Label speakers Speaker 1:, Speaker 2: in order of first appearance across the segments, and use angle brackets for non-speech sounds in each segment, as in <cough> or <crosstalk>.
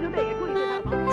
Speaker 1: 球队也注意这场。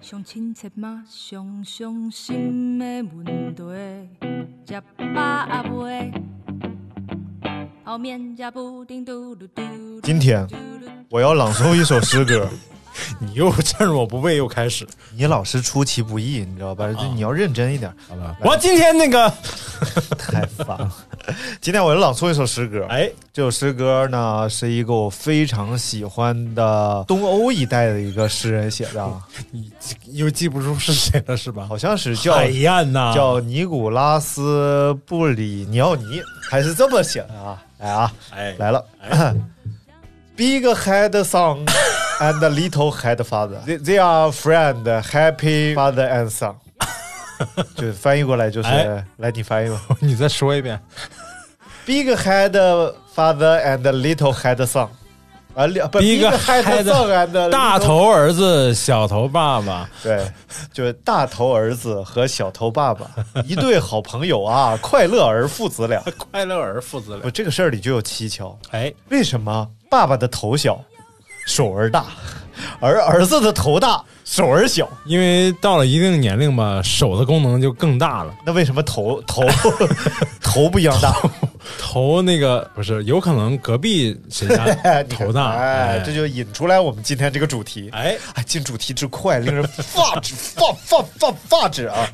Speaker 2: 上亲切嘛，上伤心的问题。食饱未？后面加布丁嘟嘟嘟。
Speaker 3: 今天我要朗诵一首
Speaker 4: <laughs>
Speaker 3: 诗歌，
Speaker 5: 你又趁着我不备又开始，
Speaker 3: 你老是出其不意，你知
Speaker 4: 啊
Speaker 3: 道吧？就你要认真一点，
Speaker 5: 好吧？我今天那个，
Speaker 3: <laughs> 太烦了。今天我要朗诵一首诗歌，
Speaker 5: 哎，
Speaker 3: 这首诗歌呢是一个我非常喜欢的东欧一带的一个诗人写的啊，
Speaker 4: 哎
Speaker 5: 你又记不住是谁了是吧？
Speaker 3: 好像是叫
Speaker 5: 海燕呐，
Speaker 3: 叫尼古拉斯布里尼奥尼，还是这么写的啊？来啊，
Speaker 5: 哎
Speaker 3: 来了、b i g head son and little head father, they they are friend, happy father and
Speaker 5: <laughs>
Speaker 3: son。就翻译过来就是，
Speaker 5: 哎
Speaker 3: 来你翻译吧。
Speaker 5: 你再说一 <laughs> 遍，
Speaker 3: Big head father and little head son，啊，两不
Speaker 5: Big
Speaker 3: head
Speaker 5: head
Speaker 3: son and
Speaker 5: 大
Speaker 3: little-
Speaker 5: 头儿子小头爸爸，
Speaker 3: 对，就是大头儿子和小头爸爸一对好朋友啊，快乐而父子俩。
Speaker 5: <laughs> 快乐儿父子
Speaker 3: 不，
Speaker 5: 俩，
Speaker 3: 这个事儿里就有蹊跷，
Speaker 5: 哎，
Speaker 3: 为什么爸爸的头小，手儿大，而儿子的头大，手儿小？
Speaker 5: 因为到了一定年龄吧，手的功能就更大了，
Speaker 3: 那为什么头头 <laughs> 头不一样大？
Speaker 5: 头那个不是，有可能隔壁谁家
Speaker 3: <laughs> 你看
Speaker 5: 头大，
Speaker 3: 哎，这就引出来我们今天这个主题。
Speaker 5: 哎，
Speaker 3: 哎，进主题之快，令人发指，发发发发指啊！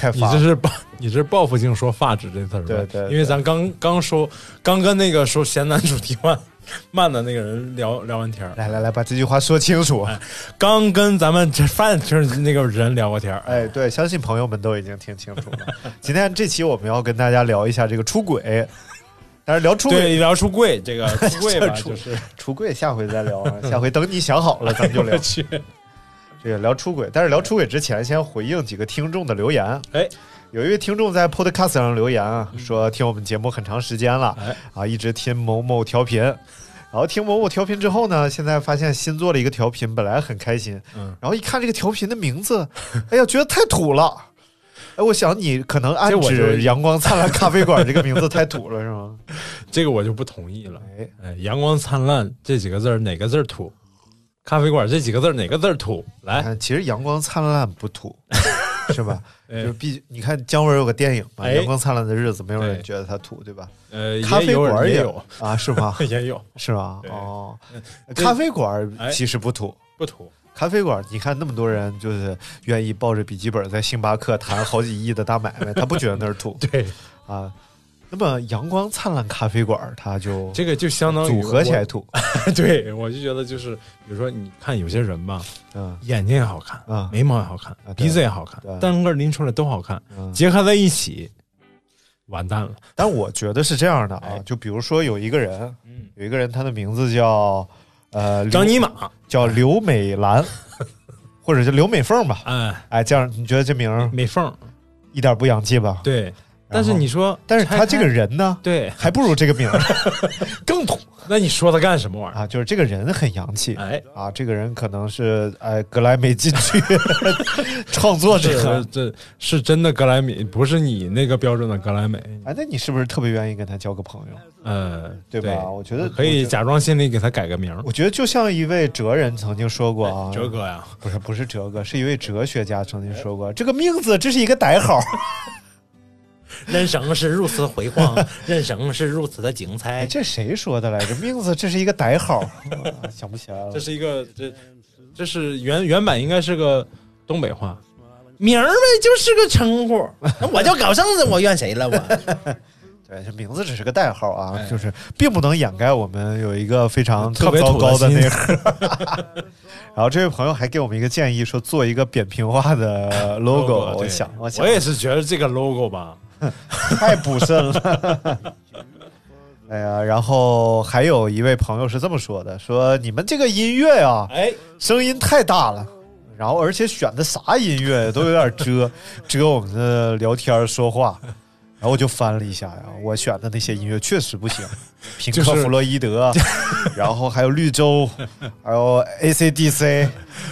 Speaker 3: 太
Speaker 5: 你
Speaker 3: 发
Speaker 5: 这
Speaker 3: 了。
Speaker 5: 是报，你这是报复性说发质这词儿吧？
Speaker 3: 对对对
Speaker 5: 因为咱刚刚说，刚跟那个说闲谈主题 <laughs> 慢慢的那个人聊聊完天儿，
Speaker 3: 来来来，把这句话说清楚。
Speaker 5: 哎刚跟咱们这饭圈那个人聊过天儿，
Speaker 3: 哎，对，相信朋友们都已经听清楚了。今天这期我们要跟大家聊一下这个出轨，但是聊出轨，
Speaker 5: 对，聊出柜这
Speaker 3: <laughs>
Speaker 5: 个出柜吧，
Speaker 3: 这出
Speaker 5: 就是
Speaker 3: 出轨下回再
Speaker 5: <laughs>
Speaker 3: 聊啊，下回等你想好了咱们就聊
Speaker 5: 我。去，
Speaker 3: 这个聊出轨，但是聊出轨之前，先回应几个听众的留言。
Speaker 5: 哎，
Speaker 3: 有一位听众在 Podcast 上留言啊，说听我们节目很长时间了
Speaker 5: 嗯哎，
Speaker 3: 啊，一直听某某调频，然后听某某调频之后呢，现在发现新做了一个调频，本来很开心，
Speaker 5: 嗯，
Speaker 3: 然后一看这个调频的名字， <laughs> 哎呀，觉得太土了。哎，我想你可能暗
Speaker 5: 这我就
Speaker 3: 指“阳光灿烂咖啡馆”这个名字太土了，是吗？
Speaker 5: 这个我就不同意了。
Speaker 3: 哎，
Speaker 5: 哎，阳光灿烂这几个字儿哪个字儿土？咖啡馆这几个字儿哪个字儿土？
Speaker 3: 你
Speaker 5: 来，
Speaker 3: 看，哎其实“阳光灿烂”不
Speaker 5: <laughs>
Speaker 3: 土，是吧？
Speaker 5: 哎
Speaker 3: 就是必你看姜文有个电影嘛，
Speaker 5: 哎
Speaker 3: 阳光灿烂的日子》，没有人
Speaker 5: 对
Speaker 3: 觉得它土，对吧？
Speaker 5: 呃，
Speaker 3: 咖啡
Speaker 5: 也有
Speaker 3: 馆儿
Speaker 5: 也
Speaker 3: 有
Speaker 5: 有
Speaker 3: 啊，是
Speaker 5: <laughs>
Speaker 3: 吗？
Speaker 5: 也有
Speaker 3: 是吗？
Speaker 5: 对
Speaker 3: 哦，
Speaker 5: 这
Speaker 3: 咖啡馆儿
Speaker 5: 哎
Speaker 3: 其实不土。
Speaker 5: 不土？
Speaker 3: 咖啡馆儿，你看那么多人就是愿意抱着笔记本在星巴克谈好几亿的大买卖，他不觉得那是土
Speaker 5: 对，
Speaker 3: 啊。那么阳光灿烂咖啡馆儿，它就
Speaker 5: 这个就相当于
Speaker 3: 组合起
Speaker 5: 我
Speaker 3: 来土，
Speaker 5: 对，我 <laughs> 就觉得就是，比如说你看有些人吧，
Speaker 3: 嗯
Speaker 5: 眼睛也好看，
Speaker 3: 啊
Speaker 5: 眉毛也好看，
Speaker 3: 啊对
Speaker 5: 鼻子也好看
Speaker 3: 对，
Speaker 5: 单个拎出来都好看，
Speaker 3: 嗯。
Speaker 5: 结合在一起，完蛋了。
Speaker 3: 但我觉得是这样的啊
Speaker 5: 哎，
Speaker 3: 就比如说有一个人，
Speaker 5: 嗯，
Speaker 3: 有一个人，他的名字叫呃刘
Speaker 5: 张尼玛，
Speaker 3: 叫刘美兰， <laughs> 或者叫刘美凤吧。
Speaker 5: 哎，
Speaker 3: 哎，这样你觉得这名儿
Speaker 5: 美凤，
Speaker 3: 一点不洋气吧？
Speaker 5: 对。
Speaker 3: 然后
Speaker 5: 但是你说，
Speaker 3: 但是他
Speaker 5: 拆
Speaker 3: 这个人呢，
Speaker 5: 对，
Speaker 3: 还不如这个名
Speaker 5: <laughs>
Speaker 3: 儿更土
Speaker 5: 那你说他干什么玩意儿？
Speaker 3: 啊！就是这个人很洋气
Speaker 5: 哎，
Speaker 3: 啊，这个人可能是哎格莱美金曲 <laughs> 创作者
Speaker 5: 这这是真的格莱美，不是你那个标准的格莱美，
Speaker 3: 哎，那你是不是特别愿意跟他交个朋友？
Speaker 5: 呃，
Speaker 3: 对
Speaker 5: 对
Speaker 3: 吧我觉得
Speaker 5: 可以假装心里给他改个名儿。
Speaker 3: 我觉得就像一位哲人曾经说过啊，
Speaker 5: 哎哲
Speaker 6: <laughs>
Speaker 5: 哥呀，
Speaker 3: 不是不是哲哥，是一位哲学家曾经说过，这个名字这是一个代号。
Speaker 6: 人生是如此辉煌，人生是如此的精
Speaker 3: 哎，
Speaker 6: 彩。
Speaker 3: 这谁说的来着？名字这是一个代号，啊想不起来了
Speaker 5: 这。是一个这这是原原版应该是个东北话，名儿呗就是个称呼。
Speaker 6: 那我就搞上子，我怨谁了？我
Speaker 3: 对，这名字只是个代号啊，就是并不能掩盖我们有一个非常
Speaker 5: 哎特别
Speaker 3: 糟糕的
Speaker 5: 土的心
Speaker 3: 内核。然后这位朋友还给我们一个建议，说做一个扁平化的 <laughs> logo。我
Speaker 5: 对
Speaker 3: 想，我想，
Speaker 5: 我也是觉得这个 logo 吧，
Speaker 3: 太补肾了。 <laughs> 哎呀，然后还有一位朋友是这么说的：说你们这个音乐啊呀、
Speaker 5: 哎，
Speaker 3: 声音太大了，然后而且选的啥音乐都有点 <laughs> 遮遮我们的聊天说话。然后我就翻了一下呀，我选的那些音乐确实不行， <laughs> 平克
Speaker 5: 就
Speaker 3: ·
Speaker 5: 是
Speaker 3: 弗洛伊 <laughs> 德，啊然后还有绿洲，还有 AC/DC，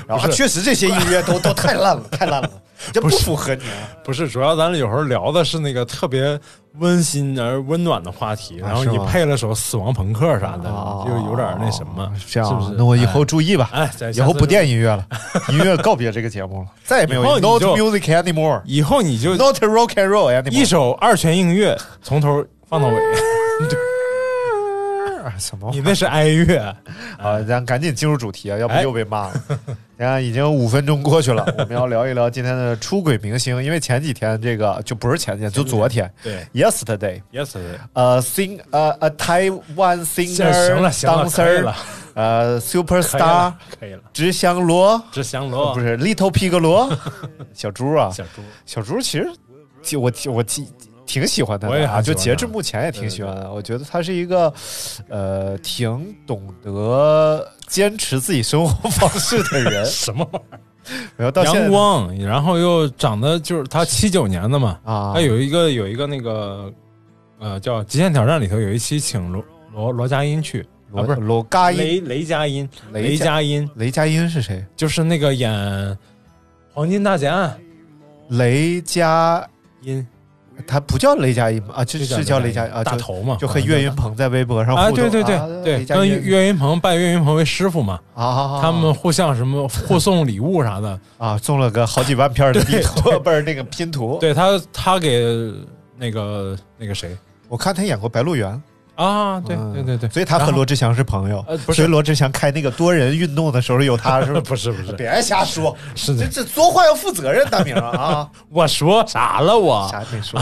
Speaker 3: 然后
Speaker 5: 不是
Speaker 3: 确实这些音乐 <laughs> 都都太烂了，太烂了，这不
Speaker 5: 不是
Speaker 3: 符合你啊。
Speaker 5: 不是，主要咱有时候聊的是那个特别温馨而温暖的话题，
Speaker 3: 啊
Speaker 5: 然后你
Speaker 3: 是吗
Speaker 5: 配了首死亡朋克啥的，
Speaker 3: 哦
Speaker 5: 就有点那什么，
Speaker 3: 这样啊，
Speaker 5: 是不是？
Speaker 3: 那我以后
Speaker 5: 哎
Speaker 3: 注意吧。
Speaker 5: 哎咱
Speaker 3: 以
Speaker 5: 下
Speaker 3: 后
Speaker 5: 次
Speaker 3: 不
Speaker 5: 就
Speaker 3: 垫音乐 <laughs> 了，音乐告别这个节目了，再也没有
Speaker 5: 以后你
Speaker 3: not
Speaker 5: 就
Speaker 3: music anymore。
Speaker 5: 以后你就
Speaker 3: Not rock and roll anymore。
Speaker 5: 一首二泉映月从头
Speaker 3: <laughs>
Speaker 5: 放到尾，
Speaker 3: 什么玩意
Speaker 5: 你
Speaker 3: 儿？
Speaker 5: 那是哀乐。
Speaker 3: 啊，咱赶紧进入主题啊，要不
Speaker 5: 哎
Speaker 3: 又被骂了。 <laughs> 你看，已经五分钟过去
Speaker 5: <laughs>
Speaker 3: 了，我们要聊一聊今天的出轨明星，因为前几天这个就不是前几天，就昨天。
Speaker 5: 对
Speaker 3: Yesterday，
Speaker 5: ，yes，
Speaker 3: 呃，sing，呃呃，Taiwan
Speaker 5: 行
Speaker 3: singer，
Speaker 5: 了行了可以
Speaker 3: dancer，
Speaker 5: 了
Speaker 3: 呃
Speaker 5: 可以了 <laughs>
Speaker 3: ，superstar，
Speaker 5: 可以了，
Speaker 3: 直香罗，
Speaker 5: 这降罗
Speaker 3: 不是 Little Pig
Speaker 5: <laughs>
Speaker 3: 罗，小猪啊，
Speaker 5: 小猪，
Speaker 3: 小猪其实挺我挺我挺挺喜欢他
Speaker 5: 我也
Speaker 3: 的啊，
Speaker 5: 很
Speaker 3: 就
Speaker 5: 喜欢
Speaker 3: 截
Speaker 5: 他，
Speaker 3: 至目前也挺喜欢的。我觉得他是一个呃挺懂得坚持自己生活方式的人
Speaker 5: 什么玩意儿？
Speaker 3: 然后到现
Speaker 5: 阳
Speaker 3: 在
Speaker 5: 光，然后又长得就是他七九年的嘛，
Speaker 3: 啊
Speaker 5: 他有一个有一个那个呃叫《极限挑战》里头有一期请罗罗罗佳音去，啊
Speaker 3: 罗
Speaker 5: 不是
Speaker 3: 罗嘎音
Speaker 5: 雷雷佳音，
Speaker 3: 雷
Speaker 5: 雷
Speaker 3: 佳
Speaker 5: 佳音
Speaker 3: 雷佳音是谁？
Speaker 5: 就是那个演《黄金大劫案
Speaker 3: 雷佳》
Speaker 5: 音，
Speaker 3: 他不叫雷佳音吧啊，这
Speaker 5: 就是
Speaker 3: 叫雷佳
Speaker 5: 音
Speaker 3: 啊，
Speaker 5: 大
Speaker 3: 就
Speaker 5: 头嘛，
Speaker 3: 就和岳云
Speaker 5: 鹏
Speaker 3: 鹏在微博上
Speaker 5: 啊，
Speaker 3: 互动
Speaker 5: 对对对
Speaker 3: 啊
Speaker 5: 对，
Speaker 3: 雷佳
Speaker 5: 跟
Speaker 3: 音
Speaker 5: 岳云鹏拜岳云鹏为师傅嘛，
Speaker 3: 啊啊啊啊
Speaker 5: 他们互相什么互送礼物啥的，
Speaker 3: 啊送了个好几万片的地
Speaker 5: 对
Speaker 3: 图，不是那个拼图。
Speaker 5: 对他他给那个那个谁
Speaker 3: 我看他演过《白鹿原》。
Speaker 5: 啊，对
Speaker 3: 嗯
Speaker 5: 对对对，
Speaker 3: 所以他和
Speaker 5: 然后
Speaker 3: 罗志祥是朋友
Speaker 5: 呃，不是
Speaker 3: 所以罗志祥开那个多人运动的时候有
Speaker 5: <laughs>
Speaker 3: 他，是
Speaker 5: 不是不是
Speaker 3: 别瞎说，
Speaker 5: 是
Speaker 3: 这
Speaker 5: 的，
Speaker 3: 这说话要负责任，大明啊
Speaker 5: 我说啥了我
Speaker 3: 啊，？啥也没
Speaker 5: <laughs>
Speaker 3: 说，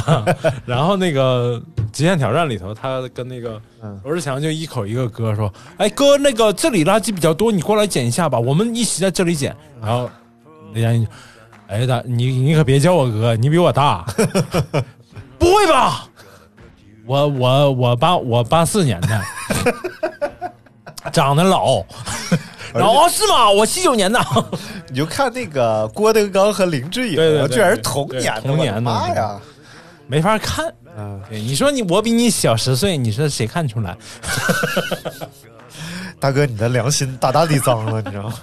Speaker 5: 然后那个《极限挑战》里头，他跟那个
Speaker 3: 嗯
Speaker 5: 罗志祥就一口一个哥说：“哎哥，那个这里垃圾比较多，你过来捡一下吧，我们一起在这里捡。”然后雷佳音就：“哎大，你你可别叫我哥，你比我大。” <laughs> 不会吧？我我我八我八四年的，长得老。然后哦是吗？我七九年的，
Speaker 3: 你就看那个郭德纲和林志颖，
Speaker 5: 对对对
Speaker 3: 居然是同
Speaker 5: 对
Speaker 3: 年的，
Speaker 5: 同年的
Speaker 3: 我的妈呀！
Speaker 5: 没法看。
Speaker 3: 嗯，
Speaker 5: 对你说你我比你小十岁，你说谁看出来？
Speaker 3: 大哥，你的良心大大的脏了，你知道吗？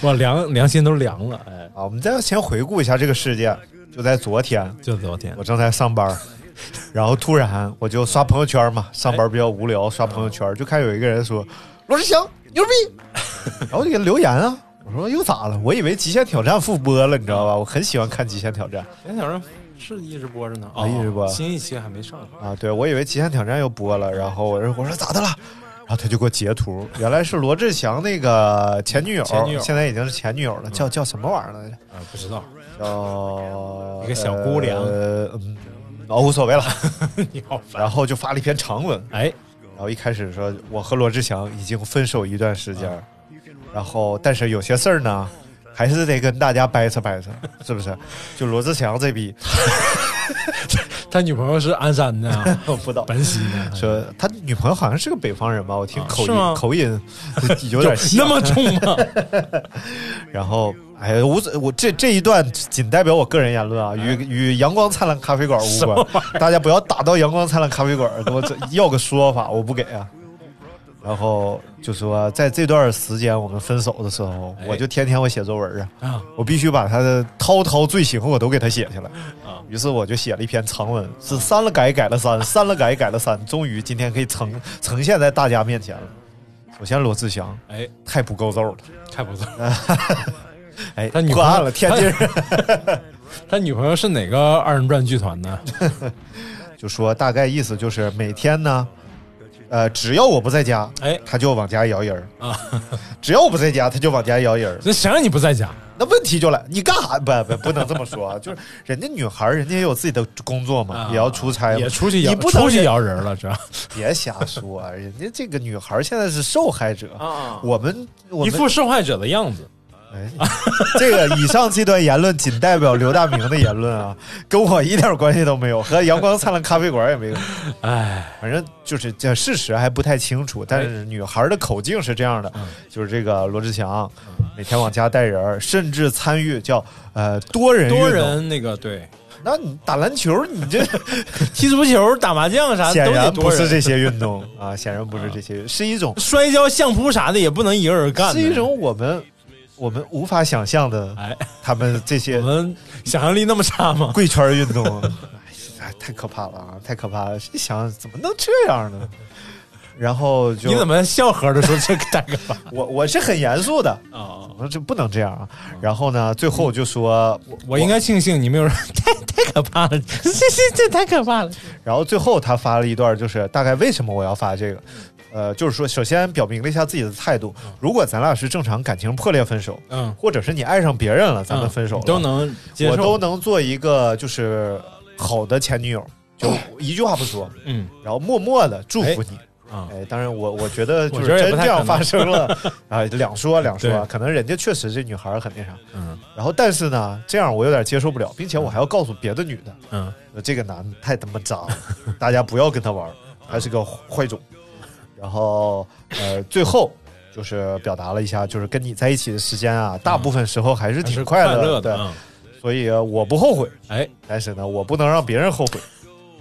Speaker 3: <laughs>
Speaker 5: 我良良心都凉了，哎，
Speaker 3: 啊，我们再先回顾一下这个事件，就在昨天，
Speaker 5: 就昨天
Speaker 3: 我正在上班儿，然后突然我就刷朋友圈嘛，上班比较无聊，刷朋友圈就看有一个人说罗志祥牛逼，然后我就给他留言啊，我说又咋了？我以为《极限挑战》复播了，你知道吧？我很喜欢看《极限挑战
Speaker 5: 前两天是一直播着呢，哦
Speaker 3: 啊一直播
Speaker 5: 新一期还没上呢，》
Speaker 3: 啊，对我以为《极限挑战》又播了，然后我说我说咋的了？然后他就给我截图，原来是罗志祥那个前女友，
Speaker 5: 前女友嗯
Speaker 3: 现在已经是前女友了，叫叫什么玩意儿来着？
Speaker 5: 啊，不知道，
Speaker 3: 叫
Speaker 5: 一个小姑娘
Speaker 3: 呃，嗯，哦，无所谓了。
Speaker 5: <laughs> 你好烦，
Speaker 3: 然后就发了一篇长文，
Speaker 5: 哎，
Speaker 3: 然后一开始说我和罗志祥已经分手一段时间
Speaker 5: 啊
Speaker 3: 儿，然后但是有些事儿呢，还是得跟大家掰扯掰扯， <laughs> 是不是？就罗志祥这逼，
Speaker 5: 他女朋友是鞍山的啊，
Speaker 3: 我不知道。
Speaker 5: 本溪 <laughs> 的，
Speaker 3: 说他女朋友好像是个北方人吧，我听
Speaker 5: 啊
Speaker 3: 口
Speaker 5: 是
Speaker 3: 音、
Speaker 5: 吗
Speaker 3: 口音 <laughs> 有点
Speaker 5: <laughs>
Speaker 3: 像
Speaker 5: 哎那么重吗？
Speaker 3: 然后，哎，无所我这这一段仅代表我个人言论
Speaker 5: 哎
Speaker 3: 啊，与与阳光灿烂咖啡馆无关，大家不要打到阳光灿烂咖啡馆，给我
Speaker 5: <laughs>
Speaker 3: 这要个说法，我不给啊。然后就说，在这段时间我们分手的时候，
Speaker 5: 哎
Speaker 3: 我就天天我写作文啊
Speaker 5: 啊，
Speaker 3: 我必须把他的滔滔罪行我都给他写下来
Speaker 5: 啊。
Speaker 3: 于是我就写了一篇长文，是删了改，改了删，删了改，改了删，终于今天可以呈呈现在大家面前了。首先，罗志祥
Speaker 5: 哎，
Speaker 3: 太不够揍了，
Speaker 5: 太不错，
Speaker 3: 哎，
Speaker 5: 他女
Speaker 3: 挂
Speaker 5: 朋友
Speaker 3: 案了，天津人。
Speaker 5: 他女朋友是哪个二人转剧团的？
Speaker 3: 就说大概意思就是每天呢，呃，只要我不在家，
Speaker 5: 哎
Speaker 3: 他就往家摇人儿
Speaker 5: 啊， <laughs>
Speaker 3: 只要我不在家，他就往家摇人儿
Speaker 5: 那谁让你不在家？
Speaker 3: 那问题就来，你干啥？不不，不能这么
Speaker 5: <laughs>
Speaker 3: 说啊！就是人家女孩儿，人家也有自己的工作嘛，也要出差嘛，
Speaker 5: 啊也出去摇，
Speaker 3: 你不能
Speaker 5: 出去
Speaker 3: 人
Speaker 5: 摇人了，这
Speaker 3: 别瞎说、啊，人家这个女孩儿现在是受害者。
Speaker 6: 啊，
Speaker 3: 我们我
Speaker 5: 一
Speaker 3: 们
Speaker 5: 副受害者的样子。
Speaker 3: 哎，这个以上这段言论仅代表刘大明的言论啊，跟我一点关系都没有，和阳光灿烂咖啡馆也没有。
Speaker 5: 哎，
Speaker 3: 反正就是这事实还不太清楚，但是女孩的口径是这样
Speaker 5: 嗯
Speaker 3: 的，就是这个罗志祥每天往家带人儿，甚至参与叫呃多人运动
Speaker 5: 多。人那个对，
Speaker 3: 那你打篮球，你这
Speaker 5: 踢足球、 <laughs> 打麻将啥的
Speaker 3: 显
Speaker 5: 都得
Speaker 3: 然
Speaker 5: 多
Speaker 3: 不是
Speaker 5: 人。
Speaker 3: 这些运动啊，显然不是这些，是一种
Speaker 5: 摔跤、相扑啥的也不能一个人干的，
Speaker 3: 是一种我们我们无法想象的，
Speaker 5: 哎，
Speaker 3: 他们这
Speaker 5: 我
Speaker 3: 些
Speaker 5: 们想象力那么差吗？
Speaker 3: 贵圈运动， <laughs> 哎呀，太可怕了啊，太可怕了！谁想怎么能这样呢？然后就
Speaker 5: 你怎么笑呵的说这个大哥 <laughs> 吧？
Speaker 3: 我我是很严肃的，
Speaker 5: 啊，
Speaker 3: 我说这不能这样啊。然后呢，最后我就说，我
Speaker 5: 我应该庆幸你没有说， <laughs> 太太可怕了， <laughs> 这这这太可怕了。
Speaker 3: 然后最后他发了一段，就是大概为什么我要发这个，呃，就是说，首先表明了一下自己的态度。如果咱俩是正常感情破裂分手，
Speaker 5: 嗯，
Speaker 3: 或者是你爱上别人了，咱们分手了，
Speaker 5: 都能接受，
Speaker 3: 我都能做一个就是好的前女友，就一句话不说，
Speaker 5: 嗯
Speaker 3: 然后默默的祝福你。
Speaker 5: 啊，
Speaker 3: 哎，当然我，我觉得就
Speaker 5: 我
Speaker 3: 是
Speaker 5: 觉得也
Speaker 3: 真
Speaker 5: 不
Speaker 3: 这
Speaker 5: 太
Speaker 3: 样
Speaker 5: 可能
Speaker 3: 发生了
Speaker 5: <laughs>
Speaker 3: 啊，两说两说
Speaker 5: 对，
Speaker 3: 可能人家确实这女孩很那啥，
Speaker 5: 嗯
Speaker 3: 然后但是呢，这样我有点接受不了，并且我还要告诉别的女的，
Speaker 5: 嗯，
Speaker 3: 呃这个男的太他妈
Speaker 5: <laughs>
Speaker 3: 渣了，大家不要跟他玩儿，他是个坏种。然后呃，最后就是表达了一下，就是跟你在一起的时间啊，大部分时候还是
Speaker 5: 还
Speaker 3: 挺
Speaker 5: 是
Speaker 3: 快
Speaker 5: 快
Speaker 3: 乐的，
Speaker 5: 乐的，
Speaker 3: 对，
Speaker 5: 嗯
Speaker 3: 所以我不后悔，
Speaker 5: 哎，
Speaker 3: 但是呢，我不能让别人后悔。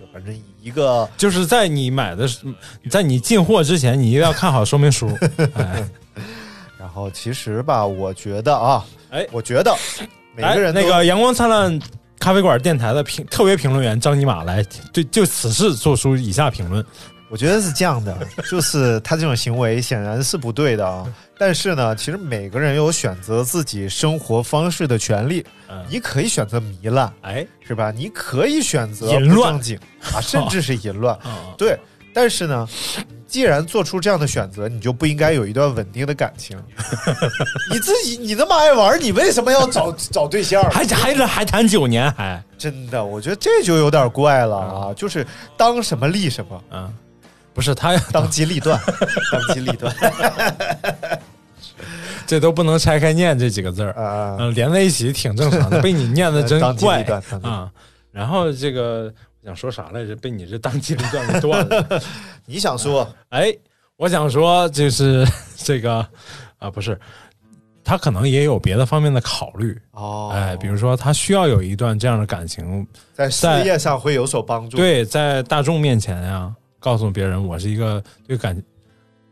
Speaker 3: 就反正一个
Speaker 5: 就是在你买的时，在你进货之前，你一定要看好说明
Speaker 3: <laughs>
Speaker 5: 书。哎，
Speaker 3: 然后其实吧，我觉得啊，
Speaker 5: 哎
Speaker 3: 我觉得每个人都
Speaker 5: 哎那个阳光灿烂咖啡馆电台的评特别评论员张尼玛来对就此事做出以下评论。
Speaker 3: 我觉得是这样的，就是他这种行为显然是不对的
Speaker 5: <laughs>
Speaker 3: 啊。但是呢，其实每个人有选择自己生活方式的权利，
Speaker 5: 嗯
Speaker 3: 你可以选择糜烂，
Speaker 5: 哎，
Speaker 3: 是吧？你可以选择
Speaker 5: 淫乱
Speaker 3: 不正经啊，甚至是淫乱。
Speaker 5: 啊，
Speaker 3: 对，但是呢，既然做出这样的选择，你就不应该有一段稳定的感
Speaker 5: <laughs>
Speaker 3: 情。你自己你那么爱玩，你为什么要找找对象？
Speaker 5: 还还还谈九年哎还，
Speaker 3: <laughs> 真的，我觉得这就有点怪了啊！就是当什么立什么，
Speaker 5: 嗯，不是他 <laughs>
Speaker 3: 当机立断，当机立断。
Speaker 5: 这都不能拆开念这几个字儿，
Speaker 3: 啊、
Speaker 5: 嗯，连在一起挺正
Speaker 3: <laughs>
Speaker 5: 常的，被你念的真
Speaker 3: 当机
Speaker 5: 怪
Speaker 3: 立断当机立断
Speaker 5: 啊。然后这个我想说啥来着？被你这当机立断给
Speaker 3: <laughs>
Speaker 5: 断了。
Speaker 3: 你想说，
Speaker 5: <laughs> 哎，我想说就是 <laughs> 这个啊，不是，他可能也有别的方面的考虑。
Speaker 3: 哦，
Speaker 5: 哎，比如说，他需要有一段这样的感情，
Speaker 3: 在事业上会有所帮助。，
Speaker 5: 对，在大众面前呀、告诉别人我是一个对感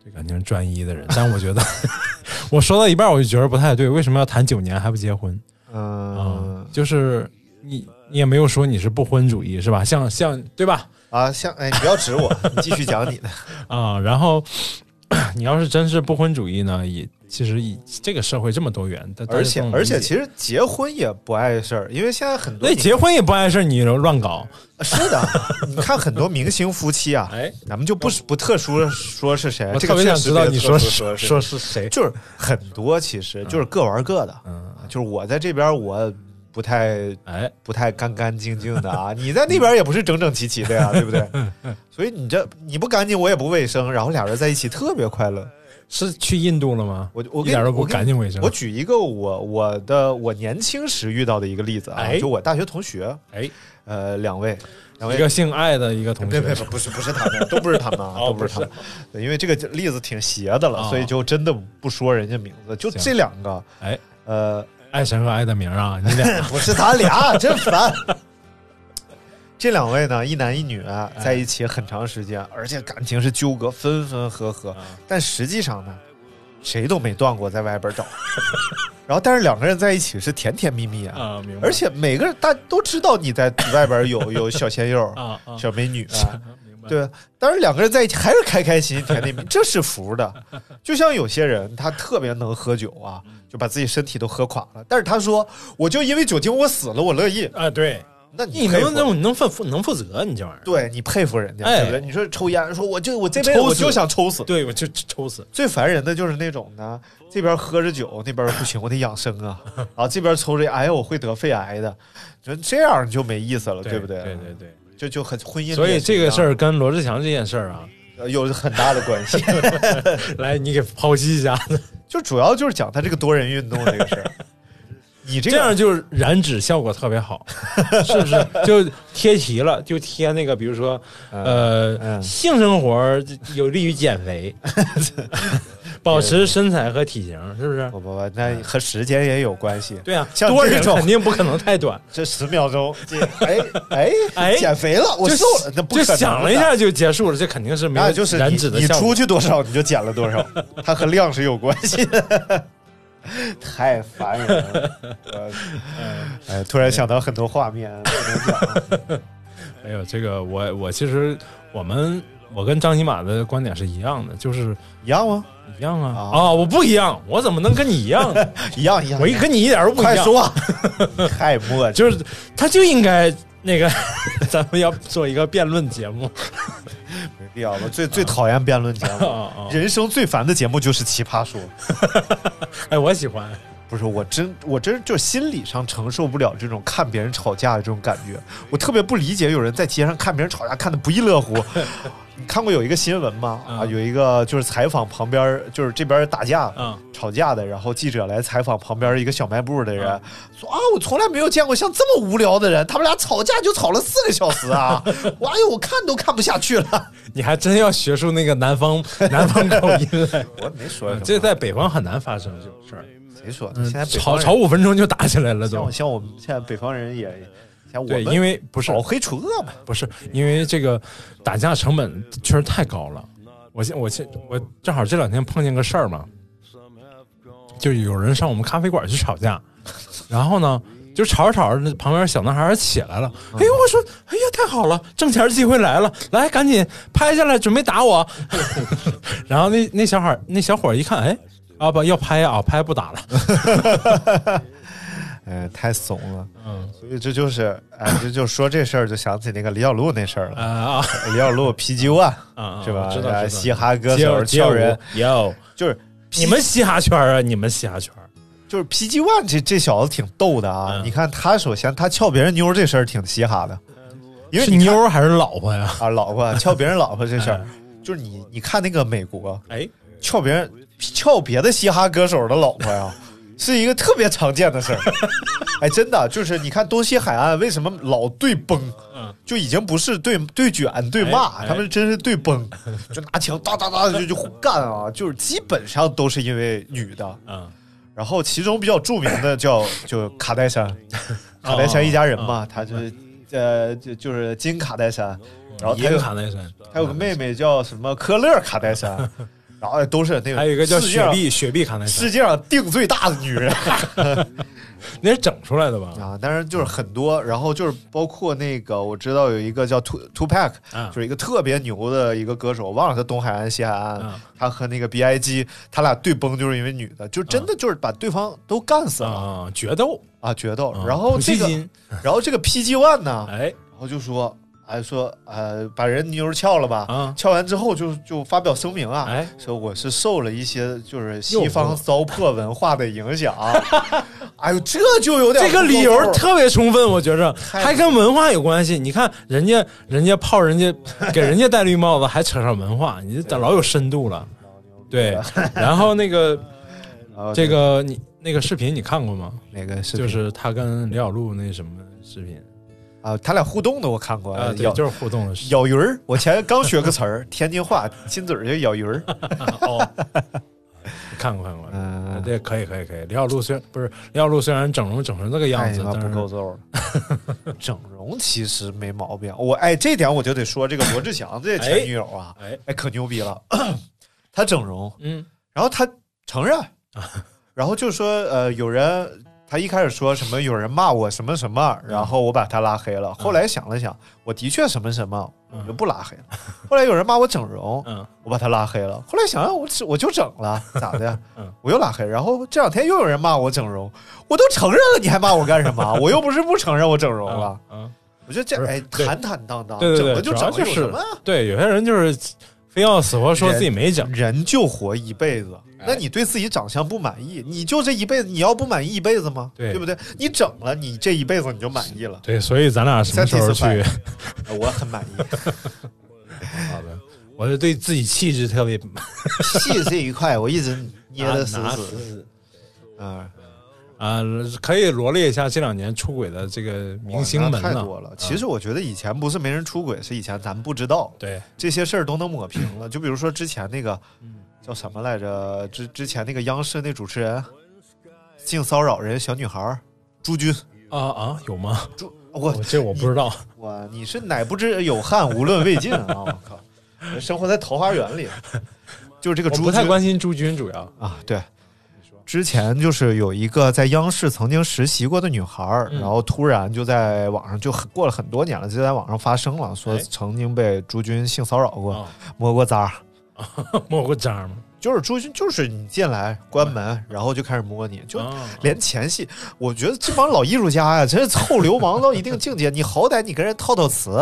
Speaker 5: 对感情专一的人，但我觉得 <laughs> 我说到一半我就觉得不太对，为什么要谈九年还不结婚？
Speaker 3: 嗯
Speaker 5: 嗯，就是你你也没有说你是不婚主义是吧？像像对吧？
Speaker 3: 啊，像哎，你不要指
Speaker 5: <laughs>
Speaker 3: 我，你继续讲你的。
Speaker 5: 啊、然后 <coughs> 你要是真是不婚主义呢，也其实以这个社会这么多元，但
Speaker 3: 而且而且，其
Speaker 5: 实
Speaker 3: 实结婚也不碍事儿，因为现在很多
Speaker 5: 那结婚也不碍事儿，你乱搞，
Speaker 3: 是
Speaker 5: <laughs>
Speaker 3: 的，你看很多明星夫妻啊，
Speaker 5: 哎，
Speaker 3: 咱们就不不特殊说是谁，
Speaker 5: 我
Speaker 3: 这个
Speaker 5: 特别
Speaker 3: 确
Speaker 5: 想
Speaker 3: 实
Speaker 5: 知道
Speaker 3: 别
Speaker 5: 你
Speaker 3: 特
Speaker 5: 说
Speaker 3: 殊
Speaker 5: 是
Speaker 3: 是
Speaker 5: 说是谁？
Speaker 3: 就是很多其实就是各玩各的，啊
Speaker 5: 嗯，
Speaker 3: 就是我在这边我不太
Speaker 5: 哎，
Speaker 3: 不太干干净净的
Speaker 5: <laughs>
Speaker 3: 啊，你在那边也不是整整齐齐的呀，对不对？所以你这你不干净，我也不卫生，然后俩人在一起特别快乐。
Speaker 5: 是去印度了吗？
Speaker 3: 我我
Speaker 5: 一点
Speaker 3: 给你
Speaker 5: 儿都不
Speaker 3: 我给你
Speaker 5: 干净卫生。
Speaker 3: 我举一个我我的我年轻时遇到的一个例子啊，
Speaker 5: 哎
Speaker 3: 就我大学同学，
Speaker 5: 哎，
Speaker 3: 呃，两位，两位
Speaker 5: 一个姓艾的一个同
Speaker 3: 别
Speaker 5: 学，
Speaker 3: 哎别别，不是不是他们，都不是他们啊，
Speaker 5: 哦
Speaker 3: <laughs> 都不是他们，对因为这个例子挺邪的了，
Speaker 5: 哦
Speaker 3: 所以就真的不说人家名字，就
Speaker 5: 行
Speaker 3: 这两个，
Speaker 5: 哎，
Speaker 3: 呃，
Speaker 5: 艾神和艾的名儿啊，你
Speaker 3: <laughs>
Speaker 5: 俩
Speaker 3: 不是他俩，真烦。这两位呢，一男一女
Speaker 5: 哎
Speaker 3: 在一起很长时间，而且感情是纠葛，分分合合。
Speaker 5: 嗯
Speaker 3: 但实际上呢，谁都没断过在外边找。 <laughs> 然后，但是两个人在一起是甜甜蜜蜜啊，
Speaker 5: 啊，明白
Speaker 3: 而且每个人大家都知道你在外边有有小鲜肉、
Speaker 5: 啊啊，
Speaker 3: 小美女啊，
Speaker 5: 明白，
Speaker 3: 对，但是两个人在一起还是开开心心、甜甜蜜，蜜，这是服
Speaker 5: <laughs>
Speaker 3: 的。就像有些人他特别能喝酒
Speaker 5: 嗯
Speaker 3: 啊，就把自己身体都喝垮了，但是他说我就因为酒精我死了，我乐意。
Speaker 5: 啊对，
Speaker 3: 那你
Speaker 6: 你
Speaker 3: 佩服
Speaker 6: 能能你能负能负责你这玩意儿？
Speaker 3: 对你佩服人家，
Speaker 6: 哎
Speaker 3: 对不对？你说抽烟，说我就我这辈子
Speaker 6: 抽死
Speaker 3: 我就想抽死。
Speaker 6: 对，我就抽死。
Speaker 3: 最烦人的就是那种呢，这边喝着酒，那边不行，我得养生
Speaker 5: <laughs>
Speaker 3: 啊。然后这边抽着烟，哎呀，我会得肺癌的。就这样你就没意思了，对不对？
Speaker 5: 对对对。
Speaker 3: 就就很婚姻里也是
Speaker 5: 所
Speaker 3: 一
Speaker 5: 以
Speaker 3: 样，
Speaker 5: 这个事儿跟罗志祥这件事儿啊，
Speaker 3: 呃有很大的关系。
Speaker 5: 来你给剖析一下，
Speaker 3: 就主要就是讲他这个多人运动这个事
Speaker 5: <laughs>
Speaker 3: 儿。你这
Speaker 5: 这
Speaker 3: 个
Speaker 5: 样就是燃脂效果特
Speaker 3: <laughs>
Speaker 5: 别好，是不是？就贴题了，就贴那个，比如说，呃，
Speaker 3: 嗯
Speaker 5: 性生活有利于减
Speaker 3: <laughs>
Speaker 5: 肥，保持身材和体型，是不是？
Speaker 3: 不不不，那和时间也有关系。
Speaker 5: 对啊，
Speaker 3: 像
Speaker 5: 多
Speaker 3: 这
Speaker 5: 人
Speaker 3: 种
Speaker 5: 肯定不可能太短，
Speaker 3: 这十秒钟，
Speaker 5: <laughs>
Speaker 3: 这哎哎
Speaker 5: 哎
Speaker 3: 减肥了，我
Speaker 5: 就
Speaker 3: 瘦了，那不可能
Speaker 5: 就
Speaker 3: 的
Speaker 5: 想了一，下就结束了，这肯定是没
Speaker 3: 那
Speaker 5: 有
Speaker 3: 就是
Speaker 5: 燃
Speaker 3: 你
Speaker 5: 脂的
Speaker 3: 你
Speaker 5: 效
Speaker 3: 出
Speaker 5: 果。
Speaker 3: 去多少你就减了多少，它和量是有关系的。 <laughs> 太烦人了，
Speaker 5: <laughs>
Speaker 3: 我
Speaker 5: 嗯
Speaker 3: 哎，突然想到很多画面，啊不能讲
Speaker 5: 哎呦，这个我我其实我们我跟张尼玛的观点是一样的，就是
Speaker 3: 一样吗？
Speaker 5: 一样啊
Speaker 3: 啊
Speaker 5: 啊！我不一样，我怎么能跟你
Speaker 3: <laughs>
Speaker 5: 一样呢？
Speaker 3: 一样一样，
Speaker 5: 我一跟你一点都不一
Speaker 3: 快
Speaker 5: 样。
Speaker 3: 说啊， <laughs> 太磨叽，
Speaker 5: 就是他就应该那个， <laughs> 咱们要做一个辩论节目
Speaker 3: 没必要。我最最讨厌辩论节
Speaker 5: 啊
Speaker 3: 目，
Speaker 5: 啊！
Speaker 3: 人生最烦的节目就是奇葩说。
Speaker 5: 哎，我喜欢，
Speaker 3: 不是我真我真就是心理上承受不了这种看别人吵架的这种感觉，我特别不理解有人在街上看别人吵架看的不亦
Speaker 5: <laughs>
Speaker 3: 乐乎。你看过有一个新闻吗？啊，
Speaker 5: 嗯
Speaker 3: 有一个就是采访旁边儿就是这边儿打架，
Speaker 5: 嗯
Speaker 3: 吵架的，然后记者来采访旁边一个小卖部的人，
Speaker 5: 嗯
Speaker 3: 说啊，我从来没有见过像这么无聊的人，他们俩吵架就吵了四个小时
Speaker 5: <laughs>
Speaker 3: 啊，我哎呦，我看都看不下去了。
Speaker 5: 你还真要学出那个
Speaker 3: <laughs>
Speaker 5: 南方南方口音来。
Speaker 3: 我没说
Speaker 5: 嗯这在嗯北方很难发生这种事儿，
Speaker 3: 谁说？现在北
Speaker 5: 吵
Speaker 3: 方
Speaker 5: 吵
Speaker 3: 人
Speaker 5: 五分钟就打起来了
Speaker 3: 像
Speaker 5: 都
Speaker 3: 我。像我们现在北方人也像我
Speaker 5: 对，
Speaker 3: 们，
Speaker 5: 因为不是
Speaker 3: 搞黑除恶
Speaker 5: <laughs>
Speaker 3: 嘛。
Speaker 5: 不是因为这个打架成本确实太高了。我现我现我正好这两天碰见个事儿嘛，就有人上我们咖啡馆去吵架，然后呢，就吵着吵着，那旁边小男孩儿起来了，哎呦，我说，哎呀，太好了，挣钱机会来了，来，赶紧拍下来，准备打我。 <laughs> 然后那那小孩儿那小伙儿一看，哎，啊不要拍啊，拍不打了。
Speaker 3: 哎，太怂了。嗯，所以这就是，哎，这就说这事儿，就想起那个李小璐那事儿了。
Speaker 5: 啊
Speaker 3: 李小璐 PG One
Speaker 5: 啊啊！
Speaker 3: 是吧？
Speaker 5: 知道
Speaker 3: 哎
Speaker 5: 知道
Speaker 3: 嘻哈歌
Speaker 5: 街舞
Speaker 3: 手俏人，
Speaker 5: 街舞有
Speaker 3: 就是
Speaker 5: 你们嘻哈圈儿啊，你们嘻哈圈儿。
Speaker 3: 就是 PG One 这这小子挺逗的啊！
Speaker 5: 嗯
Speaker 3: 你看他首先他撬别人妞儿这事儿挺嘻哈的，因为
Speaker 5: 嗯是
Speaker 3: 你看
Speaker 5: 妞儿还是老婆呀？
Speaker 3: 啊老婆撬别人老婆这事儿，
Speaker 5: 嗯
Speaker 3: 就是你你看那个美国
Speaker 5: 哎，
Speaker 3: 撬别人撬别的嘻哈歌手的老婆
Speaker 5: <laughs>
Speaker 3: 呀，是一个特别常见的事儿。哎，真的就是你看东西海岸为什么老对崩
Speaker 5: 嗯，
Speaker 3: 就已经不是对对卷对骂，
Speaker 5: 哎哎
Speaker 3: 他们真是对
Speaker 5: <laughs>
Speaker 3: 崩，就拿枪哒哒哒就就干啊，就是基本上都是因为女的。
Speaker 5: 嗯，
Speaker 3: 然后其中比较著名的
Speaker 5: <laughs>
Speaker 3: 叫就卡戴珊，
Speaker 5: 哦
Speaker 3: 卡戴珊一家人嘛，他就是呃就就是金卡戴珊，然后他
Speaker 5: 一个
Speaker 3: 有
Speaker 5: 哦卡戴珊，
Speaker 3: 还有个妹妹叫什么科勒卡戴珊， <laughs> 然后都是那个
Speaker 5: 还有一个叫
Speaker 3: 世
Speaker 5: 雪
Speaker 3: 界上
Speaker 5: 碧，雪碧卡戴珊
Speaker 3: 世，界上定最大的女人
Speaker 5: 那是整出来的吧？
Speaker 3: <laughs> 啊，当然就是很多，然后就是包括那个我知道有一个叫 Two Two Pack，
Speaker 5: 啊
Speaker 3: 就是一个特别牛的一个歌手，我忘了他东海岸西海岸
Speaker 5: 啊，
Speaker 3: 他和那个 B I G，他俩对崩就是因为女的，就真的就是把对方都干死了
Speaker 5: 啊，决斗，
Speaker 3: 啊，决斗
Speaker 5: 啊，
Speaker 3: 然后
Speaker 5: 普希
Speaker 3: 这个。啊
Speaker 5: 金
Speaker 3: 然后这个 PG One 呢，
Speaker 5: 哎
Speaker 3: 然后就说，哎说，呃，把人妞儿撬了吧，
Speaker 5: 啊
Speaker 3: 撬完之后就就发表声明啊，
Speaker 5: 哎，
Speaker 3: 说我是受了一些就是西方糟粕文化的影
Speaker 5: <laughs>
Speaker 3: 响，哎呦，这就有点
Speaker 5: 这个理由
Speaker 3: 不够
Speaker 5: 特别充分，我觉着
Speaker 3: 太
Speaker 5: 还跟文化有关系。你看人家，人家泡人
Speaker 3: <laughs>
Speaker 5: 家，给人家戴绿帽子，还扯上文化，你这咋老有深度了？对，然后
Speaker 3: <laughs>
Speaker 5: 那个
Speaker 3: 啊
Speaker 5: 这个你那个视频你看过吗？
Speaker 3: 哪个是
Speaker 5: 就是他跟李小璐那什么视频
Speaker 3: 啊，他俩互动的我看过，
Speaker 5: 啊，对
Speaker 3: 咬，
Speaker 5: 就是互动的视频。
Speaker 3: 咬鱼儿，我前刚学个词儿，天津话亲嘴儿叫咬鱼儿，
Speaker 5: 哦，看过看过，
Speaker 3: 嗯
Speaker 5: 对，可以可以可以。李小璐虽然不是李小璐，虽然整容整成这个 <laughs> 样
Speaker 3: 哎
Speaker 5: 子，
Speaker 3: 妈
Speaker 5: 但是
Speaker 3: 不够揍了。整容其实没毛病，我哎这点我就得说这个罗志祥这前女友啊，
Speaker 5: 哎，
Speaker 3: 哎，可牛逼了！ <clears throat> 他整容，
Speaker 5: 嗯啊
Speaker 3: <laughs> 然后他承认，然后就说呃，有人他一开始说什么有人骂我什么什么，
Speaker 5: 嗯
Speaker 3: 然后我把他拉黑了。后来想了想，我的确什么什么，
Speaker 5: 嗯
Speaker 3: 我就不拉黑了。后来有人骂我整容，
Speaker 6: 嗯
Speaker 3: 我把他拉黑了。后来想想，我只我就整了，咋的
Speaker 6: 嗯？
Speaker 3: 我又拉黑。然后这两天又有人骂我整容，我都承认了，你还骂我干什么？我又不是不承认我整容了。
Speaker 5: 嗯，
Speaker 3: 我觉得这
Speaker 5: 不是
Speaker 3: 哎，
Speaker 5: 对
Speaker 3: 坦坦荡荡，
Speaker 5: 对对对
Speaker 3: 整了就整了，
Speaker 5: 主要就
Speaker 3: 有
Speaker 5: 是
Speaker 3: 什么啊？啊
Speaker 5: 对，有些人就是非要死活说自己没哎整，
Speaker 3: 人就活一辈子，那你对自己长相不满意，你就这一辈子，你要不满意一辈子吗？
Speaker 5: 对
Speaker 3: 不对？你整了，你这一辈子你就满意了。
Speaker 5: 对，所以咱俩什么时候去？
Speaker 3: Satisfied 我很满意， <laughs>
Speaker 5: <laughs> 好的，我是对自己气质特别 <laughs>
Speaker 3: 气这一块我一直捏得死
Speaker 5: 拿
Speaker 3: 死
Speaker 5: 死
Speaker 3: 的啊，
Speaker 5: 啊、可以罗列一下这两年出轨的这个明星
Speaker 3: 哇
Speaker 5: 们啊
Speaker 3: 那太
Speaker 5: 了。
Speaker 3: 多了。其实我觉得以前不是没人出轨，是以前咱们不知道
Speaker 5: 对，
Speaker 3: 这些事儿都能抹平了。就比如说之前那个叫什么来着？之之前那个央视那主持人性骚扰人小女孩儿朱军，
Speaker 5: 啊啊，有吗？
Speaker 3: 朱我
Speaker 5: 我这我不知
Speaker 3: <laughs>
Speaker 5: 道。
Speaker 3: 哇，你是乃不知有汉，无论魏晋啊！我靠，生活在桃花源里，啊就是这个
Speaker 5: 我
Speaker 3: 朱
Speaker 5: 不太
Speaker 3: 军
Speaker 5: 关心朱军，主要
Speaker 3: 啊，对。之前就是有一个在央视曾经实习过的女孩儿，
Speaker 5: 嗯
Speaker 3: 然后突然就在网上就很过了很多年了，就在网上发声了，说
Speaker 5: 哎
Speaker 3: 曾经被朱军性骚扰过，
Speaker 5: 啊 <laughs>
Speaker 3: 摸过渣儿，
Speaker 5: 摸过渣吗？
Speaker 3: 就是朱军就是你进来关
Speaker 5: 嗯
Speaker 3: 门，然后就开始摸你，就
Speaker 5: 啊
Speaker 3: 连前戏，我觉得这帮老艺术家呀，真是臭流氓到一定境界。你好歹你跟人套套词，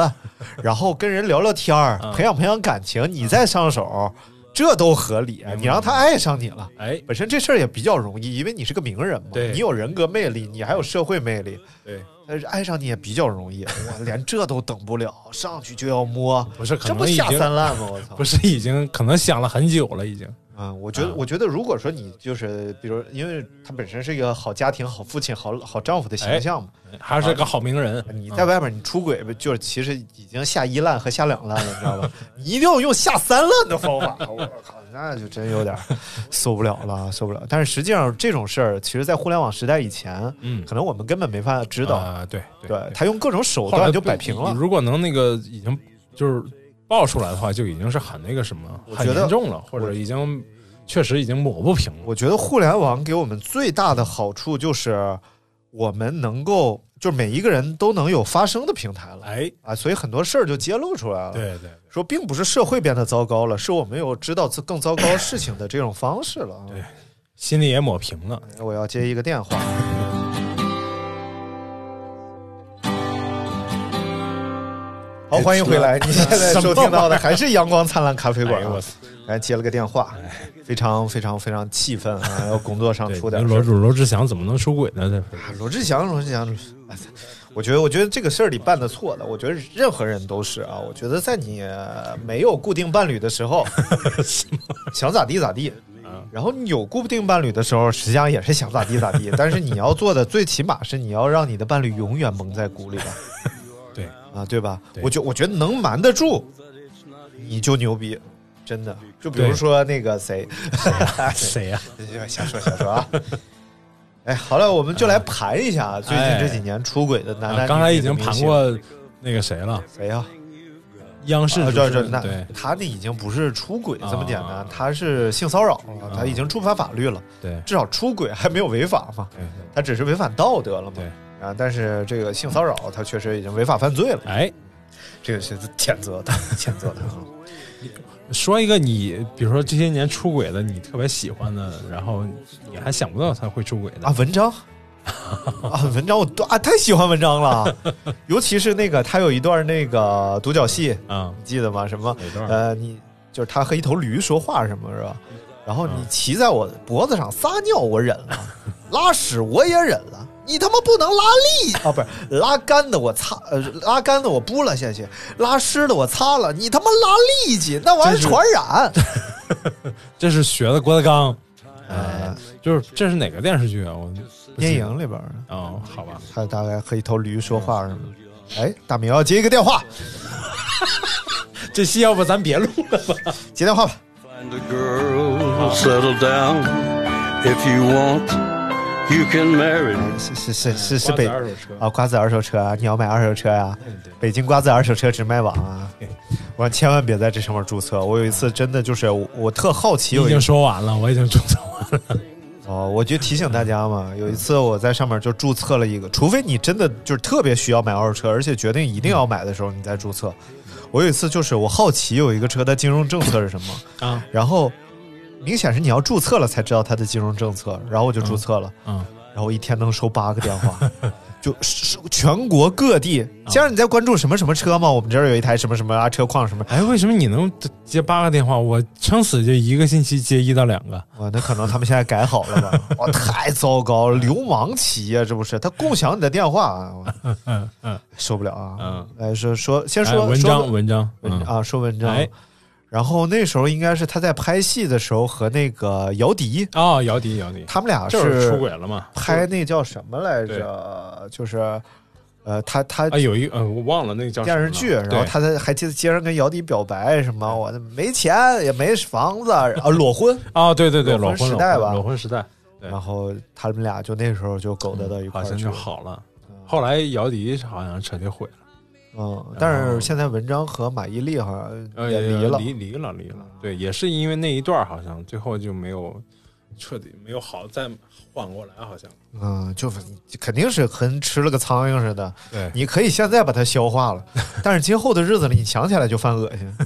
Speaker 3: 然后跟人聊聊天儿，
Speaker 5: 嗯
Speaker 3: 培养培养感情，你再上手，这都合理。你让他爱上你了，
Speaker 5: 哎，
Speaker 3: 本身这事儿也比较容易，因为你是个名人嘛，
Speaker 5: 对
Speaker 3: 你有人格魅力，你还有社会魅力，
Speaker 5: 对，
Speaker 3: 但是爱上你也比较容易。我连这都等不了，上去就要摸，
Speaker 5: 不是可
Speaker 3: 这不
Speaker 5: 能已
Speaker 3: 下
Speaker 5: 经
Speaker 3: 三滥吗？我操！
Speaker 5: 不是已经可能想了很久了，已经。
Speaker 3: 啊、我觉得，
Speaker 5: 啊
Speaker 3: 我觉得，如果说你就是，比如，因为他本身是一个好家庭、好父亲、好好丈夫的
Speaker 5: 哎
Speaker 3: 形象嘛，
Speaker 5: 还是个好名人。
Speaker 3: 啊你在外面你出轨，就是其实已经下一滥和下两滥了，你知道吧？ <laughs> 你一定要用下三滥的方法， <laughs> 我靠，那就真有点儿 <laughs> 受不了了，受不了。但是实际上这种事儿，其实，在互联网时代以前，
Speaker 5: 嗯，
Speaker 3: 可能我们根本没法知
Speaker 5: 知
Speaker 3: 道，
Speaker 5: 啊，对
Speaker 3: 对他用各种手
Speaker 5: 后来
Speaker 3: 段就摆平了。
Speaker 5: 如果能那个已经就是爆出来的话，就已经是很那个什么，
Speaker 3: 我
Speaker 5: 很
Speaker 3: 觉得
Speaker 5: 严重了，或者已经确实已经抹不平了。
Speaker 3: 我觉得互联网给我们最大的好处就是，我们能够就是每一个人都能有发声的平台了
Speaker 5: 哎，
Speaker 3: 啊，所以很多事儿就揭露出来了。，
Speaker 5: 对对
Speaker 3: 说并不是社会变得糟糕了，是我们有知道更糟糕事情的这种方式了啊。
Speaker 5: 对心里也抹平了。
Speaker 3: 我要接一个电话。好，欢迎回来！你现在收听到的还是阳光灿烂咖啡
Speaker 5: 哎
Speaker 3: 馆、
Speaker 5: 呦
Speaker 3: 啊
Speaker 5: 我。操！
Speaker 3: 来接了个电话，非常非常非常气愤啊！要工作上
Speaker 5: 对，
Speaker 3: 出
Speaker 5: 那
Speaker 3: 点事
Speaker 5: 罗
Speaker 3: 儿。
Speaker 5: 主罗志祥怎么能出轨呢？这
Speaker 3: 啊罗志祥，罗志祥，哎我觉得，我觉得这个事儿里办的错的，我觉得任何人都是啊。我觉得在你呃没有固定伴侣的时候，想咋地咋地，然后你有固定伴侣的时候，实际上也是想咋地咋地。但是你要做的，最起码是你要让你的伴侣永远蒙在鼓里吧，
Speaker 5: 对
Speaker 3: 啊，对吧？
Speaker 5: 对
Speaker 3: 我觉我觉得能瞒得住，你就牛逼，真的。就比如说那个谁，
Speaker 5: 谁呀？
Speaker 3: 瞎说瞎说啊！哎，好了，我们就来盘一下啊最近这几年出轨的男男女女的明星、
Speaker 5: 嗯哎啊刚才已经盘过那个谁了，
Speaker 3: 谁呀、
Speaker 5: 央视
Speaker 3: 啊？
Speaker 5: 主
Speaker 3: 这
Speaker 5: 持
Speaker 3: 这
Speaker 5: 人
Speaker 3: 那
Speaker 5: 对
Speaker 3: 他那已经不是出轨这么简单，
Speaker 5: 啊
Speaker 3: 他是性骚扰了，他已经触犯法律了。
Speaker 5: 对
Speaker 3: 至少出轨还没有违法嘛，
Speaker 5: 对，
Speaker 3: 他只是违反道德了嘛
Speaker 5: 对。
Speaker 3: 啊，但是这个性骚扰他确实已经违法犯罪了，
Speaker 5: 哎，
Speaker 3: 这个是谴责他，谴责他啊。
Speaker 5: <laughs> 说一个你，比如说这些年出轨的，你特别喜欢的，然后你还想不到他会出轨的
Speaker 3: 啊，文章啊，文章我都啊太喜欢文章了，啊尤其是那个他有一段那个独角戏，
Speaker 5: 啊？
Speaker 3: 你记得吗？什么
Speaker 5: 哪段
Speaker 3: 呃，你就是他和一头驴说话什么是吧？然后你骑在我脖子上撒尿，我忍了；拉屎我也忍了。你他妈不能拉力啊！不是拉干的，我擦，呃，拉干的我拨了下去，拉湿的我擦了。你他妈拉力气，那玩意儿
Speaker 5: 真是
Speaker 3: 传染。
Speaker 5: 这是学的郭德纲，哎
Speaker 3: 呃，
Speaker 5: 就是这是哪个电视剧啊？我
Speaker 3: 阴影里边儿，
Speaker 5: 哦，好吧，
Speaker 3: 他大概和一头驴说话什么的。哎，大明要接一个电话，
Speaker 5: 这戏要不咱别录了吧？ <laughs>
Speaker 3: 接电话吧。
Speaker 7: Find a girl, settle down. If you want, you can marry.
Speaker 3: 是是是是是
Speaker 5: 瓜
Speaker 3: 北
Speaker 5: 子二手车嗯
Speaker 3: 啊，瓜子二手车啊，你要买二手车呀、北京瓜子二手车直卖网
Speaker 5: <laughs>
Speaker 3: 啊！我让千万别在这上面注册。我有一次真的就是我我特好奇，
Speaker 5: 已
Speaker 3: 有一
Speaker 5: 经说完了，我已经注册完了。
Speaker 3: 哦，我就提醒大家嘛，
Speaker 5: 嗯
Speaker 3: 有一次我在上面就注册了一个，除非你真的就是特别需要买二手车，而且决定一定要买的时候，你再注册。
Speaker 5: 嗯
Speaker 3: 我有一次就是我好奇有一个车它金融政策是什么，
Speaker 6: 啊，
Speaker 3: 然后明显是你要注册了才知道它的金融政策，然后我就注册了，
Speaker 5: 嗯，
Speaker 3: 然后我一天能收八个电
Speaker 5: <laughs>
Speaker 3: 话，就是是全国各地。
Speaker 5: 嗯
Speaker 3: 先生，你在关注什么什么车吗？我们这儿有一台什么什么啊车况什么，
Speaker 5: <laughs> 哎，为什么你能接八个电话？我撑死就一个星期接一到两个。
Speaker 3: 哇，那可能他们现在改好了吧？
Speaker 5: <laughs>
Speaker 3: 哇，太糟糕了，流氓企业这不是？他共享你的电话，啊，我
Speaker 5: 嗯嗯，
Speaker 3: 受不了啊！
Speaker 5: 嗯
Speaker 3: 嗯，哎，说说，先
Speaker 5: 哎
Speaker 3: 说
Speaker 5: 文
Speaker 3: 说
Speaker 5: 章文章，
Speaker 3: 文
Speaker 5: 嗯
Speaker 3: 啊，说文章
Speaker 5: 哎。
Speaker 3: 然后那时候应该是他在拍戏的时候和那个姚笛，
Speaker 5: 哦，姚笛姚笛，
Speaker 3: 他们俩
Speaker 5: 就是
Speaker 3: 是
Speaker 5: 出轨了嘛？
Speaker 3: 拍那叫什么来着？就是呃，他他
Speaker 5: 啊，有一呃，我忘了那个叫什么
Speaker 3: 电
Speaker 5: 了
Speaker 3: 视剧，然后
Speaker 5: 对
Speaker 3: 他在还接街上跟姚笛表白什么，我没钱也没房子啊，裸婚。
Speaker 5: 啊，对对对，
Speaker 3: 裸
Speaker 5: 裸
Speaker 3: 婚
Speaker 5: 婚
Speaker 3: 时代吧
Speaker 5: 裸婚时代对嗯
Speaker 3: 然后他们俩就那时候就嗯勾搭到一块
Speaker 5: 好
Speaker 3: 儿
Speaker 5: 像
Speaker 3: 去
Speaker 5: 就
Speaker 3: 了，
Speaker 5: 好了。后来姚笛好像彻底毁了，
Speaker 3: 嗯，但是现在文章和马伊琍好像
Speaker 5: 呃，
Speaker 3: 也离了，嗯
Speaker 5: 离离了离了。对，也是因为那一段儿好像最后就没有彻底没有好再缓过来，好像
Speaker 3: 嗯，就是肯定是跟吃了个苍蝇似的。
Speaker 5: 对
Speaker 3: 你可以现在把它消化
Speaker 5: <laughs>
Speaker 3: 了，但是今后的日子里你想起来就犯恶心，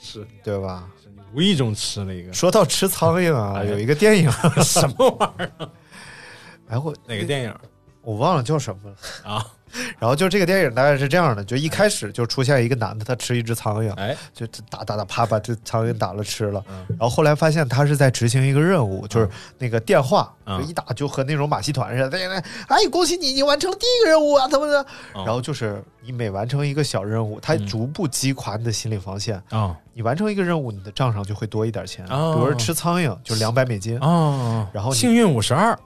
Speaker 5: 是
Speaker 3: 对吧？
Speaker 5: 无意中吃了一
Speaker 3: <laughs>
Speaker 5: 个
Speaker 3: 说到吃苍蝇啊，有一个电影，
Speaker 5: <laughs> 什么玩意儿？
Speaker 3: 哎我
Speaker 5: 哪个电影
Speaker 3: 我忘了叫什么了。
Speaker 5: 啊？
Speaker 3: 然后就这个电影大概是这样的，就一开始就出现一个男的，他吃一只苍蝇，
Speaker 5: 哎，
Speaker 3: 就打打打啪把这苍蝇打了吃了，
Speaker 5: 嗯
Speaker 3: 然后后来发现他是在执行一个任务，就是那个电话，
Speaker 5: 嗯
Speaker 3: 就一打就和那种马戏团似的，哎哎，恭喜你，你完成了第一个任务啊，他们的，
Speaker 5: 哦
Speaker 3: 然后就是你每完成一个小任务，它
Speaker 5: 嗯
Speaker 3: 逐步击垮你的心理防线，
Speaker 5: 啊
Speaker 3: 你完成一个任务，你的账上就会多一点钱，比
Speaker 5: 哦
Speaker 3: 如说吃苍蝇就两百美金，
Speaker 5: 啊，
Speaker 3: 然后你
Speaker 5: 幸运五十二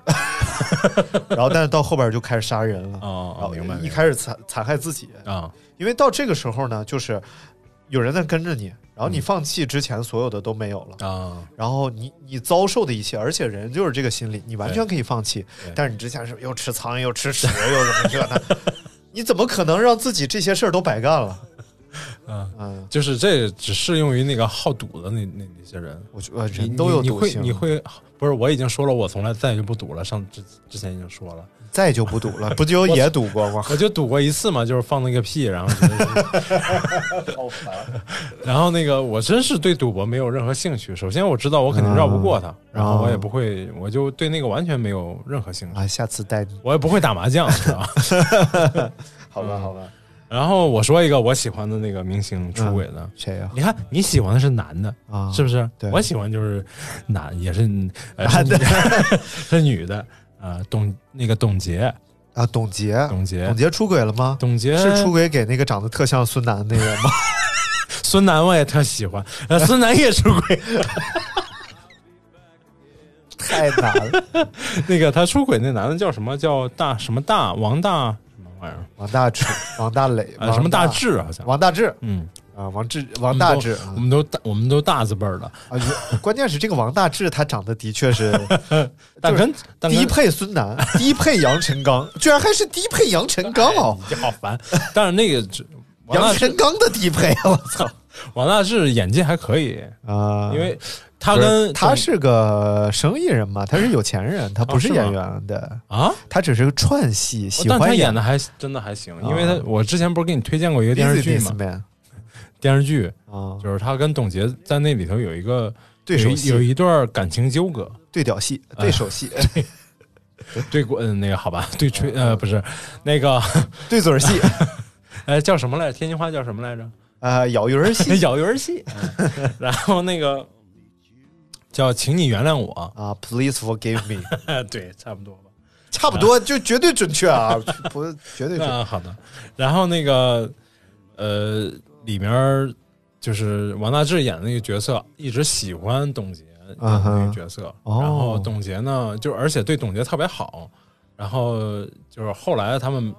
Speaker 3: 然后但是到后边就开始杀人了，
Speaker 5: 哦
Speaker 3: 然后
Speaker 5: 明白
Speaker 3: 一
Speaker 5: 明白
Speaker 3: 开始残残害自己，
Speaker 5: 啊，
Speaker 3: 因为到这个时候呢，就是有人在跟着你，然后
Speaker 5: 嗯
Speaker 3: 你放弃之前所有的都没有了，
Speaker 5: 啊，
Speaker 3: 然后你你遭受的一切，而且人就是这个心理，你完全可以放弃
Speaker 5: 对，
Speaker 3: 但是你之前是又吃苍蝇 <laughs> 又吃屎又怎么这那，你怎么可能让自己这些事儿都白干了？
Speaker 5: 嗯
Speaker 3: 嗯，
Speaker 5: 就是这只适用于那个好赌的那那那些人，
Speaker 3: 我觉得
Speaker 5: 你
Speaker 3: 人都有
Speaker 5: 你
Speaker 3: 赌
Speaker 5: 会
Speaker 3: 性，
Speaker 5: 你会不是？我已经说了，我从来再也就不赌了。上之之前已经说了，
Speaker 3: 再就不赌
Speaker 5: <laughs>
Speaker 3: 了，不就也赌过吗？
Speaker 5: 我就赌过一次嘛，就是放那个屁，然后觉得好烦。
Speaker 3: <laughs>
Speaker 5: <laughs> 然后那个我真是对赌博没有任何兴趣。首先我知道我肯定绕不过他，
Speaker 3: 啊
Speaker 5: 然后我也不会，我就对那个完全没有任何兴趣。
Speaker 3: 啊，下次带你，
Speaker 5: 我也不会打麻将，是吧？ <laughs>
Speaker 3: 好吧，好吧，
Speaker 5: 然后我说一个我喜欢的那个明星出轨的，
Speaker 3: 谁呀？
Speaker 5: 你看你喜欢的是男的，
Speaker 3: 嗯啊，
Speaker 5: 是不是？
Speaker 3: 对啊
Speaker 5: 我喜欢就是男，也是男的，是女的啊。董那个董洁，
Speaker 3: 啊？董洁，
Speaker 5: 董洁
Speaker 3: 董洁出轨了吗？
Speaker 5: 董洁
Speaker 3: 是出轨给那个长得特像孙楠那
Speaker 5: <laughs>
Speaker 3: 个吗？
Speaker 5: 孙楠，我也特喜欢。呃，孙楠也出轨，
Speaker 3: 太难了，
Speaker 5: 那个他出轨那男的叫什么？叫大什么大王大什么玩意儿？
Speaker 3: <laughs> 王大志、王大磊、
Speaker 5: 啊，什么大
Speaker 3: 大、
Speaker 5: 嗯志好像？
Speaker 3: 王大志
Speaker 5: 嗯，
Speaker 3: 啊，王志、王大嗯志。
Speaker 5: 我们都大，我们都大字辈儿了，
Speaker 3: 啊，有关键是这个王大治他长得的确是
Speaker 5: <laughs> 但跟但跟
Speaker 3: 低
Speaker 5: <laughs>
Speaker 3: 配孙楠，低配杨晨刚，居然还是低配杨晨刚哦，
Speaker 5: 你好烦。但是那个哎王
Speaker 3: 杨
Speaker 5: 大志，
Speaker 3: 晨刚的低配，我 <laughs> 操！
Speaker 5: 王大治演技还可以，
Speaker 3: 啊，
Speaker 5: <laughs> 因为他
Speaker 3: 不是
Speaker 5: 跟哦
Speaker 3: 他是个生意人嘛，他是有钱人，他不是
Speaker 5: 是吗
Speaker 3: 演员的，
Speaker 5: 啊，
Speaker 3: 他只是个串戏，喜
Speaker 5: 但他
Speaker 3: 欢啊
Speaker 5: 演的还真的还行，因为他我之前不是给你推荐过一个电视剧
Speaker 3: Business
Speaker 5: 嘛，
Speaker 3: man
Speaker 5: 电视剧
Speaker 3: 啊，
Speaker 5: 就是他跟董洁在那里头有一个
Speaker 3: 对
Speaker 5: 有
Speaker 3: 手
Speaker 5: 一有
Speaker 3: 戏、
Speaker 5: 一段感情纠葛，
Speaker 3: 对屌戏、
Speaker 5: 哎
Speaker 3: 对手戏、 <laughs>
Speaker 5: 对过、嗯那个好吧，对吹呃不是那个
Speaker 3: 对嘴儿戏、
Speaker 5: 呃叫什么来着？天津话叫什么来着？
Speaker 3: 呃咬鱼儿
Speaker 5: <laughs>
Speaker 3: 戏
Speaker 5: 咬鱼儿戏，嗯 <laughs> 然后那个叫请你原谅我，
Speaker 3: 啊，Please forgive me，
Speaker 5: <laughs>
Speaker 3: <laughs>
Speaker 5: 对，差不多吧。
Speaker 3: 差不多就绝对准确啊，不绝对准确。
Speaker 5: <laughs> 啊，好的。然后那个呃，里面儿就是王大治演的那个角色，一直喜欢董洁演的那
Speaker 3: 嗯
Speaker 5: 个
Speaker 3: 哼
Speaker 5: 角色。
Speaker 3: 哦
Speaker 5: 然后董洁呢，就而且对董洁特别好。然后就是后来他们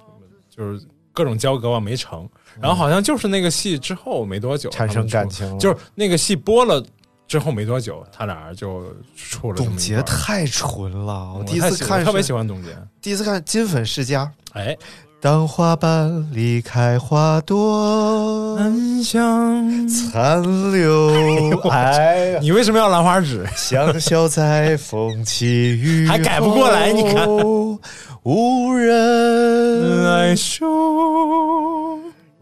Speaker 5: 就是各种交割吧没成。然后好像就是那个戏之后没多久
Speaker 3: 产
Speaker 5: 他们
Speaker 3: 生
Speaker 5: 出
Speaker 3: 感情了
Speaker 5: 就是那个戏播了之后没多久，他俩就处了这么
Speaker 3: 董
Speaker 5: 一
Speaker 3: 洁
Speaker 5: 段儿。
Speaker 3: 太纯了，
Speaker 5: 我
Speaker 3: 我第一
Speaker 5: 太
Speaker 3: 次
Speaker 5: 喜
Speaker 3: 看
Speaker 5: 我特别
Speaker 3: 是
Speaker 5: 喜欢董洁，
Speaker 3: 第一次看《金粉世家
Speaker 5: 哎，》，
Speaker 3: 当花瓣离开花朵，
Speaker 5: 安详。
Speaker 3: 残留哎呀，
Speaker 5: <laughs> 你为什么要兰花指？
Speaker 3: 香消在风起雨后，
Speaker 5: 还改不过来你看，
Speaker 3: 无人
Speaker 5: 来 <laughs> 说，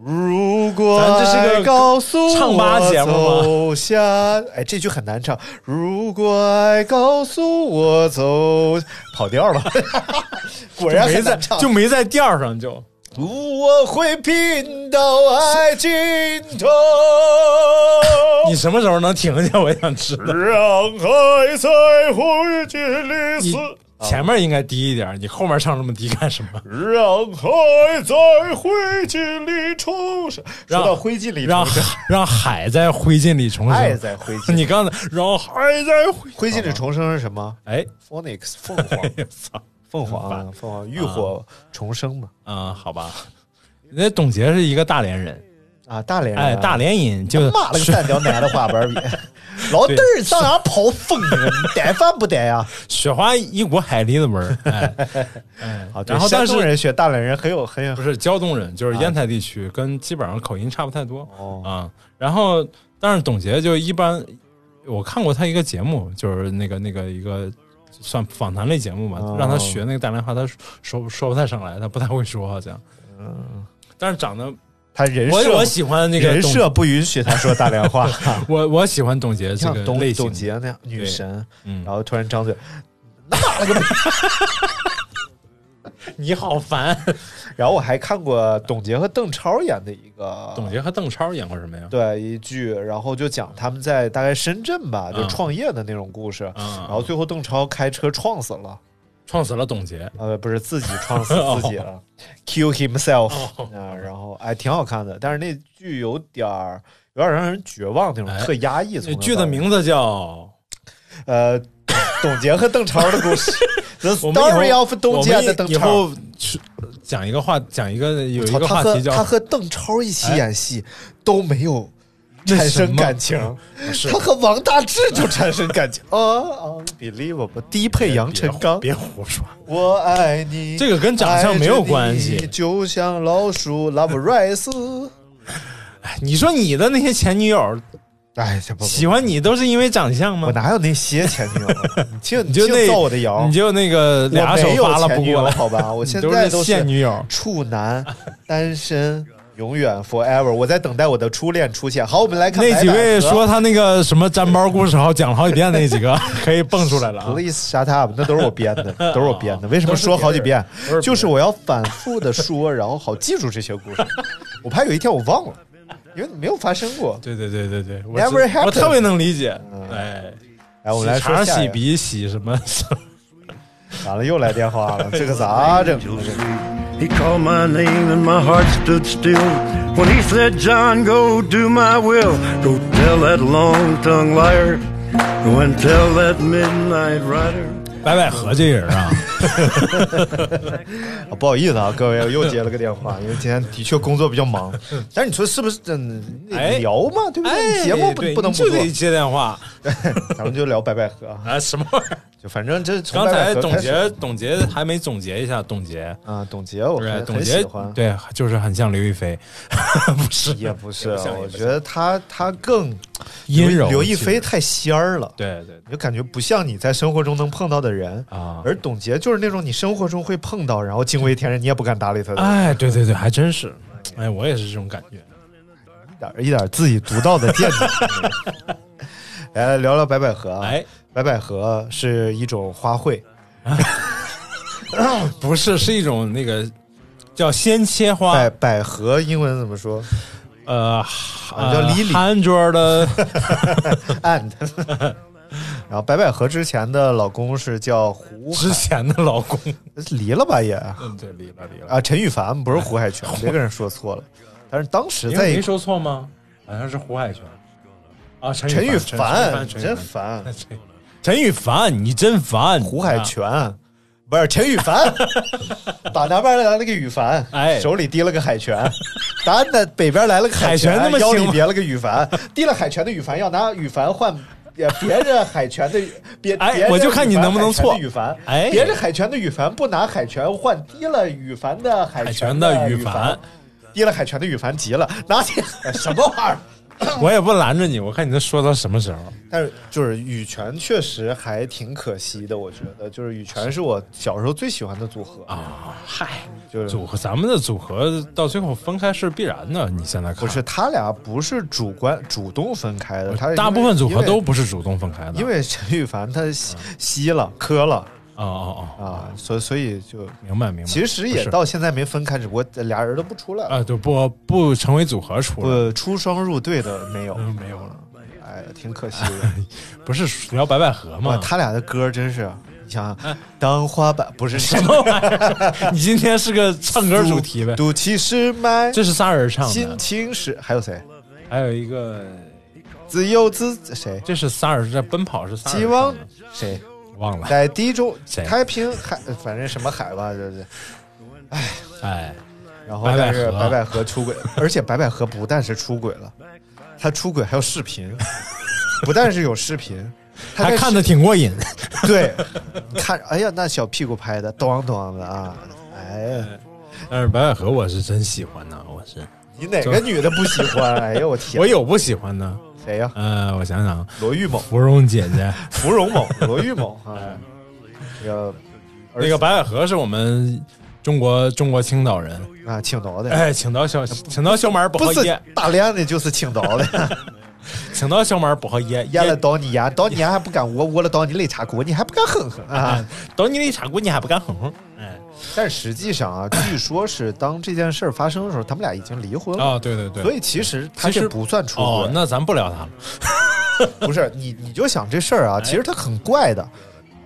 Speaker 3: 如果
Speaker 5: 咱这是个
Speaker 3: 爱告诉我
Speaker 5: 唱吧节目吗
Speaker 3: 走下， <laughs> 哎，这句很难唱。如果爱告诉我走，跑调
Speaker 5: <laughs>
Speaker 3: 了，果然
Speaker 5: 没
Speaker 3: 很
Speaker 5: 在
Speaker 3: 难唱。
Speaker 5: 就没在调上就。
Speaker 3: 我会拼到爱尽头，
Speaker 5: 你什么时候能停下？ <laughs> 我想知道。
Speaker 3: 让爱在红日间里
Speaker 5: 你
Speaker 3: 死，
Speaker 5: 前面应该低一点，你后面唱这么低干什么？
Speaker 3: 让爱在灰烬里重生。说
Speaker 5: 让
Speaker 3: 到灰烬里
Speaker 5: 让
Speaker 3: 重生，
Speaker 5: 让海在灰烬里重
Speaker 3: 爱
Speaker 5: 生。
Speaker 3: 在灰烬。
Speaker 5: 你刚才让海在灰
Speaker 3: 灰烬里重生是什么
Speaker 5: 哎，
Speaker 3: ？Phoenix 凤凰，
Speaker 5: <laughs> 操
Speaker 3: 凤凰啊，凤凰浴火重生嘛。
Speaker 5: 嗯，好吧。那董洁是一个大连人，
Speaker 3: 啊，大连人啊，
Speaker 5: 哎，大连人就
Speaker 3: <laughs> 骂了个三条奶的话板
Speaker 5: <laughs>
Speaker 3: 比，老弟儿上哪跑风啊？你逮饭不逮啊？
Speaker 5: 雪花一股海蛎子味儿。哎，
Speaker 3: <laughs> 啊，对
Speaker 5: 然后但
Speaker 3: 山
Speaker 5: 是
Speaker 3: 东人学大连人很有很有
Speaker 5: 不是胶东人，
Speaker 3: 啊
Speaker 5: 就是烟台地区，跟基本上口音差不太多
Speaker 3: 哦
Speaker 5: 啊。然后，但是董洁就一般，我看过她一个节目，就是那个那个一个算访谈类节目吧，
Speaker 3: 哦
Speaker 5: 让她学那个大连话，她说说不太上来，她不太会说好像。但是长得
Speaker 3: 他嗯人
Speaker 5: 我我
Speaker 3: 设
Speaker 5: 喜欢那个
Speaker 3: 人
Speaker 5: 董，
Speaker 3: 设不允许他说大连
Speaker 5: <laughs>
Speaker 3: 话。
Speaker 5: 我我喜欢董洁
Speaker 3: <laughs>
Speaker 5: 这
Speaker 3: 像
Speaker 5: 个
Speaker 3: 董
Speaker 5: 类型。
Speaker 3: 董洁啊那样女
Speaker 5: 对
Speaker 3: 神，
Speaker 5: 嗯
Speaker 3: 然后突然张嘴，
Speaker 5: <laughs>
Speaker 6: 你好烦，
Speaker 3: 然后我还看过董洁和邓超演的一个
Speaker 5: 董洁和邓超演过什么呀？
Speaker 3: 对一剧，然后就讲他们在大概深圳吧，就
Speaker 5: 嗯
Speaker 3: 创业的那种故事。
Speaker 5: 嗯
Speaker 3: 然后最后邓超开车撞死了，
Speaker 5: 撞死了董洁。
Speaker 3: 呃，不是自己撞死自己了、k i l l himself
Speaker 5: 哦
Speaker 3: 啊，然后哎，挺好看的，但是那剧有点儿有点儿让人绝望那种，
Speaker 5: 哎
Speaker 3: 特压抑。从
Speaker 5: 那
Speaker 3: 头
Speaker 5: 剧
Speaker 3: 到
Speaker 5: 的
Speaker 3: 尾
Speaker 5: 名字叫
Speaker 3: 呃，董洁和邓超的故
Speaker 5: <laughs>
Speaker 3: 事，The
Speaker 5: 我们以
Speaker 3: Story
Speaker 5: 后
Speaker 3: of 董洁和邓
Speaker 5: 我们以
Speaker 3: 超。
Speaker 5: 后去讲一个话，讲一个有一
Speaker 3: 操
Speaker 5: 个
Speaker 3: 他
Speaker 5: 话
Speaker 3: 和
Speaker 5: 题叫
Speaker 3: 他和邓超一起
Speaker 5: 哎
Speaker 3: 演戏都没有
Speaker 5: 那
Speaker 3: 产
Speaker 5: 什
Speaker 3: 生
Speaker 5: 么
Speaker 3: 感情，
Speaker 5: 是
Speaker 3: 他和王大治就产生感情。哦哦，Unbelievable！低配杨
Speaker 5: 别
Speaker 3: 臣刚，
Speaker 5: 别胡说，
Speaker 3: 我爱你，
Speaker 5: 这个跟长相没有关系
Speaker 3: 爱着你哎就像老鼠 Love Rice。
Speaker 5: 哎你说你的那些前女友
Speaker 3: <laughs> 哎，这不，
Speaker 5: 喜欢你都是因为长相
Speaker 3: 我
Speaker 5: 吗？
Speaker 3: 哪有那些前
Speaker 5: <laughs>
Speaker 3: 女友啊？你净
Speaker 5: 你就
Speaker 3: 净
Speaker 5: 那
Speaker 3: 造我的谣，
Speaker 5: 你就那个俩
Speaker 3: 我
Speaker 5: 手
Speaker 3: 没有
Speaker 5: 扒拉
Speaker 3: 前
Speaker 5: 不
Speaker 3: 女
Speaker 5: 过
Speaker 3: 友
Speaker 5: 来，
Speaker 3: 好
Speaker 5: <laughs>
Speaker 3: 吧？ <laughs> 我
Speaker 5: 你
Speaker 3: 现
Speaker 5: 都
Speaker 3: 在
Speaker 5: 是现女友。
Speaker 3: 处男，单身，永远 forever。我在等待我的初恋出现。好，我们来看
Speaker 5: 那几位
Speaker 3: 白百合
Speaker 5: 说他那个什么粘包故事好讲了好几遍那几个可以蹦出来了啊！
Speaker 3: Please shut up，那都是我编
Speaker 5: <laughs>
Speaker 3: 的，都是我编的。为什么说好几遍？就是我要反复的说，然后好记住这些故事。我怕有一天我忘了，因为没有发生过。
Speaker 5: 对对对对对，我
Speaker 3: Never
Speaker 5: 知我
Speaker 3: happened 嗯
Speaker 5: 特别能理解。哎，
Speaker 3: 来，我们来
Speaker 5: 洗
Speaker 3: 说
Speaker 5: 肠
Speaker 3: 下一
Speaker 5: 洗
Speaker 3: 个。
Speaker 5: 鼻洗什么？ <laughs>
Speaker 3: 完了，又来电话了，这个咋
Speaker 5: 哎
Speaker 3: 整？
Speaker 7: He called my name and my heart stood still when he said, John, go do my will. Go tell that long tongued liar. Go and tell that midnight rider.
Speaker 5: 白百合这人啊，
Speaker 3: 啊不好意思啊，各位，我又接了个电
Speaker 5: <laughs>
Speaker 3: 话，因为今天的确工作比较忙。但是你说是不是？嗯，
Speaker 5: 哎
Speaker 3: 聊嘛，对不对？
Speaker 5: 哎，
Speaker 3: 你节目
Speaker 5: 对
Speaker 3: 不不能
Speaker 5: 你
Speaker 3: 不
Speaker 5: 就
Speaker 3: 做
Speaker 5: 得，接电话
Speaker 3: <laughs> 咱们就聊白百合啊。
Speaker 5: 啊，什么玩意儿？
Speaker 3: 就反正这 <laughs> 从白
Speaker 5: 刚
Speaker 3: 百
Speaker 5: 才
Speaker 3: 合
Speaker 5: 董
Speaker 3: 开始
Speaker 5: 洁，董洁还没总结一下，董洁，
Speaker 3: 啊，董洁，我
Speaker 5: 不是
Speaker 3: 很
Speaker 5: 董
Speaker 3: 很
Speaker 5: 洁
Speaker 3: 喜欢，，
Speaker 5: 对，就是很像刘亦菲， <laughs> 不是，
Speaker 3: 也不是，啊
Speaker 5: 也不像
Speaker 3: 我
Speaker 5: 也不
Speaker 3: 觉得她她更
Speaker 5: 阴柔
Speaker 3: 刘亦
Speaker 5: 其
Speaker 3: 菲
Speaker 5: 实
Speaker 3: 太仙儿了，
Speaker 5: 对对
Speaker 3: 你就感觉不像你在生活中能碰到的人。
Speaker 5: 啊，
Speaker 3: 而董洁就是那种你生活中会碰到，然后惊为天人，你也不敢搭理她的，
Speaker 5: 哎，对对对，还真是，哎，我也是这种感觉。
Speaker 3: 一点一点自己独到的见解。 <laughs> 来聊聊白百合啊，
Speaker 5: 哎，
Speaker 3: 白百合是一种花卉，
Speaker 5: 不是，是一种那个叫鲜切花，
Speaker 3: 百百合英文怎么说
Speaker 5: 呃，
Speaker 3: 像啊叫 Lily
Speaker 5: 韩
Speaker 3: <laughs>
Speaker 5: 桌的，
Speaker 3: ？and。然后
Speaker 5: <laughs>
Speaker 3: 白百合之前的老公是叫胡，
Speaker 5: 之前的老公，
Speaker 3: 离了吧也，
Speaker 5: 嗯，对，离了离了，
Speaker 3: 啊，陈羽凡不是胡海泉，别跟人说错了。但是当时
Speaker 5: 您
Speaker 3: 在
Speaker 5: 没说错吗？好像是胡海泉啊，陈
Speaker 3: 陈羽
Speaker 5: 羽
Speaker 3: 凡，
Speaker 5: 陈
Speaker 3: 真
Speaker 5: 陈
Speaker 3: 烦，
Speaker 5: 陈羽凡，你真烦，
Speaker 3: 胡海泉不是陈羽 <laughs> 凡，打南边来了个羽凡，
Speaker 5: 哎
Speaker 3: 手里提了个海泉，打的北边来了个
Speaker 5: 海
Speaker 3: 泉，
Speaker 5: 泉那么
Speaker 3: 腰里
Speaker 5: 行吗
Speaker 3: 别了个羽凡，提了海泉的羽凡要拿羽凡换也别着海泉的别，
Speaker 5: 哎
Speaker 3: 别着
Speaker 5: 我就看你能不能错
Speaker 3: 海泉的羽凡，
Speaker 5: 哎
Speaker 3: 别着海泉的羽凡不拿海泉换，低了羽凡的海
Speaker 5: 海
Speaker 3: 泉
Speaker 5: 泉的
Speaker 3: 羽
Speaker 5: 羽凡，
Speaker 3: 低了海泉的羽凡急了，拿起什么玩意儿？
Speaker 5: 我也不拦着你，我看你能说到什么时候。
Speaker 3: <laughs> 但是就是羽泉确实还挺可惜的，我觉得就是羽泉是我小时候最喜欢的组合啊，
Speaker 5: 嗨，
Speaker 3: 就是
Speaker 5: 组合咱们的组合到最后分开是必然的，你现在看
Speaker 3: 不
Speaker 5: 呃
Speaker 3: 是他俩不是主观主动分开的，他是
Speaker 5: 大
Speaker 3: 因为
Speaker 5: 部分组合
Speaker 3: 因
Speaker 5: 都嗯
Speaker 3: 为
Speaker 5: 不是主动分开的，
Speaker 3: 因为陈羽凡他吸吸了磕了
Speaker 5: 哦哦哦，
Speaker 3: 啊，所以所以就
Speaker 5: 明白明白，
Speaker 3: 其实也
Speaker 5: 不是
Speaker 3: 到现在没分开，只不过俩人都不出来了，
Speaker 5: 啊，就不不成为组合出来，
Speaker 3: 呃，出双入对的没有，
Speaker 5: 嗯没有了，
Speaker 3: 哎，挺可惜的。
Speaker 5: 不是聊白百合
Speaker 3: 哇，
Speaker 5: 吗？
Speaker 3: 他俩的歌真是，啊你想想，当花瓣不是什
Speaker 5: 哎什么玩意儿？你今天是个唱歌主题呗？
Speaker 3: 赌气是麦，
Speaker 5: 这是仨人唱
Speaker 3: 心
Speaker 5: 的，
Speaker 3: 情是还有谁？
Speaker 5: 还有一个
Speaker 3: 自由自谁？
Speaker 5: 这是仨人在奔跑是仨人
Speaker 3: 希望
Speaker 5: 唱的
Speaker 3: 谁
Speaker 5: 忘了，
Speaker 3: 在地中
Speaker 5: 谁
Speaker 3: 太平海，反正什么海吧，就是。
Speaker 5: 哎，
Speaker 3: 然后
Speaker 5: 白百
Speaker 3: 但是
Speaker 5: 合
Speaker 3: 白百合出轨， <laughs> 而且白百合不但是出轨了，她出轨还有视频，不但是有视频，她
Speaker 5: 还
Speaker 3: 在
Speaker 5: 看的挺过瘾，
Speaker 3: <laughs> 对，看，哎呀，那小屁股拍的，咚咚的啊！哎呀，
Speaker 5: <laughs> 但是白百合我是真喜欢呢，我是
Speaker 3: 你哪个女的不喜欢？ <laughs> 哎呀，我天，
Speaker 5: 我有不喜欢的，
Speaker 3: 谁呀？
Speaker 5: 呃，我想想，
Speaker 3: 罗玉某、
Speaker 5: 芙蓉姐
Speaker 3: <laughs>
Speaker 5: 姐。
Speaker 3: 芙蓉某、罗玉某啊，这个
Speaker 5: 那个白百合是我们中国中国青岛人，
Speaker 3: 啊，青岛的，
Speaker 5: 哎，青岛小青岛小马儿不
Speaker 3: 呃不
Speaker 5: 好
Speaker 3: 是
Speaker 5: 腌，
Speaker 3: 大连的，就是青岛
Speaker 5: <laughs>
Speaker 3: 的，
Speaker 5: 青岛小马儿不好腌，
Speaker 3: 淹了到你呀，到你还不敢窝，窝了到你肋插骨，你还不敢哼哼啊！
Speaker 5: 啊，等你那傻姑娘还不敢
Speaker 3: 哦
Speaker 5: 哼，哎，
Speaker 3: 但实际上
Speaker 5: <coughs>
Speaker 3: 啊，据说是当这件事儿发生的时候，他们俩已经离婚了。
Speaker 5: 啊，对对对，
Speaker 3: 所以其实他
Speaker 5: 其
Speaker 3: 这
Speaker 5: 实
Speaker 3: 不算出轨，
Speaker 5: 哦，那咱不聊他了，
Speaker 3: 不是你你就想这事儿啊，
Speaker 5: 哎
Speaker 3: 其实他很怪的。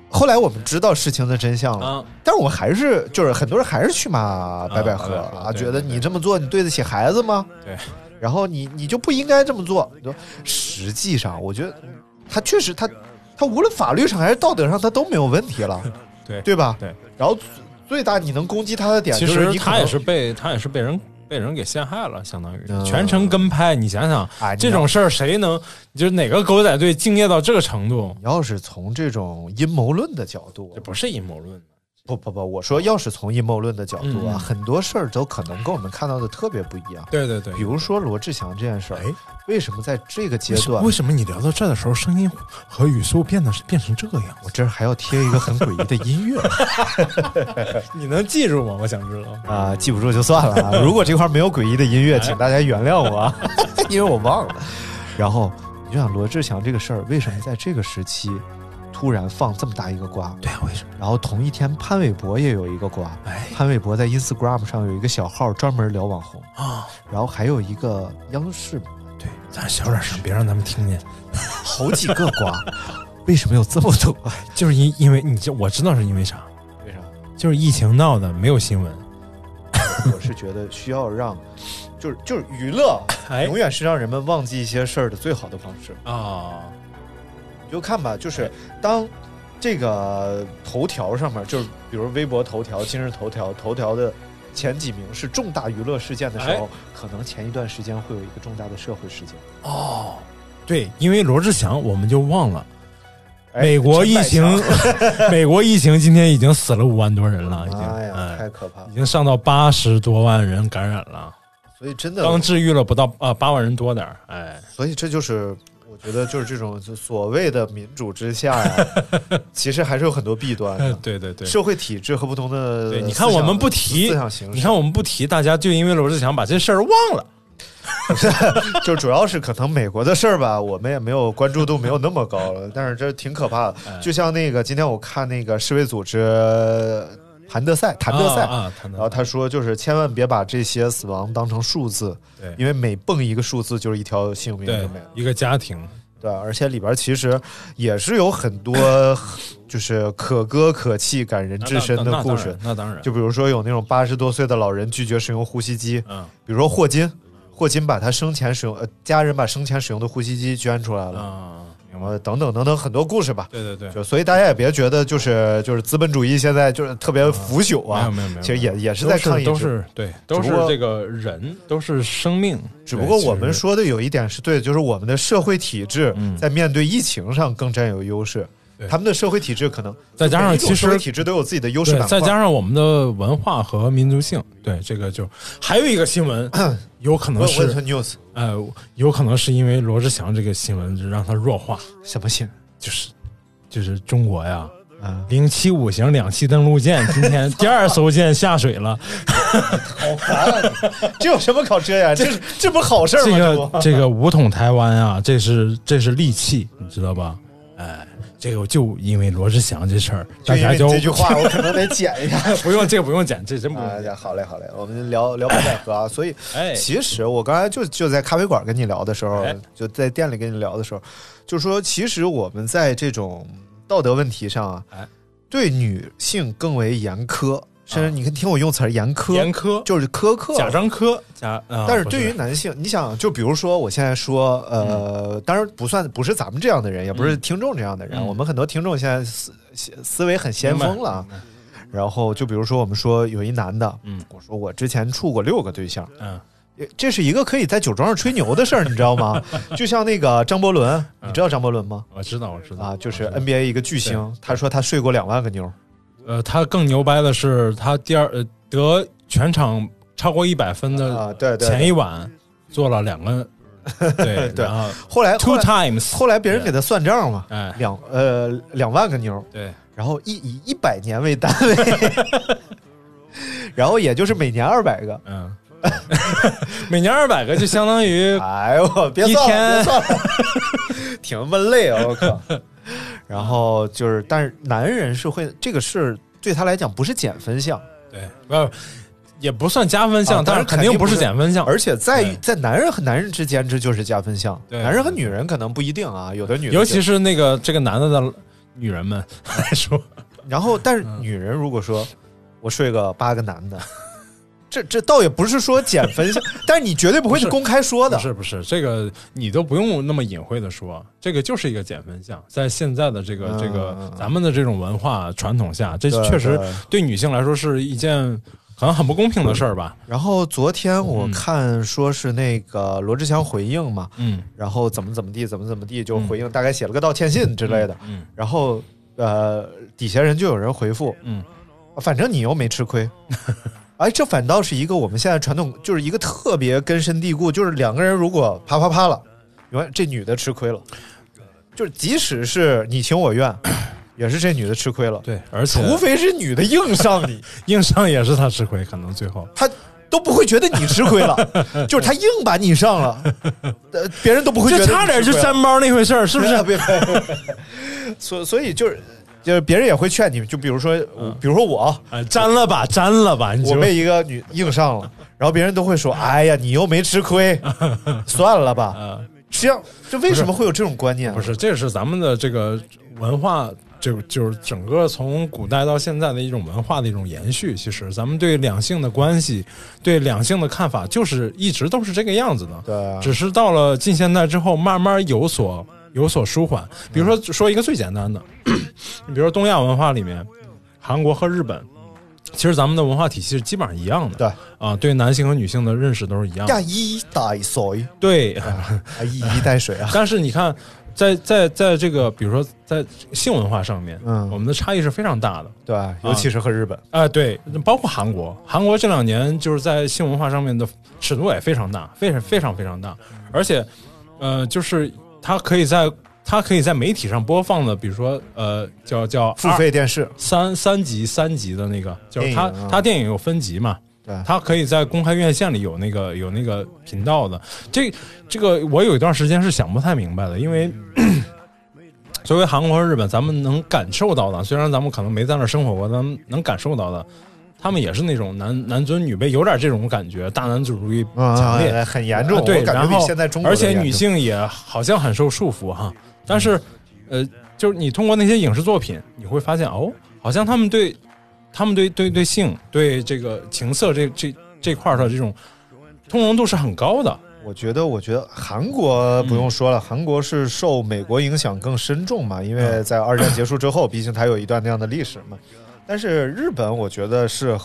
Speaker 3: 后来我们知道事情的真相了，
Speaker 5: 啊
Speaker 3: 但是我还是就是很多人还是去骂白百合
Speaker 5: 啊白百合对
Speaker 3: 觉得你这么做你对得起孩子吗？
Speaker 5: 对，
Speaker 3: 然后你你就不应该这么做。你说实际上，我觉得他确实他他无论法律上还是道德上他都没有问题了，
Speaker 5: <laughs> 对
Speaker 3: 对吧？
Speaker 5: 对。
Speaker 3: 然后最最大你能攻击他的点
Speaker 5: 其
Speaker 3: 就是
Speaker 5: 实
Speaker 3: 你可
Speaker 5: 他
Speaker 3: 能
Speaker 5: 也是被他也是被人被人给陷害了，相当于
Speaker 3: 嗯
Speaker 5: 全程跟拍。你想想
Speaker 3: 哎，你
Speaker 5: 这种事儿谁能就是哪个狗仔队敬业到这个程度？
Speaker 3: 你要是从这种阴谋论的角度
Speaker 5: 这，不是阴谋论，
Speaker 3: 不不不，我说要是从阴谋论的角度啊，
Speaker 5: 嗯
Speaker 3: 很多事儿都可能跟我们看到的特别不一样。
Speaker 5: 对对对
Speaker 3: 比如说罗志祥这件事儿，为什么在这个阶段，
Speaker 5: 哎为什么你聊到这儿的时候，声音和语速变得是变成这个样？
Speaker 3: 我这儿还要贴一个很诡异的音
Speaker 5: <laughs>
Speaker 3: 乐
Speaker 5: 你能记住吗？我想知道。
Speaker 3: 啊？记不住就算了啊。如果这块儿没有诡异的音乐，请大家原谅我，啊， <laughs> 因为我忘了。然后你就想罗志祥这个事儿，为什么在这个时期突然放这么大一个瓜？
Speaker 5: 对啊，为什么？
Speaker 3: 然后同一天，潘玮柏也有一个瓜。
Speaker 5: 哎
Speaker 3: 潘玮柏在 Instagram 上有一个小号专门聊网红，
Speaker 5: 啊，
Speaker 3: 然后还有一个央视，
Speaker 5: 对，咱小点声，别让他们听见。
Speaker 3: 好几个
Speaker 5: <laughs>
Speaker 3: 瓜。为什么有这么多瓜？
Speaker 5: 就是因因为你这，我知道是因为啥，
Speaker 3: 为啥？
Speaker 5: 就是疫情闹的，没有新闻。
Speaker 3: 我是觉得需要让，就是就是娱乐，
Speaker 5: 哎
Speaker 3: 永远是让人们忘记一些事儿的最好的方式。哦
Speaker 5: 啊，
Speaker 3: 你就看
Speaker 5: 哎
Speaker 3: 吧，就是当这个头条上面，就是比如微博头条、今日头条、头条的前几名是重大娱乐事件的时
Speaker 5: 哎
Speaker 3: 候，可能前一段时间会有一个重大的社会事件。
Speaker 5: 对，因为罗志祥，我们就忘了。
Speaker 3: 哎
Speaker 5: 美国
Speaker 3: 陈
Speaker 5: 疫
Speaker 3: 百
Speaker 5: 情
Speaker 3: 强，
Speaker 5: <laughs> 美国疫情今天已经死了五万多人了，已经，
Speaker 3: 妈呀，太
Speaker 5: 哎，
Speaker 3: 可怕！了
Speaker 5: 已！经上到八十多万人感染了，
Speaker 3: 所以真的，
Speaker 5: 刚治愈了不到啊八万人多点儿，哎，
Speaker 3: 所以这就是我觉得就是这种就所谓的民主之下
Speaker 5: <laughs>
Speaker 3: 呀，其实还是有很多弊端的。
Speaker 5: 对嗯对对，
Speaker 3: 社会体制和不同的
Speaker 5: 对，你看我们不提
Speaker 3: 思想形，式，
Speaker 5: 你看我们不提，大家就因为罗志祥把这事儿忘了，
Speaker 3: <laughs> 就主要是可能美国的事儿吧，我们也没有关注度没有那么高了，但是这挺可怕
Speaker 5: 嗯
Speaker 3: 的。就像那个今天我看那个世卫组织谭德赛，谭德赛
Speaker 5: 啊啊谭德赛
Speaker 3: 然后他说就是千万别把这些死亡当成数字，
Speaker 5: 对
Speaker 3: 因为每蹦一个数字就是一条性命
Speaker 5: 对
Speaker 3: 就没了，。
Speaker 5: 一个家庭，
Speaker 3: 对，而且里边其实也是有很多 <clears throat> 就是可歌可泣、感人至深的故事。
Speaker 5: 那当然，
Speaker 3: 就比如说有那种八十多岁的老人拒绝使用呼吸机，
Speaker 5: 嗯
Speaker 3: 比如说霍金，霍金把他生前使用呃家人把生前使用的呼吸机捐出来了，
Speaker 5: 啊，
Speaker 3: 什
Speaker 5: 明
Speaker 3: 么等等等等很多故事吧。
Speaker 5: 对对对，
Speaker 3: 就所以大家也别觉得就是就是资本主义现在就是特别腐朽啊，
Speaker 5: 没有没有没有
Speaker 3: 其实也也是在抗议，
Speaker 5: 都是对，都
Speaker 3: 只
Speaker 5: 是
Speaker 3: 不过
Speaker 5: 这个人，都是生命。
Speaker 3: 只不过
Speaker 5: 对
Speaker 3: 我们
Speaker 5: 其实
Speaker 3: 说的有一点是对的，就是我们的社会体制
Speaker 5: 嗯
Speaker 3: 在面对疫情上更占有优势。
Speaker 5: 对
Speaker 3: 他们的社会体制可能
Speaker 5: 再加上
Speaker 3: 每一种
Speaker 5: 其
Speaker 3: 社会
Speaker 5: 实
Speaker 3: 体制都有自己的优势
Speaker 5: 对
Speaker 3: 板，块，
Speaker 5: 再加上我们的文化和民族性，对这个就还有一个新
Speaker 3: <clears throat>
Speaker 5: 闻，有可能
Speaker 3: 我我
Speaker 5: 是
Speaker 3: 说 news
Speaker 5: 呃，有可能是因为罗志祥这个新闻就让他弱化，
Speaker 3: 什么信
Speaker 5: 就是就是中国呀，
Speaker 3: 啊？
Speaker 5: 零七五型两栖登陆舰今天 <laughs> 第二艘舰下水了，
Speaker 3: 好烦， <laughs> 这有什么好这呀？这这不好事儿
Speaker 5: 这
Speaker 3: 吗？
Speaker 5: 个
Speaker 3: 不
Speaker 5: 这个武统台湾啊，这是这是利器，你知道吧？哎，这个就因为罗志祥这事儿，大
Speaker 3: 就因
Speaker 5: 家
Speaker 3: 为
Speaker 5: 就
Speaker 3: 这句话，我可能得剪一下。
Speaker 5: <laughs> 不用这个不用剪，这真不
Speaker 3: <laughs>
Speaker 5: 用
Speaker 3: 啊
Speaker 5: 剪。，
Speaker 3: 好嘞，好嘞，我们聊聊白百合啊。所以，
Speaker 5: 哎
Speaker 3: 其实我刚才就就在咖啡馆跟你聊的时候
Speaker 5: 哎，
Speaker 3: 就在店里跟你聊的时候，就说其实我们在这种道德问题上啊
Speaker 5: 哎，啊
Speaker 3: 对女性更为严苛，甚至你看听我用词儿严
Speaker 5: 严
Speaker 3: 苛，
Speaker 5: 苛，
Speaker 3: 就是苛刻。
Speaker 5: 贾樟柯，贾，啊
Speaker 3: 但是
Speaker 5: 不
Speaker 3: 对于男性，你想，就比如说，我现在说，呃，当然不算不是咱们这样的人，也不是听众这样的人，啊
Speaker 5: 嗯
Speaker 3: 我们很多听众现在思思思维很先锋了。啊。然后就比如说，我们说有一男的，
Speaker 5: 嗯
Speaker 3: 我说我之前处过六个对象，
Speaker 5: 嗯，
Speaker 3: 这是一个可以在酒桌上吹牛的事儿，你知道
Speaker 5: <laughs>
Speaker 3: 吗？就像那个张伯伦，
Speaker 5: 嗯
Speaker 3: 你知道张伯伦吗？
Speaker 5: 我知道我知道
Speaker 3: 啊，就是
Speaker 5: 我知道
Speaker 3: NBA 一个巨星，他说他睡过两万个妞儿，
Speaker 5: 呃，他更牛掰的是，他第二呃得全场超过一百分
Speaker 3: 啊
Speaker 5: 的
Speaker 3: 对对对
Speaker 5: 前一晚做了两
Speaker 3: <laughs>
Speaker 5: 个，对
Speaker 3: 对
Speaker 5: 然后
Speaker 3: 后来后
Speaker 5: two
Speaker 3: 来
Speaker 5: times，
Speaker 3: 后来别人给他算账嘛，
Speaker 5: 哎
Speaker 3: 两呃两万个妞儿，
Speaker 5: 对
Speaker 3: 然后一以一百年为单位，
Speaker 5: <laughs>
Speaker 3: 然后也就是每年二百个。
Speaker 5: 嗯， <laughs> 每年二百个就相当于
Speaker 3: 哎呦，别
Speaker 5: 一
Speaker 3: 算了，别
Speaker 5: 天
Speaker 3: 算
Speaker 5: <laughs>
Speaker 3: 了，挺他妈累啊！我靠。然后就是，但是男人是会这个事对他来讲不是减分项，
Speaker 5: 对不。也不算加分项，
Speaker 3: 啊
Speaker 5: 但
Speaker 3: 当然
Speaker 5: 是肯
Speaker 3: 肯定
Speaker 5: 不
Speaker 3: 不
Speaker 5: 是
Speaker 3: 是
Speaker 5: 减分项，
Speaker 3: 而且在于
Speaker 5: 对
Speaker 3: 在男人和男人之间这就是加分项，
Speaker 5: 对
Speaker 3: 男人和女人可能不一定啊，有的女人
Speaker 5: 尤其
Speaker 3: 就是
Speaker 5: 那个这个男的的女
Speaker 3: <laughs>
Speaker 5: 人们来说，
Speaker 3: 然
Speaker 5: 嗯
Speaker 3: 后但是女人如果说我睡个八个男
Speaker 5: <laughs>
Speaker 3: 的，这这倒也不是说减分项，但是你绝对不会
Speaker 5: 不是
Speaker 3: 公开说的
Speaker 5: 不，是不是，这个你都不用那么隐晦的说，这个就是一个减分项。在现在的这个、
Speaker 3: 嗯
Speaker 5: 这个咱们的这种文化传统下，这
Speaker 3: 对
Speaker 5: 确实
Speaker 3: 对
Speaker 5: 对女性来说是一件可能很不公平的事儿吧。
Speaker 3: 然后昨天我
Speaker 5: 嗯
Speaker 3: 看说是那个罗志祥回应嘛，
Speaker 5: 嗯，
Speaker 3: 然后怎么怎么地，怎么怎么地，就回应，大概写了个道歉信之类的。
Speaker 5: 嗯嗯
Speaker 3: 然后呃，底下人就有人回复，
Speaker 5: 嗯，
Speaker 3: 反正你又没吃
Speaker 5: <laughs>
Speaker 3: 亏。哎，这反倒是一个我们现在传统，就是一个特别根深蒂固，就是两个人如果啪啪啪了，永远这女的吃亏了，就是即使是你情我
Speaker 5: <laughs>
Speaker 3: 愿，也是这女的吃亏了。，
Speaker 5: 对，而且
Speaker 3: 除非是女的硬上
Speaker 5: <laughs>
Speaker 3: 你，
Speaker 5: 硬伤也是她吃亏，可能最后
Speaker 3: 他都不会觉得你吃亏
Speaker 5: <laughs>
Speaker 3: 了，就是他硬把你上了，呃，别人都不会觉得你吃
Speaker 5: 这
Speaker 3: 亏
Speaker 5: 差
Speaker 3: 了啊
Speaker 5: 点就粘包那回
Speaker 3: <laughs>
Speaker 5: 事儿，是不是？
Speaker 3: 别别别， <laughs> 所所以就是就是别人也会劝你，就比如说，比如说我，
Speaker 5: 啊，粘了吧，粘了吧，你
Speaker 3: 我
Speaker 5: 就
Speaker 3: 被一个女硬上了，然后别人都会说，哎呀，你又没吃
Speaker 5: <laughs>
Speaker 3: 亏，算了吧。
Speaker 5: 啊，
Speaker 3: 这样，这为什么会有这种观念？
Speaker 5: 不，是，这是咱们的这个文化，就就是整个从古代到现在的一种文化的一种延续。其实，咱们对两性的关系、对两性的看法，就是一直都是这个样子的。
Speaker 3: 对啊
Speaker 5: 只是到了近现代之后，慢慢有所有所舒缓。比如说，
Speaker 3: 嗯
Speaker 5: 说一个最简单的， <clears throat> 你比如说东亚文化里面，韩国和日本。其实咱们的文化体系是基本上一样的，
Speaker 3: 对
Speaker 5: 啊，对男性和女性的认识都是一样的
Speaker 3: 呀，，一带水，
Speaker 5: 对，
Speaker 3: 啊，一衣带水 <laughs>
Speaker 5: <laughs>
Speaker 3: 啊。
Speaker 5: 但是你看，在在在这个，比如说在性文化上面，
Speaker 3: 嗯
Speaker 5: 我们的差异是非常大的。
Speaker 3: 对，啊尤其是和日本，
Speaker 5: 啊、对，包括韩国，韩国这两年就是在性文化上面的尺度也非常大，非常非常非常大，而且，呃，就是它可以在它可以在媒体上播放的，比如说呃，叫叫
Speaker 3: 付费电视，
Speaker 5: 三三级三级的那个，就是它
Speaker 3: 电影啊
Speaker 5: 它电影有分级嘛
Speaker 3: 对，
Speaker 5: 它可以在公开院线里有那个有那个频道的。这这个我有一段时间是想不太明白的，因为
Speaker 3: 嗯
Speaker 5: <clears throat> 作为韩国、日本，咱们能感受到的，虽然咱们可能没在那儿生活过，咱们能感受到的，他们也是那种男男尊女卑，有点这种感觉，大男子主义强烈。
Speaker 3: 啊，很严重，
Speaker 5: 啊对，
Speaker 3: 我感
Speaker 5: 然
Speaker 3: 觉
Speaker 5: 后
Speaker 3: 比现在中国
Speaker 5: 而
Speaker 3: 的
Speaker 5: 且
Speaker 3: 严
Speaker 5: 女
Speaker 3: 重
Speaker 5: 性也好像很受束缚哈。但是，呃，就是你通过那些影视作品，你会发现哦，好像他们对，他们对对对性、对这个情色这这这块儿的这种通融度是很高的。
Speaker 3: 我觉得，我觉得韩国不用说了，韩国是受美国影响更深重嘛，因为在二战结束之后，毕竟它有一段那样的历史嘛。但是日本，我觉得是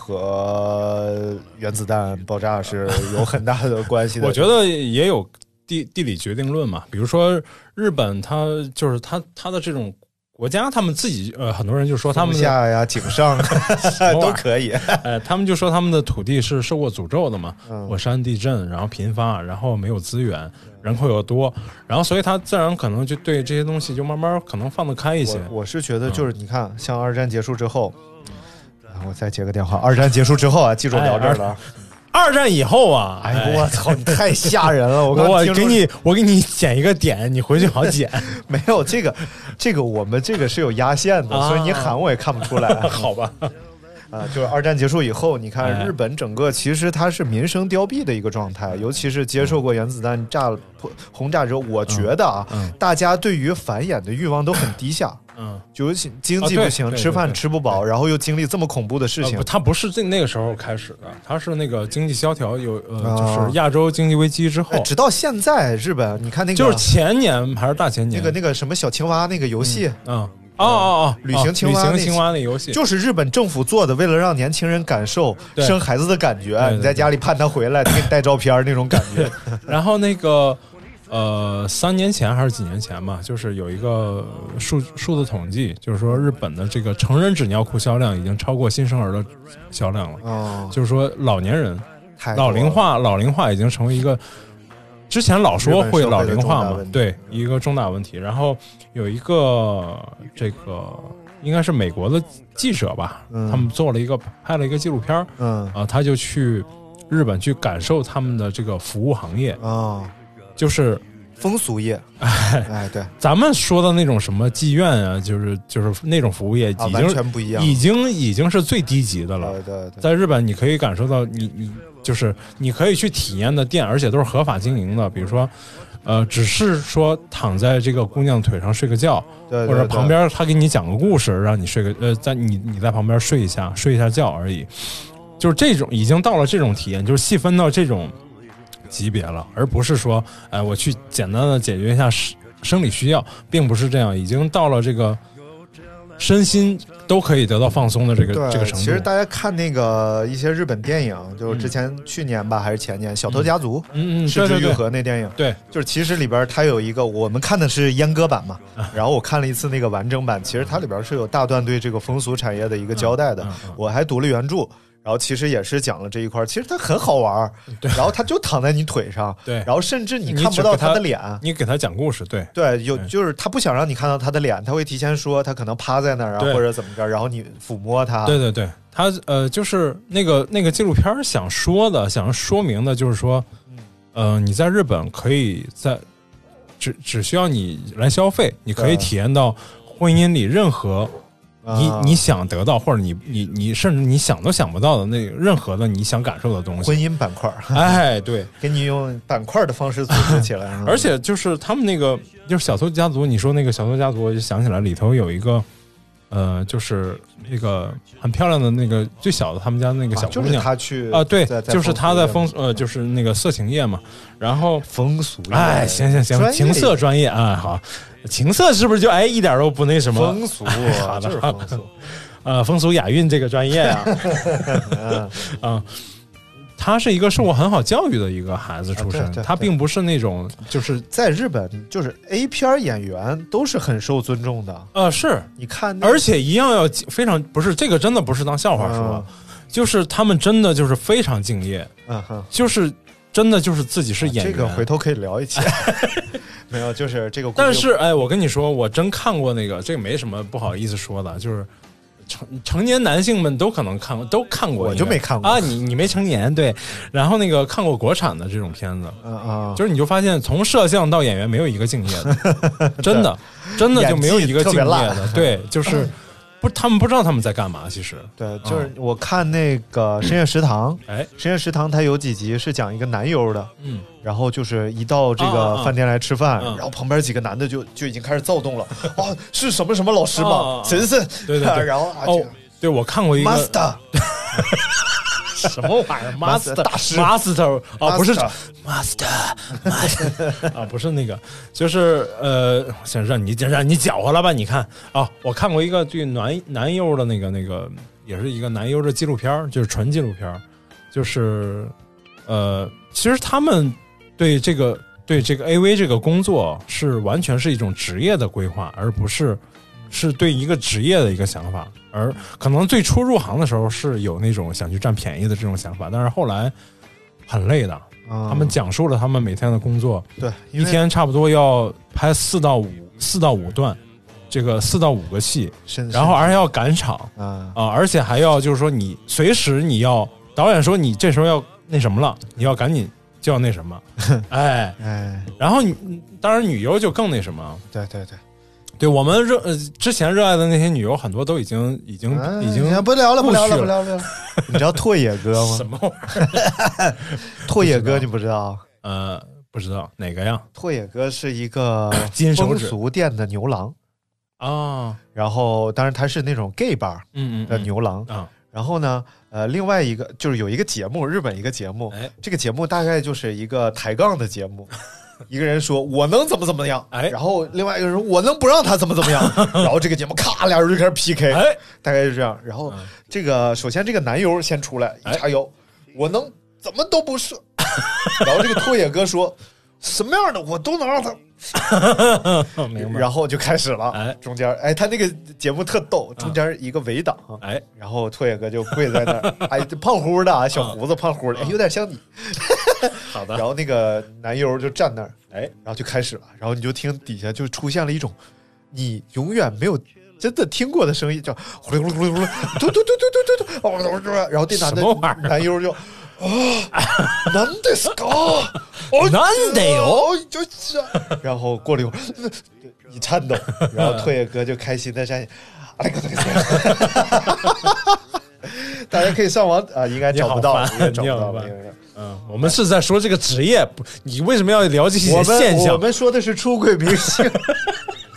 Speaker 3: 和原子弹爆炸是有很大的关系的。
Speaker 5: <laughs> 我觉得也有地地理决定论嘛，比如说日本，它就是它它的这种国家，他们自己呃，很多人就说他们
Speaker 3: 松
Speaker 5: 的
Speaker 3: 下呀、井
Speaker 5: <laughs>
Speaker 3: 上 <laughs> 都可以。
Speaker 5: 呃，他们就说他们的土地是受过诅咒的嘛，
Speaker 3: 嗯
Speaker 5: 火山地震，然后贫乏，然后没有资源，人口又多，然后所以他自然可能就对这些东西就慢慢可能放得开一些。
Speaker 3: 我我是觉得
Speaker 5: 嗯
Speaker 3: 就是你看，像二战结束之后，啊我再接个电话。二战结束之后啊，记住我聊这儿了啊。
Speaker 5: 二战以后啊，
Speaker 3: 哎呦我操，你太吓人了！我刚
Speaker 5: 我
Speaker 3: 听出
Speaker 5: 给你我给你剪一个点，你回去好
Speaker 3: <laughs>
Speaker 5: 剪，
Speaker 3: 没有这个，这个我们这个是有压线的，
Speaker 5: 啊
Speaker 3: 所以你喊我也看不出来。
Speaker 5: <laughs> 好
Speaker 3: <laughs>
Speaker 5: 吧？
Speaker 3: 啊，就是二战结束以后，你看
Speaker 5: 哎嗯
Speaker 3: 日本整个其实它是民生凋敝的一个状态，尤其是接受过原子弹炸轰炸之后，我觉得啊，大家对于繁衍的欲望都很低
Speaker 5: <coughs>
Speaker 3: 下。
Speaker 5: 嗯，
Speaker 3: 就尤其经济
Speaker 5: 啊对
Speaker 3: 不行，
Speaker 5: 对
Speaker 3: 吃饭
Speaker 5: 对对
Speaker 3: 吃不饱，然后又经历这么恐怖的事情
Speaker 5: 呃不，，它不是这那个时候开始的，它是那个经济萧条有呃，
Speaker 3: 啊
Speaker 5: 就是亚洲经济危机之后
Speaker 3: 哎，直到现在日本，你看那个
Speaker 5: 哦就是前年还是大前
Speaker 3: 那
Speaker 5: 年
Speaker 3: 个那个什么小青蛙那个游戏，
Speaker 5: 嗯。哦哦哦，
Speaker 3: 旅行青蛙
Speaker 5: 旅
Speaker 3: 那
Speaker 5: 行青蛙那游戏，
Speaker 3: 就是日本政府做的，为了让年轻人感受
Speaker 5: 对
Speaker 3: 生孩子的感觉，
Speaker 5: 对
Speaker 3: 你在家里盼他回
Speaker 5: <coughs>
Speaker 3: 来，他给你带照片儿那种感觉。
Speaker 5: 然后那个呃，三年前还是几年前吧，就是有一个数数字统计，就是说日本的这个成人纸尿裤销量已经超过新生儿的销量了。
Speaker 3: 哦，
Speaker 5: 就是说，老年人
Speaker 3: 太多
Speaker 5: 老
Speaker 3: 了
Speaker 5: 龄化，老龄化已经成为一个之前老说会老
Speaker 3: 日
Speaker 5: 龄化
Speaker 3: 本社会的重大
Speaker 5: 嘛
Speaker 3: 问题，
Speaker 5: 对，一个重大问题。然后有一个这个应该是美国的记者吧，
Speaker 3: 嗯
Speaker 5: 他们做了一个拍了一个纪录片儿
Speaker 3: 嗯
Speaker 5: 啊，他就去日本去感受他们的这个服务行业，
Speaker 3: 哦，
Speaker 5: 就是
Speaker 3: 风俗业，哎，对，
Speaker 5: 咱们说的那种什么妓院啊，就是就是那种服务业已
Speaker 3: 啊，
Speaker 5: 经、
Speaker 3: 完全不一样。
Speaker 5: 已经已经是最低级的了。
Speaker 3: 对对对，
Speaker 5: 在日本，你可以感受到你你就是你可以去体验的店，而且都是合法经营的，比如说。呃，只是说躺在这个姑娘腿上睡个觉，
Speaker 3: 对对
Speaker 5: 或者
Speaker 3: 对
Speaker 5: 旁边他给你讲个故事，让你睡个呃，在你你在旁边睡一下，睡一下觉而已，就是这种已经到了这种体验，就是细分到这种级别了，而不是说，哎、我去简单的解决一下生生理需要，并不是这样，已经到了这个身心都可以得到放松的这个
Speaker 3: 对
Speaker 5: 这个程度。嗯
Speaker 3: 其实大家看那个一些日本电影，就是之前去年吧，还是前年，《小偷家族》
Speaker 5: 嗯嗯，
Speaker 3: 是
Speaker 5: 对
Speaker 3: 之
Speaker 5: 对
Speaker 3: 愈
Speaker 5: 对
Speaker 3: 合那电影，
Speaker 5: 对，
Speaker 3: 就是其实里边它有一个，我们看的是阉割版嘛，
Speaker 5: 啊
Speaker 3: 然后我看了一次那个完整版，其实它里边是有大段对这个风俗产业的一个交
Speaker 5: 嗯
Speaker 3: 代的，我还读了原著。然后其实也是讲了这一块儿，其实它很好玩儿，然后它就躺在你腿上，
Speaker 5: 对
Speaker 3: 然后甚至你
Speaker 5: 你
Speaker 3: 看不
Speaker 5: 只
Speaker 3: 到
Speaker 5: 给
Speaker 3: 它
Speaker 5: 它
Speaker 3: 的脸，
Speaker 5: 你给他讲故事，对，
Speaker 3: 对，有
Speaker 5: 对
Speaker 3: 就是他不想让你看到他的脸，他会提前说他可能趴在那儿啊，
Speaker 5: 对
Speaker 3: 或者怎么着，然后你抚摸他。
Speaker 5: 对对对，他呃，就是那个那个纪录片儿想说的、想说明的，就是说，
Speaker 3: 嗯
Speaker 5: 呃，你在日本可以在只只需要你来消费，你可以
Speaker 3: 对
Speaker 5: 体验到婚姻里任何你、
Speaker 3: 啊
Speaker 5: 你想得到，或者你你你甚至你想都想不到的那个任何的你想感受的东
Speaker 3: 婚
Speaker 5: 西。
Speaker 3: 姻板块儿，
Speaker 5: 哎，对，
Speaker 3: 给你用板块的方式组织起来。嗯
Speaker 5: <laughs> 而且就是他们那个就是小偷家族，你说那个小偷家族，我就想起来里头有一个。呃，就是那个很漂亮的那个最小的他们家那个
Speaker 3: 啊
Speaker 5: 小姑
Speaker 3: 就是
Speaker 5: 娘，
Speaker 3: 他去
Speaker 5: 啊，对
Speaker 3: 在，在
Speaker 5: 就是他在
Speaker 3: 风
Speaker 5: 风呃，就是那个色情业嘛。然后，
Speaker 3: 风俗业。
Speaker 5: 哎，行行行，
Speaker 3: 专业
Speaker 5: 情色专业啊，好，情色是不是就哎一点都不那什么
Speaker 3: 风俗，啊
Speaker 5: <laughs> 好
Speaker 3: 就
Speaker 5: 的
Speaker 3: 是风俗。
Speaker 5: 呃风俗雅韵这个专业啊？
Speaker 3: <laughs>
Speaker 5: 啊，他是一个受过很好教育的一个孩子出
Speaker 3: 啊
Speaker 5: 身
Speaker 3: 对对，
Speaker 5: 他并不是那种就是
Speaker 3: 在日本，就是 A 片儿演员都是很受尊重的。
Speaker 5: 呃是，
Speaker 3: 你看那，
Speaker 5: 而且一样要非常不是这个真的不是当笑话说
Speaker 3: 嗯，
Speaker 5: 就是他们真的就是非常敬业，
Speaker 3: 嗯哼，
Speaker 5: 就是真的就是自己是演
Speaker 3: 啊这
Speaker 5: 员，
Speaker 3: 个回头可以聊一
Speaker 5: <laughs>
Speaker 3: 期。没有，就是这个。
Speaker 5: 但是，哎，我跟你说，我真看过那个，这个没什么不好意思说的，就是成成年男性们都可能看过，都看过，
Speaker 3: 我就
Speaker 5: 应该
Speaker 3: 没看过
Speaker 5: 啊。你你没成年，对。然后那个看过国产的这种片子，
Speaker 3: 嗯啊，
Speaker 5: 就是你就发现从摄像到演员没有一个敬业的，
Speaker 3: <laughs>
Speaker 5: 真的，真的就没有一个敬
Speaker 3: 演技特
Speaker 5: 业
Speaker 3: 别
Speaker 5: 的
Speaker 3: 烂，
Speaker 5: 对，就是不，他们不知道他们在干嘛，其实，
Speaker 3: 对，就是我看那个深夜食堂，
Speaker 5: 哎，
Speaker 3: 深夜食堂它有几集是讲一个男优的，
Speaker 5: 嗯，
Speaker 3: 然后就是一到这
Speaker 5: 啊
Speaker 3: 个
Speaker 5: 啊啊
Speaker 3: 饭店来吃饭，
Speaker 5: 嗯
Speaker 3: 然后旁边几个男的就就已经开始躁动
Speaker 5: <laughs>
Speaker 3: 了，哦，是什么什么老师
Speaker 5: 啊啊
Speaker 3: 吗 <laughs>
Speaker 5: 啊？
Speaker 3: 神森，
Speaker 5: 对对对
Speaker 3: 然后啊，
Speaker 5: 哦，对我看过一个
Speaker 3: ，master，
Speaker 5: 什么玩意儿
Speaker 3: Master，
Speaker 5: ？master
Speaker 3: 大师
Speaker 5: master 啊，不是
Speaker 3: Master
Speaker 5: <laughs> master master 啊，不是那个，就是呃，想让你让你搅和了吧？你看啊，我看过一个对男男优的那个那个，也是一个男优的纪录片儿，就是纯纪录片儿，就是呃，其实他们对这个对这个 AV 这个工作是完全是一种职业的规划，而不是是对一个职业的一个想法。而可能最初入行的时候是有那种想去占便宜的这种想法，但是后来很累的。他
Speaker 3: 嗯
Speaker 5: 们讲述了他们每天的工作，
Speaker 3: 对
Speaker 5: 一天差不多要拍四到五四到五段，这个四到五个戏，
Speaker 3: 身
Speaker 5: 然后而且要赶场
Speaker 3: 啊，
Speaker 5: 啊，而且还要就是说你随时你要导演说你这时候要那什么了，你要赶紧就要那
Speaker 3: <laughs>
Speaker 5: 什么，哎，
Speaker 3: 哎，
Speaker 5: 然后你当然女优就更那什么，
Speaker 3: 对对对，
Speaker 5: 对我们热呃之前热爱的那些女优很多都已经已经
Speaker 3: 哎
Speaker 5: 已经
Speaker 3: 不聊了，不聊了，
Speaker 5: 不
Speaker 3: 不
Speaker 5: 去
Speaker 3: 聊了。 <laughs> 你知道拓野哥吗
Speaker 5: 什？么玩意儿？
Speaker 3: 拓野哥你不知道？
Speaker 5: 呃，不知道哪个呀？
Speaker 3: 拓野哥是一个
Speaker 5: <coughs> 金手
Speaker 3: 风
Speaker 5: 指
Speaker 3: 俗店的牛郎，
Speaker 5: 啊，
Speaker 3: 然后当然他是那种 gay bar
Speaker 5: 嗯嗯
Speaker 3: 的
Speaker 5: 嗯
Speaker 3: 牛郎。
Speaker 5: 啊，
Speaker 3: 然后呢，呃，另外一个就是有一个节目，日本一个节目，
Speaker 5: 哎
Speaker 3: 这个节目大概就是一个抬杠的节目。一个人说我能怎么怎么样，
Speaker 5: 哎
Speaker 3: 然后另外一个人说我能不让他怎么怎么样，
Speaker 5: <laughs>
Speaker 3: 然后这个节目咔，俩人就开始 PK，
Speaker 5: 哎，
Speaker 3: 大概就这样。然后
Speaker 5: 嗯
Speaker 3: 这个首先这个男友先出来一
Speaker 5: 哎
Speaker 3: 加油，我能怎么都不是。 <laughs> 然后这个拓野哥说什么样的我都能让他，
Speaker 5: 哦明白。
Speaker 3: 然后就开始了。
Speaker 5: 哎嗯
Speaker 3: 中间哎，他那个节目特逗，中间一个围挡，
Speaker 5: 哎，
Speaker 3: 然后拓野哥就跪在那儿，哎，胖乎的啊，小
Speaker 5: 嗯
Speaker 3: 胡子胖乎的，哎有点像你。
Speaker 5: 好的
Speaker 3: 然，后那个男友就站那儿，
Speaker 5: 哎，
Speaker 3: 然后就开始了，然后你就听底下就出现了一种你永远没有真的听过的声音，叫呼噜呼噜呼噜呼噜，嘟嘟嘟嘟嘟嘟嘟，哦哦哦然后这男的
Speaker 5: 什么玩意儿
Speaker 3: 男友就啊，男的是高，哦
Speaker 5: なんでよ
Speaker 3: 哦就是啊，然后过了一会儿一颤抖，然后拓野哥就开心的站起。哎哥，大家可以上网啊，应该找不到，
Speaker 5: 你
Speaker 3: 了，
Speaker 5: 好烦
Speaker 3: 应该找不到
Speaker 5: 你好
Speaker 3: 了应
Speaker 5: 烦
Speaker 3: 该找不到。
Speaker 5: 嗯，我们是在说这个职业，不你为什么要了解这些现
Speaker 3: 我
Speaker 5: 象？
Speaker 3: 们说的是出轨明 <laughs> 星，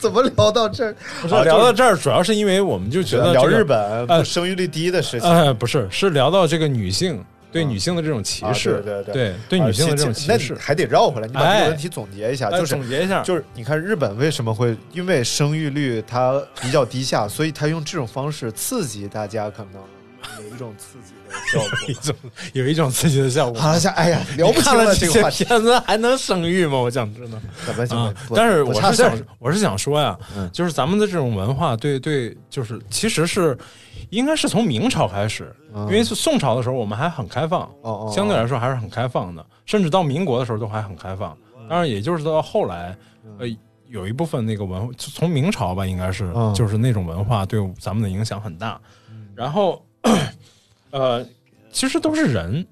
Speaker 3: 怎么聊到这儿？不
Speaker 5: 啊聊到这儿，主要是因为我们就觉得
Speaker 3: 聊
Speaker 5: 这个
Speaker 3: 日本、
Speaker 5: 呃
Speaker 3: 生育率低的事情。
Speaker 5: 呃，不是，是聊到这个女性对女性的这种歧视，
Speaker 3: 啊对对
Speaker 5: 对
Speaker 3: 对
Speaker 5: 对女性的这种
Speaker 3: 啊
Speaker 5: 歧
Speaker 3: 那
Speaker 5: 视
Speaker 3: 你。还得绕回来，你把这个
Speaker 5: 哎
Speaker 3: 问题总结一下，
Speaker 5: 哎
Speaker 3: 啊就是
Speaker 5: 总结一下
Speaker 3: 就是你看日本为什么会因为生育率它比较低下，所以它用这种方式刺激大家，可能有一种刺激的效
Speaker 5: <laughs> 一
Speaker 3: 果。
Speaker 5: 种有一种刺激的效果。
Speaker 3: 好了，下哎呀，聊不
Speaker 5: 你
Speaker 3: 清
Speaker 5: 看了
Speaker 3: 这个
Speaker 5: 些
Speaker 3: 话题，
Speaker 5: 片子还能生育吗？我想知道。
Speaker 3: 怎么怎
Speaker 5: 啊 <laughs>
Speaker 3: 么？不，
Speaker 5: 但是
Speaker 3: 不
Speaker 5: 我
Speaker 3: 差
Speaker 5: 是
Speaker 3: 事儿
Speaker 5: 想，我是想说呀
Speaker 3: 嗯，
Speaker 5: 就是咱们的这种文化，对对，就是其实是应该是从明朝开始，因为是宋朝的时候我们还很开放
Speaker 3: 嗯哦哦，
Speaker 5: 相对来说还是很开放的，甚至到民国的时候都还很开放。
Speaker 3: 嗯
Speaker 5: 当然，也就是到后来，呃，有一部分那个文，从明朝吧，应该是
Speaker 3: 嗯
Speaker 5: 就是那种文化对咱们的影响很大。然后， <clears throat> 呃，其实都是人。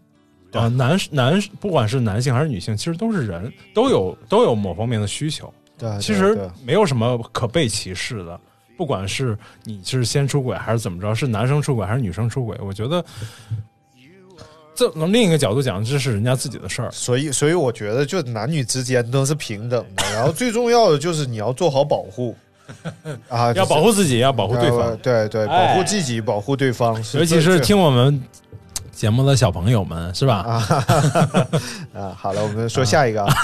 Speaker 5: 啊，男男不管是男性还是女性，其实都是人，都有都有某方面的需求。
Speaker 3: 对啊对
Speaker 5: 其实
Speaker 3: 对
Speaker 5: 没有什么可被歧视的，不管是你是先出轨还是怎么着，是男生出轨还是女生出轨，我觉得这从另一个角度讲，这是人家自己的事儿。
Speaker 3: 所以，所以我觉得，就男女之间都是平等的。然后最重要的就是你要做好保
Speaker 5: <laughs>
Speaker 3: 护啊，
Speaker 5: 要保护自己，要保护对
Speaker 3: 呃
Speaker 5: 方，
Speaker 3: 对对，
Speaker 5: 哎
Speaker 3: 保护自己，保护对方，
Speaker 5: 尤其
Speaker 3: 最
Speaker 5: 是听我们节目的小朋友们，是吧？
Speaker 3: <laughs> 啊。 <laughs> 好了，我们说下一个，啊，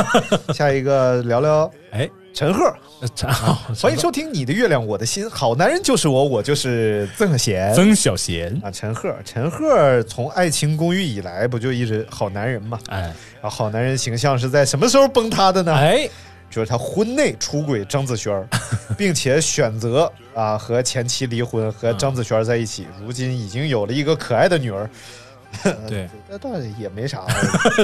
Speaker 3: 下一个聊聊
Speaker 5: 哎，
Speaker 3: 陈赫。
Speaker 5: <laughs> 然后
Speaker 3: 欢迎收听《你的月亮我的心》，好男人就是我，我就是曾贤
Speaker 5: 曾小贤，
Speaker 3: 啊。陈赫，陈赫从《爱情公寓》以来，不就一直好男人嘛？
Speaker 5: 哎
Speaker 3: 啊，好男人形象是在什么时候崩塌的呢？
Speaker 5: 哎，
Speaker 3: 就是他婚内出轨张子萱
Speaker 5: <laughs>
Speaker 3: 儿，并且选择啊和前妻离婚，和张子萱儿在一起，如今已经有了一个可爱的女儿。
Speaker 5: 对， <laughs>
Speaker 3: 那倒也没啥，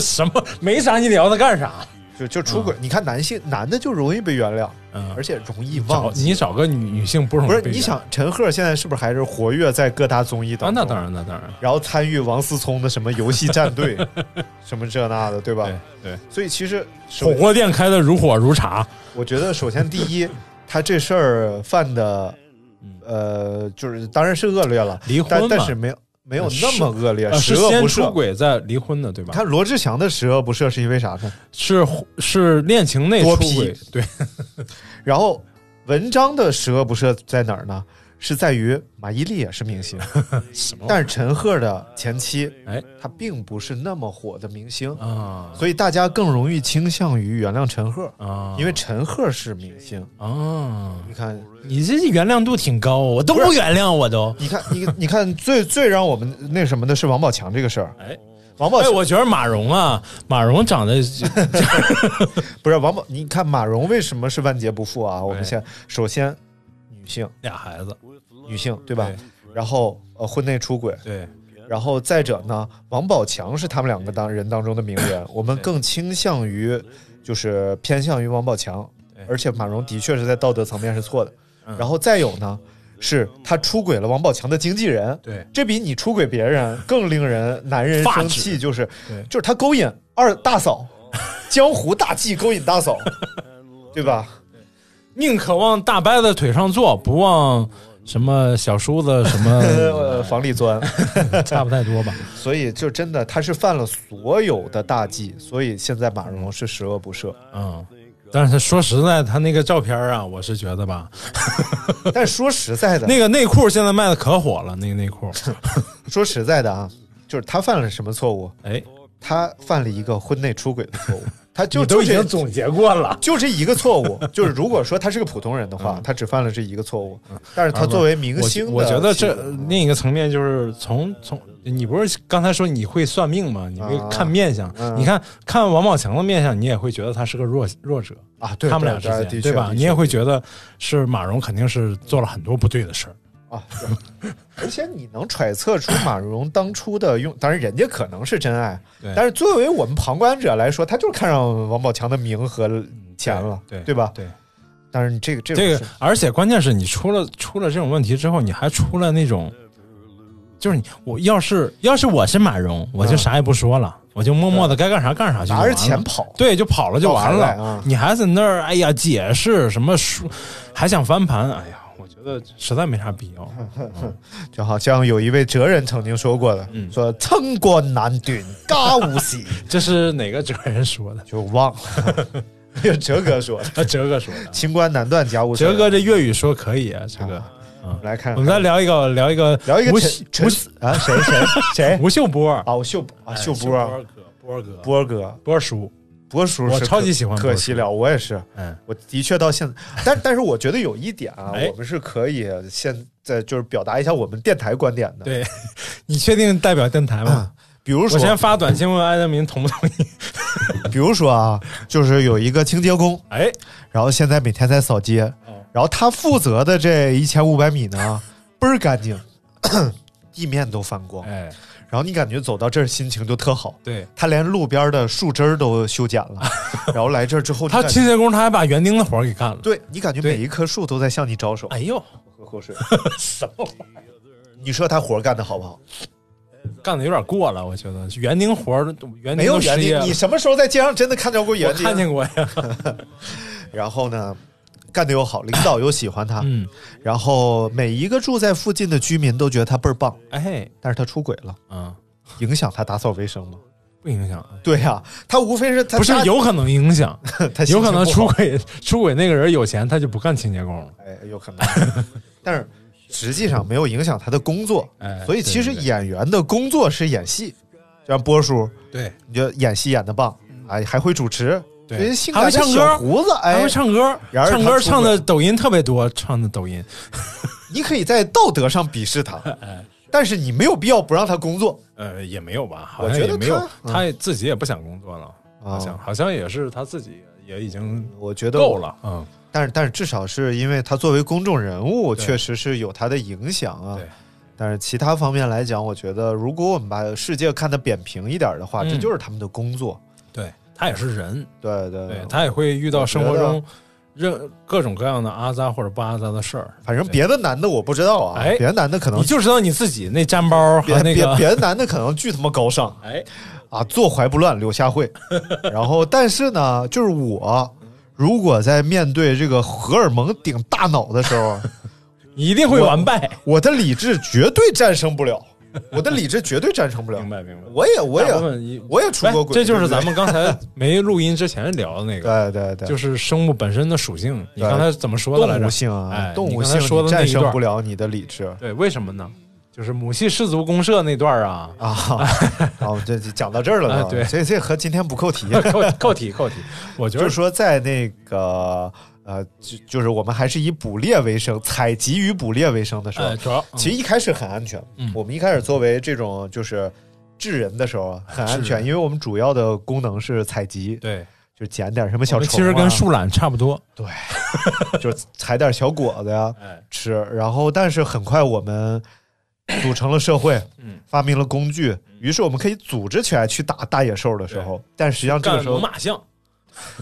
Speaker 5: 什么没啥你聊他干啥？
Speaker 3: 就就出轨。你看男性男的就容易被原谅，
Speaker 5: 嗯
Speaker 3: 而且容易
Speaker 5: 找
Speaker 3: 忘记。
Speaker 5: 你找个女女性不容易
Speaker 3: 不是
Speaker 5: 被
Speaker 3: 你
Speaker 5: 原
Speaker 3: 想陈赫现在是不是还是活跃在各大综艺
Speaker 5: 啊？
Speaker 3: 当中？
Speaker 5: 那当然，那当然，
Speaker 3: 然后参与王思聪的什么游戏战
Speaker 5: <laughs>
Speaker 3: 队，什么这那的，对吧？
Speaker 5: 对对。
Speaker 3: 所以其实首
Speaker 5: 火锅店开的如火如茶，
Speaker 3: 我觉得首先第一，他这事儿犯的，呃，就是当然是恶劣了，
Speaker 5: 离婚
Speaker 3: 但
Speaker 5: 嗯嘛
Speaker 3: 但是没有没有那么恶劣，
Speaker 5: 呃
Speaker 3: 十
Speaker 5: 是
Speaker 3: 恶
Speaker 5: 先
Speaker 3: 不
Speaker 5: 出
Speaker 3: 赦。
Speaker 5: 轨再离婚的，对吧？
Speaker 3: 你看罗志祥的十恶不赦是因为啥呢？
Speaker 5: 是是恋情内
Speaker 3: 多
Speaker 5: 出轨
Speaker 3: 批，
Speaker 5: 对，
Speaker 3: 然后文章的十恶不赦在哪儿呢？是在于马伊琍也是明
Speaker 5: <laughs>
Speaker 3: 星，但是陈赫的前妻，
Speaker 5: 哎，
Speaker 3: 她并不是那么火的明星，
Speaker 5: 啊
Speaker 3: 所以大家更容易倾向于原谅陈赫，
Speaker 5: 啊
Speaker 3: 因为陈赫是明星。
Speaker 5: 啊，
Speaker 3: 你看，
Speaker 6: 你这原谅度挺高，我都不原谅，我
Speaker 3: <laughs>
Speaker 6: 都。
Speaker 3: 你看，你你看，最最让我们那什么的是王宝强这个事儿。
Speaker 5: 哎，
Speaker 3: 王宝
Speaker 5: 哎，
Speaker 3: 强、
Speaker 5: 我觉得马蓉啊，马蓉长得
Speaker 3: 不是王宝，你看马蓉为什么是万劫不复啊？我
Speaker 5: 哎
Speaker 3: 们先首先女性，
Speaker 5: 俩孩子，
Speaker 3: 女性 <laughs> 对吧？
Speaker 5: 对
Speaker 3: 然后呃，婚内出轨，
Speaker 5: 对， <laughs>
Speaker 3: 然后再者呢，王宝强是他们两个当人当中的名
Speaker 5: <laughs>
Speaker 3: 人，我们更倾向于就是偏向于王宝强
Speaker 5: 对，
Speaker 3: 而且马蓉的确是在道德层面是错的。
Speaker 5: 嗯
Speaker 3: 然后再有呢，是他出轨了王宝强的经纪人，
Speaker 5: 对，
Speaker 3: 这比你出轨别人更令人男人
Speaker 5: 发
Speaker 3: 生
Speaker 5: 指
Speaker 3: 气，就是
Speaker 5: 对
Speaker 3: 就是他勾引二大
Speaker 5: <laughs>
Speaker 3: 嫂，江湖大忌勾引大嫂，对吧？
Speaker 5: 宁可往大伯的腿上坐，不往什么小叔子什
Speaker 3: <laughs> 呃，
Speaker 5: 么，
Speaker 3: 房里钻。
Speaker 5: 差不太多吧？
Speaker 3: 所以就真的他是犯了所有的大忌，所以现在马蓉是十恶不赦。
Speaker 5: 嗯。但是说实在，他那个照片啊，我是觉得吧，
Speaker 3: 但说实在的，
Speaker 5: 那个内裤现在卖的可火了，那个
Speaker 3: <laughs>
Speaker 5: 内裤，
Speaker 3: 说实在的啊，就是他犯了什么错误？
Speaker 5: 哎，
Speaker 3: 他犯了一个婚内出轨的错误，
Speaker 5: <laughs>
Speaker 3: 他就
Speaker 5: 你都
Speaker 3: 就
Speaker 5: 已
Speaker 3: 这
Speaker 5: 经总结过
Speaker 3: <laughs>
Speaker 5: 了，
Speaker 3: 就这一个错
Speaker 5: <laughs>
Speaker 3: 误，就是如果说他是个普通人的话，他只犯了这一个错误。但是他作为明星的
Speaker 5: 嗯我，我觉得这
Speaker 3: 其实
Speaker 5: 呃另一个层面就是从从你不是刚才说你会算命吗？你会看面相，
Speaker 3: 嗯
Speaker 5: 你看看王宝强的面相，你也会觉得他是个弱弱者，
Speaker 3: 啊，对
Speaker 5: 他们
Speaker 3: 对
Speaker 5: 俩之
Speaker 3: 对
Speaker 5: 间
Speaker 3: 的确
Speaker 5: 对吧？
Speaker 3: 的确
Speaker 5: 你也会觉得是马蓉肯定是做了很多不对的事儿，
Speaker 3: 啊，对而且你能揣测出马蓉当初的用，当然人家可能是真爱
Speaker 5: 对，
Speaker 3: 但是作为我们旁观者来说，他就是看上王宝强的名和钱了，
Speaker 5: 嗯对
Speaker 3: 吧？
Speaker 5: 对。
Speaker 3: 当然这个这
Speaker 5: 这
Speaker 3: 个
Speaker 5: 个啊
Speaker 3: 是，
Speaker 5: 而且关键是你出了出了这种问题之后，你还出了那种，就是你我要是要是我是马蓉，我就啥也不说了，我就默默的该干啥干啥去，
Speaker 3: 嗯拿着钱。跑，
Speaker 5: 对，就跑了就完了。
Speaker 3: 到海外啊
Speaker 5: 你还在那儿，哎呀，解释什么说，还想翻盘，哎呀，我觉得实在没啥必要。
Speaker 3: 嗯就好像有一位哲人曾经说过的，
Speaker 5: 嗯
Speaker 3: 说“曾国难断，家务事
Speaker 5: 这是哪个哲人说 <laughs> 的”，？
Speaker 3: 就忘了。那是哲哥说的
Speaker 5: 啊，哲哥说的。 <laughs>
Speaker 3: “清官难断家务事”。
Speaker 5: 哲哥这粤语说可以啊，这个。
Speaker 3: 我们来看，
Speaker 5: 我们再聊一个，聊一个，
Speaker 3: 聊一个
Speaker 5: 吴
Speaker 3: 陈
Speaker 5: 秀
Speaker 3: 陈啊，谁
Speaker 5: <laughs>
Speaker 3: 谁谁
Speaker 5: 吴秀波，
Speaker 3: 啊？我秀啊，
Speaker 5: 哎
Speaker 3: 秀波啊，
Speaker 5: 哥，波哥，
Speaker 3: 波
Speaker 5: 波
Speaker 3: 哥，
Speaker 5: 波叔，
Speaker 3: 波叔是
Speaker 5: 我
Speaker 3: 可
Speaker 5: 超级喜欢波叔
Speaker 3: 可惜了，我也是，
Speaker 5: 嗯，
Speaker 3: 我的确到现在，但但是我觉得有一点啊，
Speaker 5: 哎
Speaker 3: 我们是可以现在就是表达一下我们电台观点的，
Speaker 5: 对 <laughs> 你确定代表电台吗？
Speaker 3: 比如
Speaker 5: 我先
Speaker 3: 说，
Speaker 5: 发短信问艾德明同不同意？
Speaker 3: 比如说啊，就是有一个清洁工，
Speaker 5: 哎，
Speaker 3: 然后现在每天在扫街，
Speaker 5: 哦
Speaker 3: 然后他负责的这一千五百米
Speaker 5: <laughs>
Speaker 3: 呢，倍儿干净， <clears throat> 地面都泛光，
Speaker 5: 哎，
Speaker 3: 然后你感觉走到这儿心情就特好。
Speaker 5: 对
Speaker 3: 他连路边的树枝儿都修剪
Speaker 5: <laughs>
Speaker 3: 了，然后来这儿之后，你
Speaker 5: 他
Speaker 3: 感觉
Speaker 5: 清洁工，他还把园丁的活儿给干了。
Speaker 3: 对你感觉
Speaker 5: 对
Speaker 3: 每一棵树都在向你招手。
Speaker 5: 哎呦，
Speaker 3: 喝口水，
Speaker 5: 什么玩意儿？
Speaker 3: <laughs> 你说他活儿干的好不
Speaker 5: <laughs>
Speaker 3: 好？
Speaker 5: 干的有点过了，我觉得园丁活儿，园
Speaker 3: 没
Speaker 5: 丁
Speaker 3: 有
Speaker 5: 都
Speaker 3: 园
Speaker 5: 失业
Speaker 3: 丁，
Speaker 5: 了
Speaker 3: 你。什么时候在街上真的看到过
Speaker 5: 啊我
Speaker 3: 园
Speaker 5: 看
Speaker 3: 丁？
Speaker 5: 见过呀，
Speaker 3: 然后呢，干的又好，领导又喜欢他，
Speaker 5: <laughs> 嗯，
Speaker 3: 然后每一个住在附近的居民都觉得他倍儿棒，
Speaker 5: 哎，
Speaker 3: 但是他出轨了，
Speaker 5: 啊，
Speaker 3: 影响他打扫卫生吗？
Speaker 5: 不影响，
Speaker 3: 对呀、他无非是他
Speaker 5: 不是
Speaker 3: 他
Speaker 5: 有可能影响，
Speaker 3: <laughs> 他心情
Speaker 5: 有可能
Speaker 3: 不
Speaker 5: 出
Speaker 3: 好，
Speaker 5: 轨，出轨那个人有钱，他就不干清洁工了。
Speaker 3: 哎，有可能， <laughs> 但是实际上没有影响他的工作，
Speaker 5: 哎
Speaker 3: 所以其实
Speaker 5: 对对对
Speaker 3: 演员的工作是演戏，像波叔，
Speaker 5: 对，
Speaker 3: 你就演戏演的棒，哎，还会主持，
Speaker 5: 嗯对
Speaker 3: 人家性感的
Speaker 5: 还会唱
Speaker 3: 小
Speaker 5: 歌
Speaker 3: 胡子，
Speaker 5: 还
Speaker 3: 哎
Speaker 5: 会，唱歌，
Speaker 3: 然而他
Speaker 5: 唱歌
Speaker 3: 出轨
Speaker 5: 唱的抖音特别多，唱的抖音，
Speaker 3: 你可以在道德上鄙视
Speaker 5: <laughs>
Speaker 3: 他，
Speaker 5: 哎
Speaker 3: 但是你没有必要不让他工作。
Speaker 5: 呃，也没有吧，
Speaker 3: 我
Speaker 5: 好像
Speaker 3: 觉得
Speaker 5: 也没有
Speaker 3: 他，哦嗯
Speaker 5: 他也自己也不想工作了，好像好像也是他自己也已经
Speaker 3: 嗯我觉得
Speaker 5: 够，了，嗯，
Speaker 3: 但是但是至少是因为他作为公众人物，
Speaker 5: 对
Speaker 3: 确实是有他的影响啊
Speaker 5: 对。
Speaker 3: 但是其他方面来讲，我觉得如果我们把世界看得扁平一点的话，
Speaker 5: 嗯
Speaker 3: 这就是他们的工作。
Speaker 5: 对他也是人，
Speaker 3: 对对
Speaker 5: 对他也会遇到生活
Speaker 3: 哎我觉
Speaker 5: 中任各种各样的阿扎或者不阿扎的事儿。
Speaker 3: 反正别的男的我不知道啊，
Speaker 5: 哎
Speaker 3: 别的男的可能
Speaker 5: 你就知道你自己那粘包
Speaker 3: 别
Speaker 5: 和那
Speaker 3: 别
Speaker 5: 个
Speaker 3: 别的男的可能巨他妈高尚
Speaker 5: 哎，
Speaker 3: 啊，坐怀不乱柳下
Speaker 5: <laughs>
Speaker 3: 惠。然后，但是呢，就是我如果在面对这个荷尔蒙顶大脑的时候，
Speaker 5: 你一定会完败。 <laughs>
Speaker 3: 我的理智绝对战胜不了。我的理智绝对战胜不了。明
Speaker 5: 白明白。
Speaker 3: 我也我
Speaker 5: 大部分一
Speaker 3: 也我也 <laughs> 出过
Speaker 5: 哎
Speaker 3: 轨，
Speaker 5: 这就
Speaker 3: 对不
Speaker 5: 是
Speaker 3: 对
Speaker 5: 咱们刚才没录音之前聊的那个，
Speaker 3: 对对对，
Speaker 5: 就是生物本身的属性。你刚才怎么说的来着？
Speaker 3: 动物性啊
Speaker 5: 哎，
Speaker 3: 动
Speaker 5: 你
Speaker 3: 物
Speaker 5: 刚才
Speaker 3: 性
Speaker 5: 说的
Speaker 3: 你
Speaker 5: 那
Speaker 3: 战
Speaker 5: 一段
Speaker 3: 胜不了你的理智
Speaker 5: 对，为什么呢？就是母系氏族公社那段啊， <laughs>
Speaker 3: 啊。好，这这讲到这儿了
Speaker 5: 啊
Speaker 3: 呢，
Speaker 5: 对
Speaker 3: 这这和今天不扣
Speaker 5: <laughs>
Speaker 3: 题。
Speaker 5: 扣扣题扣题，我觉
Speaker 3: 就是
Speaker 5: 得
Speaker 3: 说在那个呃，就就是我们还是以捕猎为生，采集与捕猎为生的时候
Speaker 5: 呃，主要
Speaker 3: 其实一开始很安全。
Speaker 5: 嗯
Speaker 3: 我们一开始作为这种就是智人的时候啊很安
Speaker 5: 智
Speaker 3: 全，
Speaker 5: 人
Speaker 3: 因为我们主要的功能是采集，
Speaker 5: 对，
Speaker 3: 就捡点什么
Speaker 5: 我
Speaker 3: 小
Speaker 5: 们
Speaker 3: 虫、啊，
Speaker 5: 其实跟树懒差不多。
Speaker 3: 就是采点小果子呀
Speaker 5: 哎
Speaker 3: 吃。然后，但是很快我们组成了社会，
Speaker 5: 嗯
Speaker 3: 发明了工具，于是我们可以组织起来去打大野兽的时候，但实际上这个
Speaker 6: 干
Speaker 3: 时
Speaker 6: 猛
Speaker 3: 候
Speaker 6: 犸象，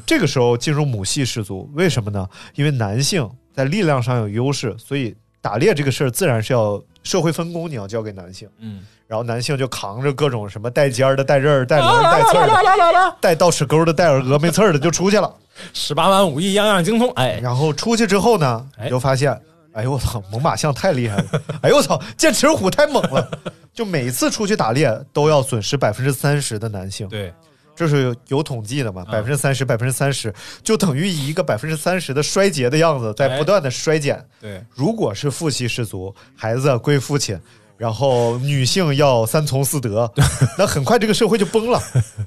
Speaker 3: 这个时候进入母系氏族，为什么呢？因为男性在力量上有优势，所以打猎这个事儿自然是要社会分工，你要交给男性。
Speaker 5: 嗯，
Speaker 3: 然后男性就扛着各种什么带尖儿的、带刃儿、带轮儿、带刺儿的、带倒齿钩的、带耳峨眉刺儿的就出去了。
Speaker 5: 十八般武艺样样精通，哎，
Speaker 3: 然后出去之后呢，
Speaker 5: 哎
Speaker 3: 你就发现，哎呦我操，猛犸象太厉
Speaker 5: <laughs>
Speaker 3: 害了！哎呦我操，剑齿虎太猛了！就每次出去打猎都要损失百分之三十的男性，
Speaker 5: 对，啊
Speaker 3: 这是有有统计的嘛？百分之三十，百分之三十，就等于一个百分之三十的衰竭的样子
Speaker 5: 哎
Speaker 3: 在不断的衰减。
Speaker 5: 对，
Speaker 3: 如果是父系氏族，孩子归父亲，然后女性要三从四
Speaker 5: <laughs>
Speaker 3: 德，那很快这个社会就崩了，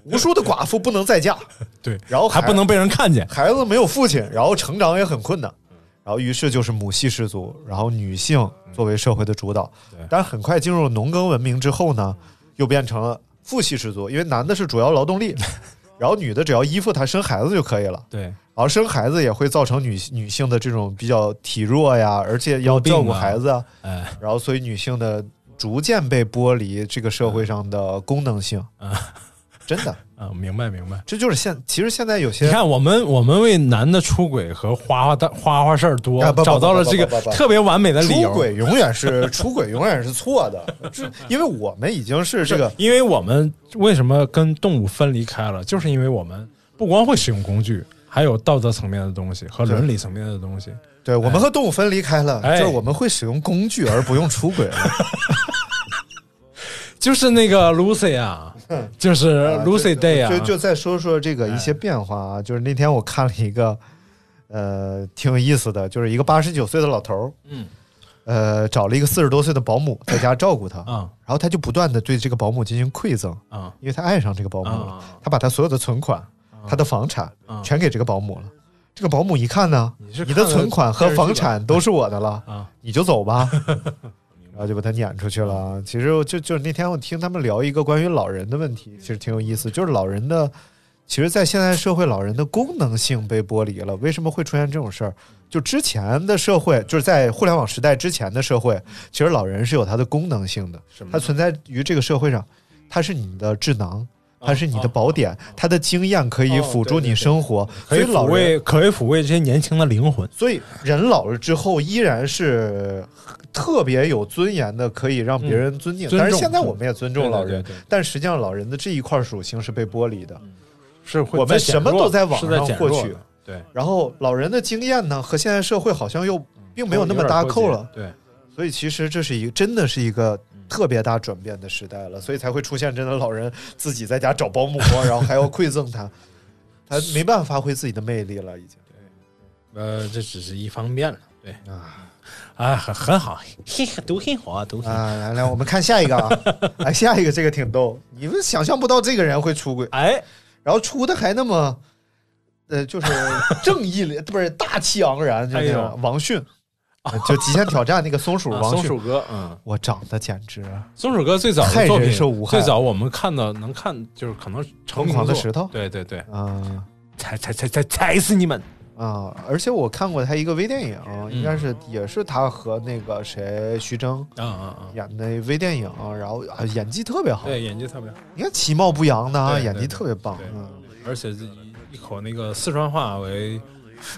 Speaker 3: 无数的寡妇不能再嫁，
Speaker 5: 对，
Speaker 3: 然后
Speaker 5: 还不能被人看见。
Speaker 3: 孩子没有父亲，然后成长也很困难，
Speaker 5: 嗯
Speaker 3: 然后于是就是母系氏族，然后女性作为社会的主导
Speaker 5: 对。
Speaker 3: 但很快进入农耕文明之后呢，又变成了父系氏族，因为男的是主要劳
Speaker 5: <laughs>
Speaker 3: 动力，然后女的只要依附他生孩子就可以了。
Speaker 5: 对，
Speaker 3: 然后生孩子也会造成女女性的这种比较体弱呀，而且要照顾孩子啊，
Speaker 5: 哎，
Speaker 3: 然后所以女性的逐渐被剥离这个社会上的功能性。
Speaker 5: 嗯
Speaker 3: 真的，
Speaker 5: 啊，明白明白。
Speaker 3: 这就是现其实现在有
Speaker 5: 你
Speaker 3: 些
Speaker 5: 看，我们我们为男的出轨和花花的花花事儿多
Speaker 3: 啊不，不
Speaker 5: 找到了这个
Speaker 3: 不不不不
Speaker 5: 特别完美的理由。
Speaker 3: 出轨永远是出轨， <laughs> 永远是错的，是因为我们已经是这个
Speaker 5: 因为我们为什么跟动物分离开了，就是因为我们不光会使用工具，还有道德层面的东西和伦理层面的东西。
Speaker 3: 对，我们和动物分离开了，
Speaker 5: 哎
Speaker 3: 就是我们会使用工具而不用出轨了。
Speaker 5: <laughs> 就是那个
Speaker 3: <laughs>
Speaker 5: Lucy 啊，就是
Speaker 3: 啊
Speaker 5: Lucy
Speaker 3: 就
Speaker 5: Day 啊，
Speaker 3: 就就再说说这个一些变化啊，就是那天我看了一个，呃，挺有意思的，就是一个八十九岁的老头儿，
Speaker 5: 嗯，
Speaker 3: 呃，找了一个四十多岁的保姆在家照顾他，
Speaker 5: 啊
Speaker 3: 然后他就不断的对这个保姆进行馈赠，
Speaker 5: 啊
Speaker 3: 因为他爱上这个保姆了，
Speaker 5: 啊！
Speaker 3: 他把他所有的存款、
Speaker 5: 嗯
Speaker 3: 他的房产
Speaker 5: 啊
Speaker 3: 全给这个保姆了。这个保姆一看呢，
Speaker 5: 你是
Speaker 3: 你
Speaker 5: 看
Speaker 3: 的
Speaker 5: 了
Speaker 3: 存款和房产都是我的了，
Speaker 5: 啊
Speaker 3: 你就走
Speaker 5: <laughs>
Speaker 3: 吧。然后就把他撵出去了。其实就就是那天我听他们聊一个关于老人的问题，其实挺有意思。就是老人的，其实，在现代社会，老人的功能性被剥离了。为什么会出现这种事儿？就之前的社会，就是在互联网时代之前的社会，其实老人是有它的功能性的，它存在于这个社会上，它是你的智囊，它是
Speaker 5: 哦
Speaker 3: 你的宝典，它的经验可以辅助你生活，
Speaker 5: 可以
Speaker 3: 所以老
Speaker 5: 抚
Speaker 3: 人
Speaker 5: 慰，可以抚慰这些年轻的灵魂。
Speaker 3: 所以人老了之后依然是特别有尊严的，可以让别人尊敬。
Speaker 5: 嗯尊重
Speaker 3: 但是现在我们也尊重老人，
Speaker 5: 对对对对
Speaker 3: 但实际上老人的这一块属性是被剥离的。
Speaker 5: 是会
Speaker 3: 我们
Speaker 5: 在减
Speaker 3: 什么
Speaker 5: 弱
Speaker 3: 都在网
Speaker 5: 是在
Speaker 3: 上
Speaker 5: 减
Speaker 3: 获
Speaker 5: 弱
Speaker 3: 取
Speaker 5: 的，对，
Speaker 3: 然后老人的经验呢，和现在社会好像又并没有那么搭扣了。
Speaker 5: 对，
Speaker 3: 所以其实这是一个真的是一个特别大转变的时代了，所以才会出现真的老人自己在家找保姆，啊然后还要馈赠他，他没办法发挥自己的魅力了，已经。
Speaker 5: 呃，这只是一方面了，对啊，哎，很很好， <laughs> 嘿，都很好，啊，都很好。
Speaker 3: 啊，来来，我们看下一个啊，
Speaker 5: <laughs>
Speaker 3: 哎，下一个这个挺逗，你们想象不到这个人会出轨，
Speaker 5: 哎，
Speaker 3: 然后出的还那么，呃，
Speaker 5: <laughs>
Speaker 3: 就是正义里不是大气昂然，就那
Speaker 5: 哎呦
Speaker 3: 种王迅，呃就《极限挑战》那个松鼠
Speaker 5: 啊
Speaker 3: 王
Speaker 5: 松
Speaker 3: 迅
Speaker 5: 鼠，哥，嗯，
Speaker 3: 我长得简直
Speaker 5: 松鼠哥最早
Speaker 3: 害
Speaker 5: 的作
Speaker 3: 人
Speaker 5: 品
Speaker 3: 受无害
Speaker 5: 最早我们看到能看就是可能成
Speaker 3: 疯狂的石头
Speaker 5: 对对对，
Speaker 3: 啊
Speaker 5: 踩踩踩踩踩死你们！
Speaker 3: 啊！而且我看过他一个微电影，应
Speaker 5: 嗯
Speaker 3: 该是也是他和那个谁徐峥
Speaker 5: 啊啊
Speaker 3: 演的微电影，然后啊演技特别
Speaker 5: 啊！
Speaker 3: 好，
Speaker 5: 对，演技特别好，
Speaker 3: 你看其貌不扬的啊，
Speaker 5: 对对
Speaker 3: 演技
Speaker 5: 对
Speaker 3: 特别棒，
Speaker 5: 对
Speaker 3: 嗯。
Speaker 5: 而且是以一口那个四川话为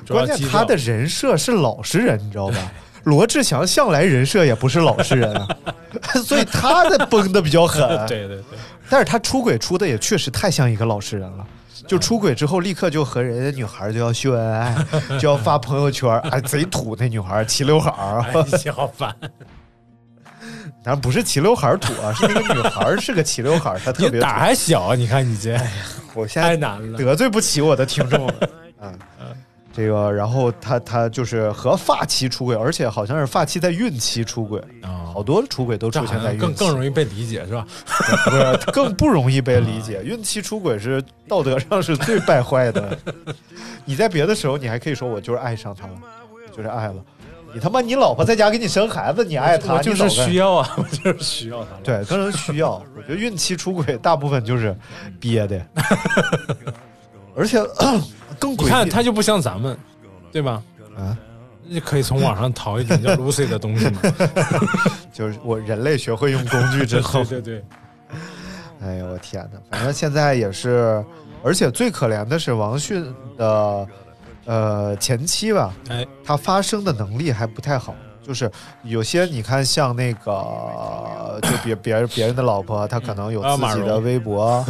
Speaker 5: 主要
Speaker 3: 关键
Speaker 5: 基调。
Speaker 3: 他的人设是老实人，你知道吧？ <laughs> 罗志祥向来人设也不是老实人啊，所以他的崩的比较狠。
Speaker 5: <laughs> 对对对，
Speaker 3: 但是他出轨出的也确实太像一个老实人了。就出轨之后，立刻就和人家女孩就要秀恩爱，就要发哎
Speaker 5: 哎
Speaker 3: <laughs> 朋友圈，哎，贼土那女孩，齐刘海儿，
Speaker 5: 哎，好烦。
Speaker 3: 然后不是齐刘海儿土啊，是那个女孩儿是个齐刘海儿，她特
Speaker 5: 你哎
Speaker 3: 别土。
Speaker 5: 胆儿还小，你看你这
Speaker 3: 我现
Speaker 5: <laughs> 太
Speaker 3: 在
Speaker 5: 难
Speaker 3: <laughs>
Speaker 5: 了。
Speaker 3: 得罪不起我的听众了啊。这个，然后他他就是和发妻出轨，而且好像是发妻在孕期出轨，
Speaker 5: 啊
Speaker 3: 好多出轨都
Speaker 5: 这
Speaker 3: 出
Speaker 5: 好
Speaker 3: 现在
Speaker 5: 像
Speaker 3: 孕
Speaker 5: 更
Speaker 3: 期
Speaker 5: 更容易被理解是吧？
Speaker 3: 不是更不容易被理
Speaker 5: <laughs> 嗯
Speaker 3: 解。孕期出轨是道德上是最败坏的。 <laughs> 你在别的时候，你还可以说我就是爱上他了，我就是爱了。你他妈，你老婆在家给你生孩子，你爱她，
Speaker 5: 我 <laughs> 就
Speaker 3: 你早
Speaker 5: 是
Speaker 3: 干
Speaker 5: 需要啊，我 <laughs> 就是需要他了。
Speaker 3: <laughs> 对，个人需要。我觉得孕期出轨大部分就是憋
Speaker 5: <laughs>
Speaker 3: 的，而且 <coughs> 更诡异。
Speaker 5: 你看他就不像咱们，对吧？
Speaker 3: 啊，
Speaker 5: 你可以从网上淘一点叫 Lucy 的东西 <laughs> 嘛。
Speaker 3: 就是我人类学会用工具之后，
Speaker 5: <laughs> 对对对，
Speaker 3: 哎呦我天哪！反正现在也是，而且最可怜的是王迅的呃前妻吧，
Speaker 5: 哎，
Speaker 3: 她发声的能力还不太好，就是有些你看像那个就别别别人的老婆，她可能有
Speaker 5: 啊马
Speaker 3: 自己的
Speaker 5: 蓉
Speaker 3: 微博。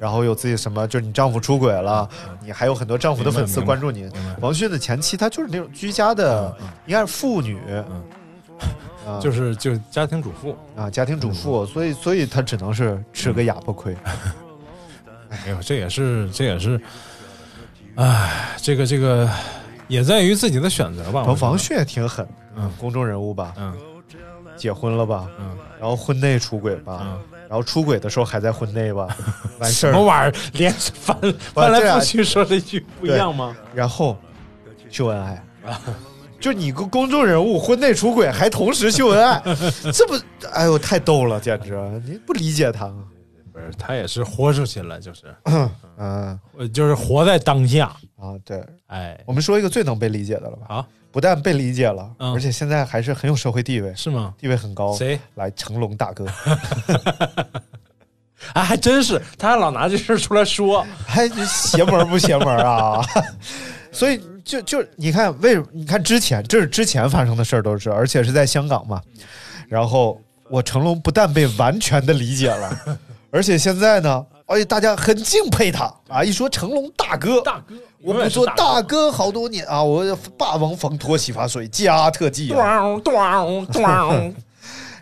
Speaker 3: 然后有自己什么，就是你丈夫出轨了，你还有很多丈夫的粉丝
Speaker 5: 明白嗯
Speaker 3: 关注你
Speaker 5: 明白。
Speaker 3: 王迅的前妻，她就是那种居家的，应该是妇女，啊
Speaker 5: 就是就是家庭主妇，
Speaker 3: 啊，家庭主
Speaker 5: 嗯
Speaker 3: 妇，所以所以她只能是吃个哑巴亏。
Speaker 5: 哎呦，这也是这也是，哎，这个这个也在于自己的选择吧。
Speaker 3: 然后
Speaker 5: 我觉得
Speaker 3: 王，迅也挺狠，
Speaker 5: 嗯
Speaker 3: 公众人物吧，
Speaker 5: 嗯
Speaker 3: 结婚了吧，
Speaker 5: 嗯，
Speaker 3: 然后婚内出轨吧，然后出轨的时候还在婚内
Speaker 5: <laughs>
Speaker 3: 吧，完事
Speaker 5: 哎什么
Speaker 3: 儿，
Speaker 5: 玩意儿，连翻翻
Speaker 3: 这
Speaker 5: 来
Speaker 3: 样
Speaker 5: 覆去说这句不一样吗？
Speaker 3: 然后秀恩爱。就你个公众人物婚内出轨，还同时秀恩爱，这不，哎呦，太逗了，简直！你不理解他，啊
Speaker 5: 不是，他也是豁出去了，就是
Speaker 3: 嗯
Speaker 5: 呃就是活在当下。
Speaker 3: 啊，对，
Speaker 5: 哎，
Speaker 3: 我们说一个最能被理解的了吧？
Speaker 5: 好，
Speaker 3: 不但被理解了，
Speaker 5: 嗯
Speaker 3: 而且现在还是很有社会地位，
Speaker 5: 是吗？
Speaker 3: 地位很高。
Speaker 5: 谁？
Speaker 3: 来，成龙大哥， <laughs>
Speaker 5: 哎，还真是，他还老拿这事儿出来说。
Speaker 3: 还哎邪门儿不邪门儿啊？ <laughs> 所以就就你看，为什么？你看之前，这是之前发生的事儿，都是，而且是在香港嘛。然后我成龙不但被完全的理解了， <laughs> 而且现在呢，哎，大家很敬佩他啊！一说成龙大哥，
Speaker 5: 大哥，
Speaker 3: 我们做大哥好多年啊，我霸王防脱洗发水加特技啊、
Speaker 5: 咚咚咚，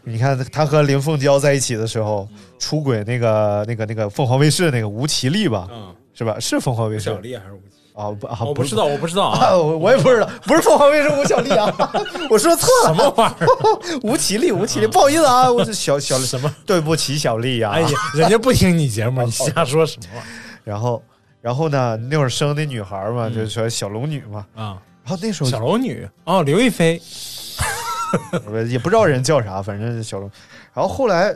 Speaker 3: 你看他和林凤娇在一起的时候，
Speaker 5: 嗯
Speaker 3: 出轨那个那个那个凤凰卫视那个吴绮莉吧，
Speaker 5: 嗯，
Speaker 3: 是吧？是凤凰卫视
Speaker 5: 小
Speaker 3: 啊
Speaker 5: 丽还是吴奇？？
Speaker 3: 不啊，
Speaker 5: 我不
Speaker 3: 是
Speaker 5: 知道，我不知道啊
Speaker 3: 啊，，我我也不知
Speaker 5: <laughs>
Speaker 3: 道，不是凤凰卫视吴小莉啊， <laughs> 我说错
Speaker 5: 什
Speaker 3: 了，
Speaker 5: 么玩意儿？啊
Speaker 3: <laughs>
Speaker 5: 嗯
Speaker 3: 吴绮莉，吴绮莉，不好意思啊，我是小小
Speaker 5: 什么？
Speaker 3: 对不起小丽啊。
Speaker 5: <laughs> 哎呀，人家不听你节目，你瞎说什么玩意
Speaker 3: 然后然后呢，那会儿生那女孩
Speaker 5: 嗯
Speaker 3: 嘛，就说小龙女嘛，
Speaker 5: 儿啊？
Speaker 3: 然后那时候
Speaker 5: 小龙女哦，刘亦菲，
Speaker 3: 也不知道人叫啥，反正是小龙。然后后来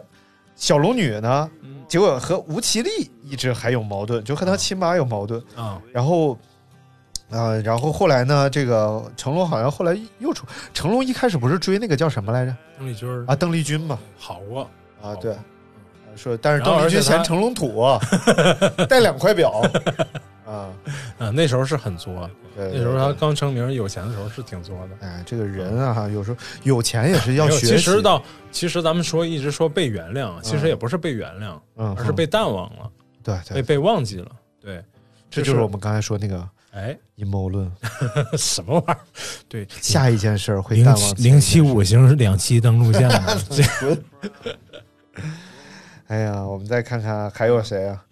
Speaker 3: 小龙女呢，
Speaker 5: 嗯
Speaker 3: 结果和吴绮莉一直还有矛盾，就和她亲妈有矛盾。
Speaker 5: 啊，
Speaker 3: 然后，呃，然后后来呢，这个成龙好像后来又出，成龙一开始不是追那个叫什么来着？
Speaker 5: 邓丽君儿
Speaker 3: 啊，邓丽君嘛，
Speaker 5: 好过，
Speaker 3: 啊，
Speaker 5: 哦
Speaker 3: 对，说但是
Speaker 5: 然
Speaker 3: 邓
Speaker 5: 后
Speaker 3: 丽
Speaker 5: 而且
Speaker 3: 君嫌
Speaker 5: 他
Speaker 3: 成龙土
Speaker 5: <laughs>
Speaker 3: 啊，带两块表啊，
Speaker 5: 嗯，那时候是很作，
Speaker 3: 对，
Speaker 5: 那时候
Speaker 3: 对
Speaker 5: 她
Speaker 3: 对
Speaker 5: 刚成名有钱的时候是挺作的。
Speaker 3: 哎，这个人啊，有时候有钱也是要
Speaker 5: 没有
Speaker 3: 学习，
Speaker 5: 其实到其实咱们说一直说被原谅，其实也不是被原谅，
Speaker 3: 嗯，
Speaker 5: 而是被淡忘了，
Speaker 3: 对
Speaker 5: 被
Speaker 3: 对，
Speaker 5: 被忘记了。对，
Speaker 3: 这就是我们刚才说那个
Speaker 5: 哎， <laughs>
Speaker 3: 阴谋论，
Speaker 5: 什么玩意儿？对，
Speaker 3: 下一件事儿会
Speaker 5: 零
Speaker 3: 淡
Speaker 5: 七
Speaker 3: 忘
Speaker 5: 零七五星是两栖登陆舰 <laughs> 的，这
Speaker 3: 哎呀，我们再看看还有谁啊？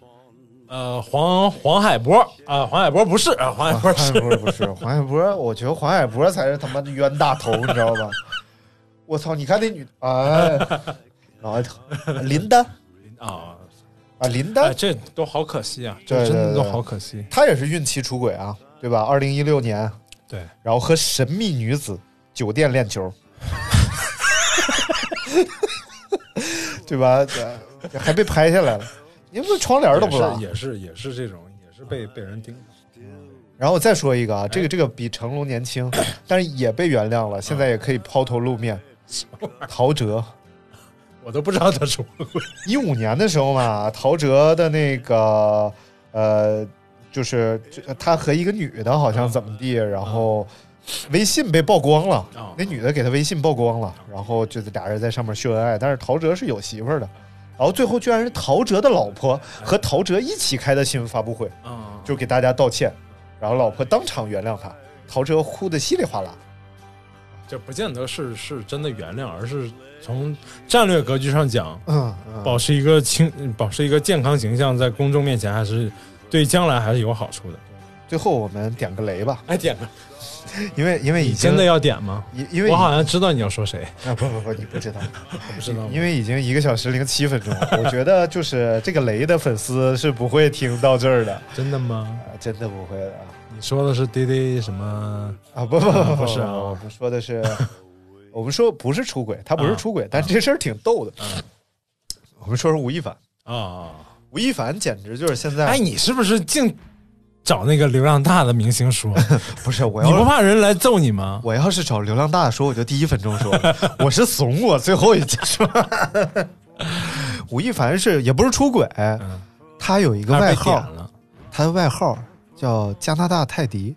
Speaker 5: 呃，黄黄海波啊、黄海波不是啊，黄海
Speaker 3: <laughs>
Speaker 5: 波
Speaker 3: 黄
Speaker 5: 是
Speaker 3: 海波不是黄海波，我觉得黄海波才是他妈的冤大头，你知道吧？我操！你看那女，哎，脑袋疼。林丹
Speaker 5: 啊，
Speaker 3: 啊，林
Speaker 5: 哎，
Speaker 3: 丹，
Speaker 5: 这都好可惜啊，
Speaker 3: 对
Speaker 5: 这真的
Speaker 3: 对
Speaker 5: 都
Speaker 3: 对
Speaker 5: 好可惜。
Speaker 3: 她也是孕期出轨啊，对吧？二零一六年，
Speaker 5: 对，
Speaker 3: 然后和神秘女子酒店练球，对吧？对还被拍下来了，因为窗帘都不拉。
Speaker 5: 也是也是也是这种，也是被被人盯上。
Speaker 3: 然后我再说一个啊，这个这个比成龙年轻， <clears throat> 但是也被原谅了，现在也可以抛头露面。陶喆，
Speaker 5: 我都不知道他出轨
Speaker 3: 一五年的时候嘛，陶喆的那个呃，就是就他和一个女的好像怎么地，然后微信被曝光了
Speaker 5: 啊，
Speaker 3: 那女的给他微信曝光了，然后就是俩人在上面秀恩爱，但是陶喆是有媳妇儿的，然后最后居然是陶喆的老婆和陶喆一起开的新闻发布会，
Speaker 5: 啊，
Speaker 3: 就给大家道歉，然后老婆当场原谅他，陶喆哭得稀里哗啦。
Speaker 5: 这不见得是是真的原谅，而是从战略格局上讲，
Speaker 3: 嗯，
Speaker 5: 保持一个清，保持一个健康形象，在公众面前还是对将来还是有好处的。
Speaker 3: 最后我们点个雷吧，
Speaker 5: 哎，点个，
Speaker 3: 因为因为已
Speaker 5: 你
Speaker 3: 经
Speaker 5: 真的要点吗？
Speaker 3: 因因为
Speaker 5: 我好像知道你要说谁，
Speaker 3: 啊不不不，你不知道，
Speaker 5: 不知道吗
Speaker 3: 因为已经一个小时零七分钟了， <laughs> 我觉得就是这个雷的粉丝是不会听到这儿的，
Speaker 5: 真的吗？
Speaker 3: 啊真的不会的啊
Speaker 5: 你说的是滴滴什么？
Speaker 3: 啊不不不
Speaker 5: 不是啊
Speaker 3: 我们说的是， <laughs> 我们说不是出轨，他不是
Speaker 5: 啊
Speaker 3: 出轨，但这事儿挺逗的
Speaker 5: 嗯。
Speaker 3: 我们说说吴亦凡，
Speaker 5: 啊，
Speaker 3: 吴亦凡简直就是现在
Speaker 5: 哎，你是不是净找那个流量大的明
Speaker 3: <laughs>
Speaker 5: 星说？
Speaker 3: 不是我
Speaker 5: 你不
Speaker 3: 要
Speaker 5: 怕人来揍你吗？
Speaker 3: 我要是找流量大的说，我就第一分钟
Speaker 5: <laughs>
Speaker 3: 说，我是怂，我最后一家说。吴亦凡是也不是出轨，他有一个
Speaker 5: 还
Speaker 3: 外
Speaker 5: 是嗯被点
Speaker 3: 号，
Speaker 5: 了，
Speaker 3: 他的外号叫加拿大泰迪，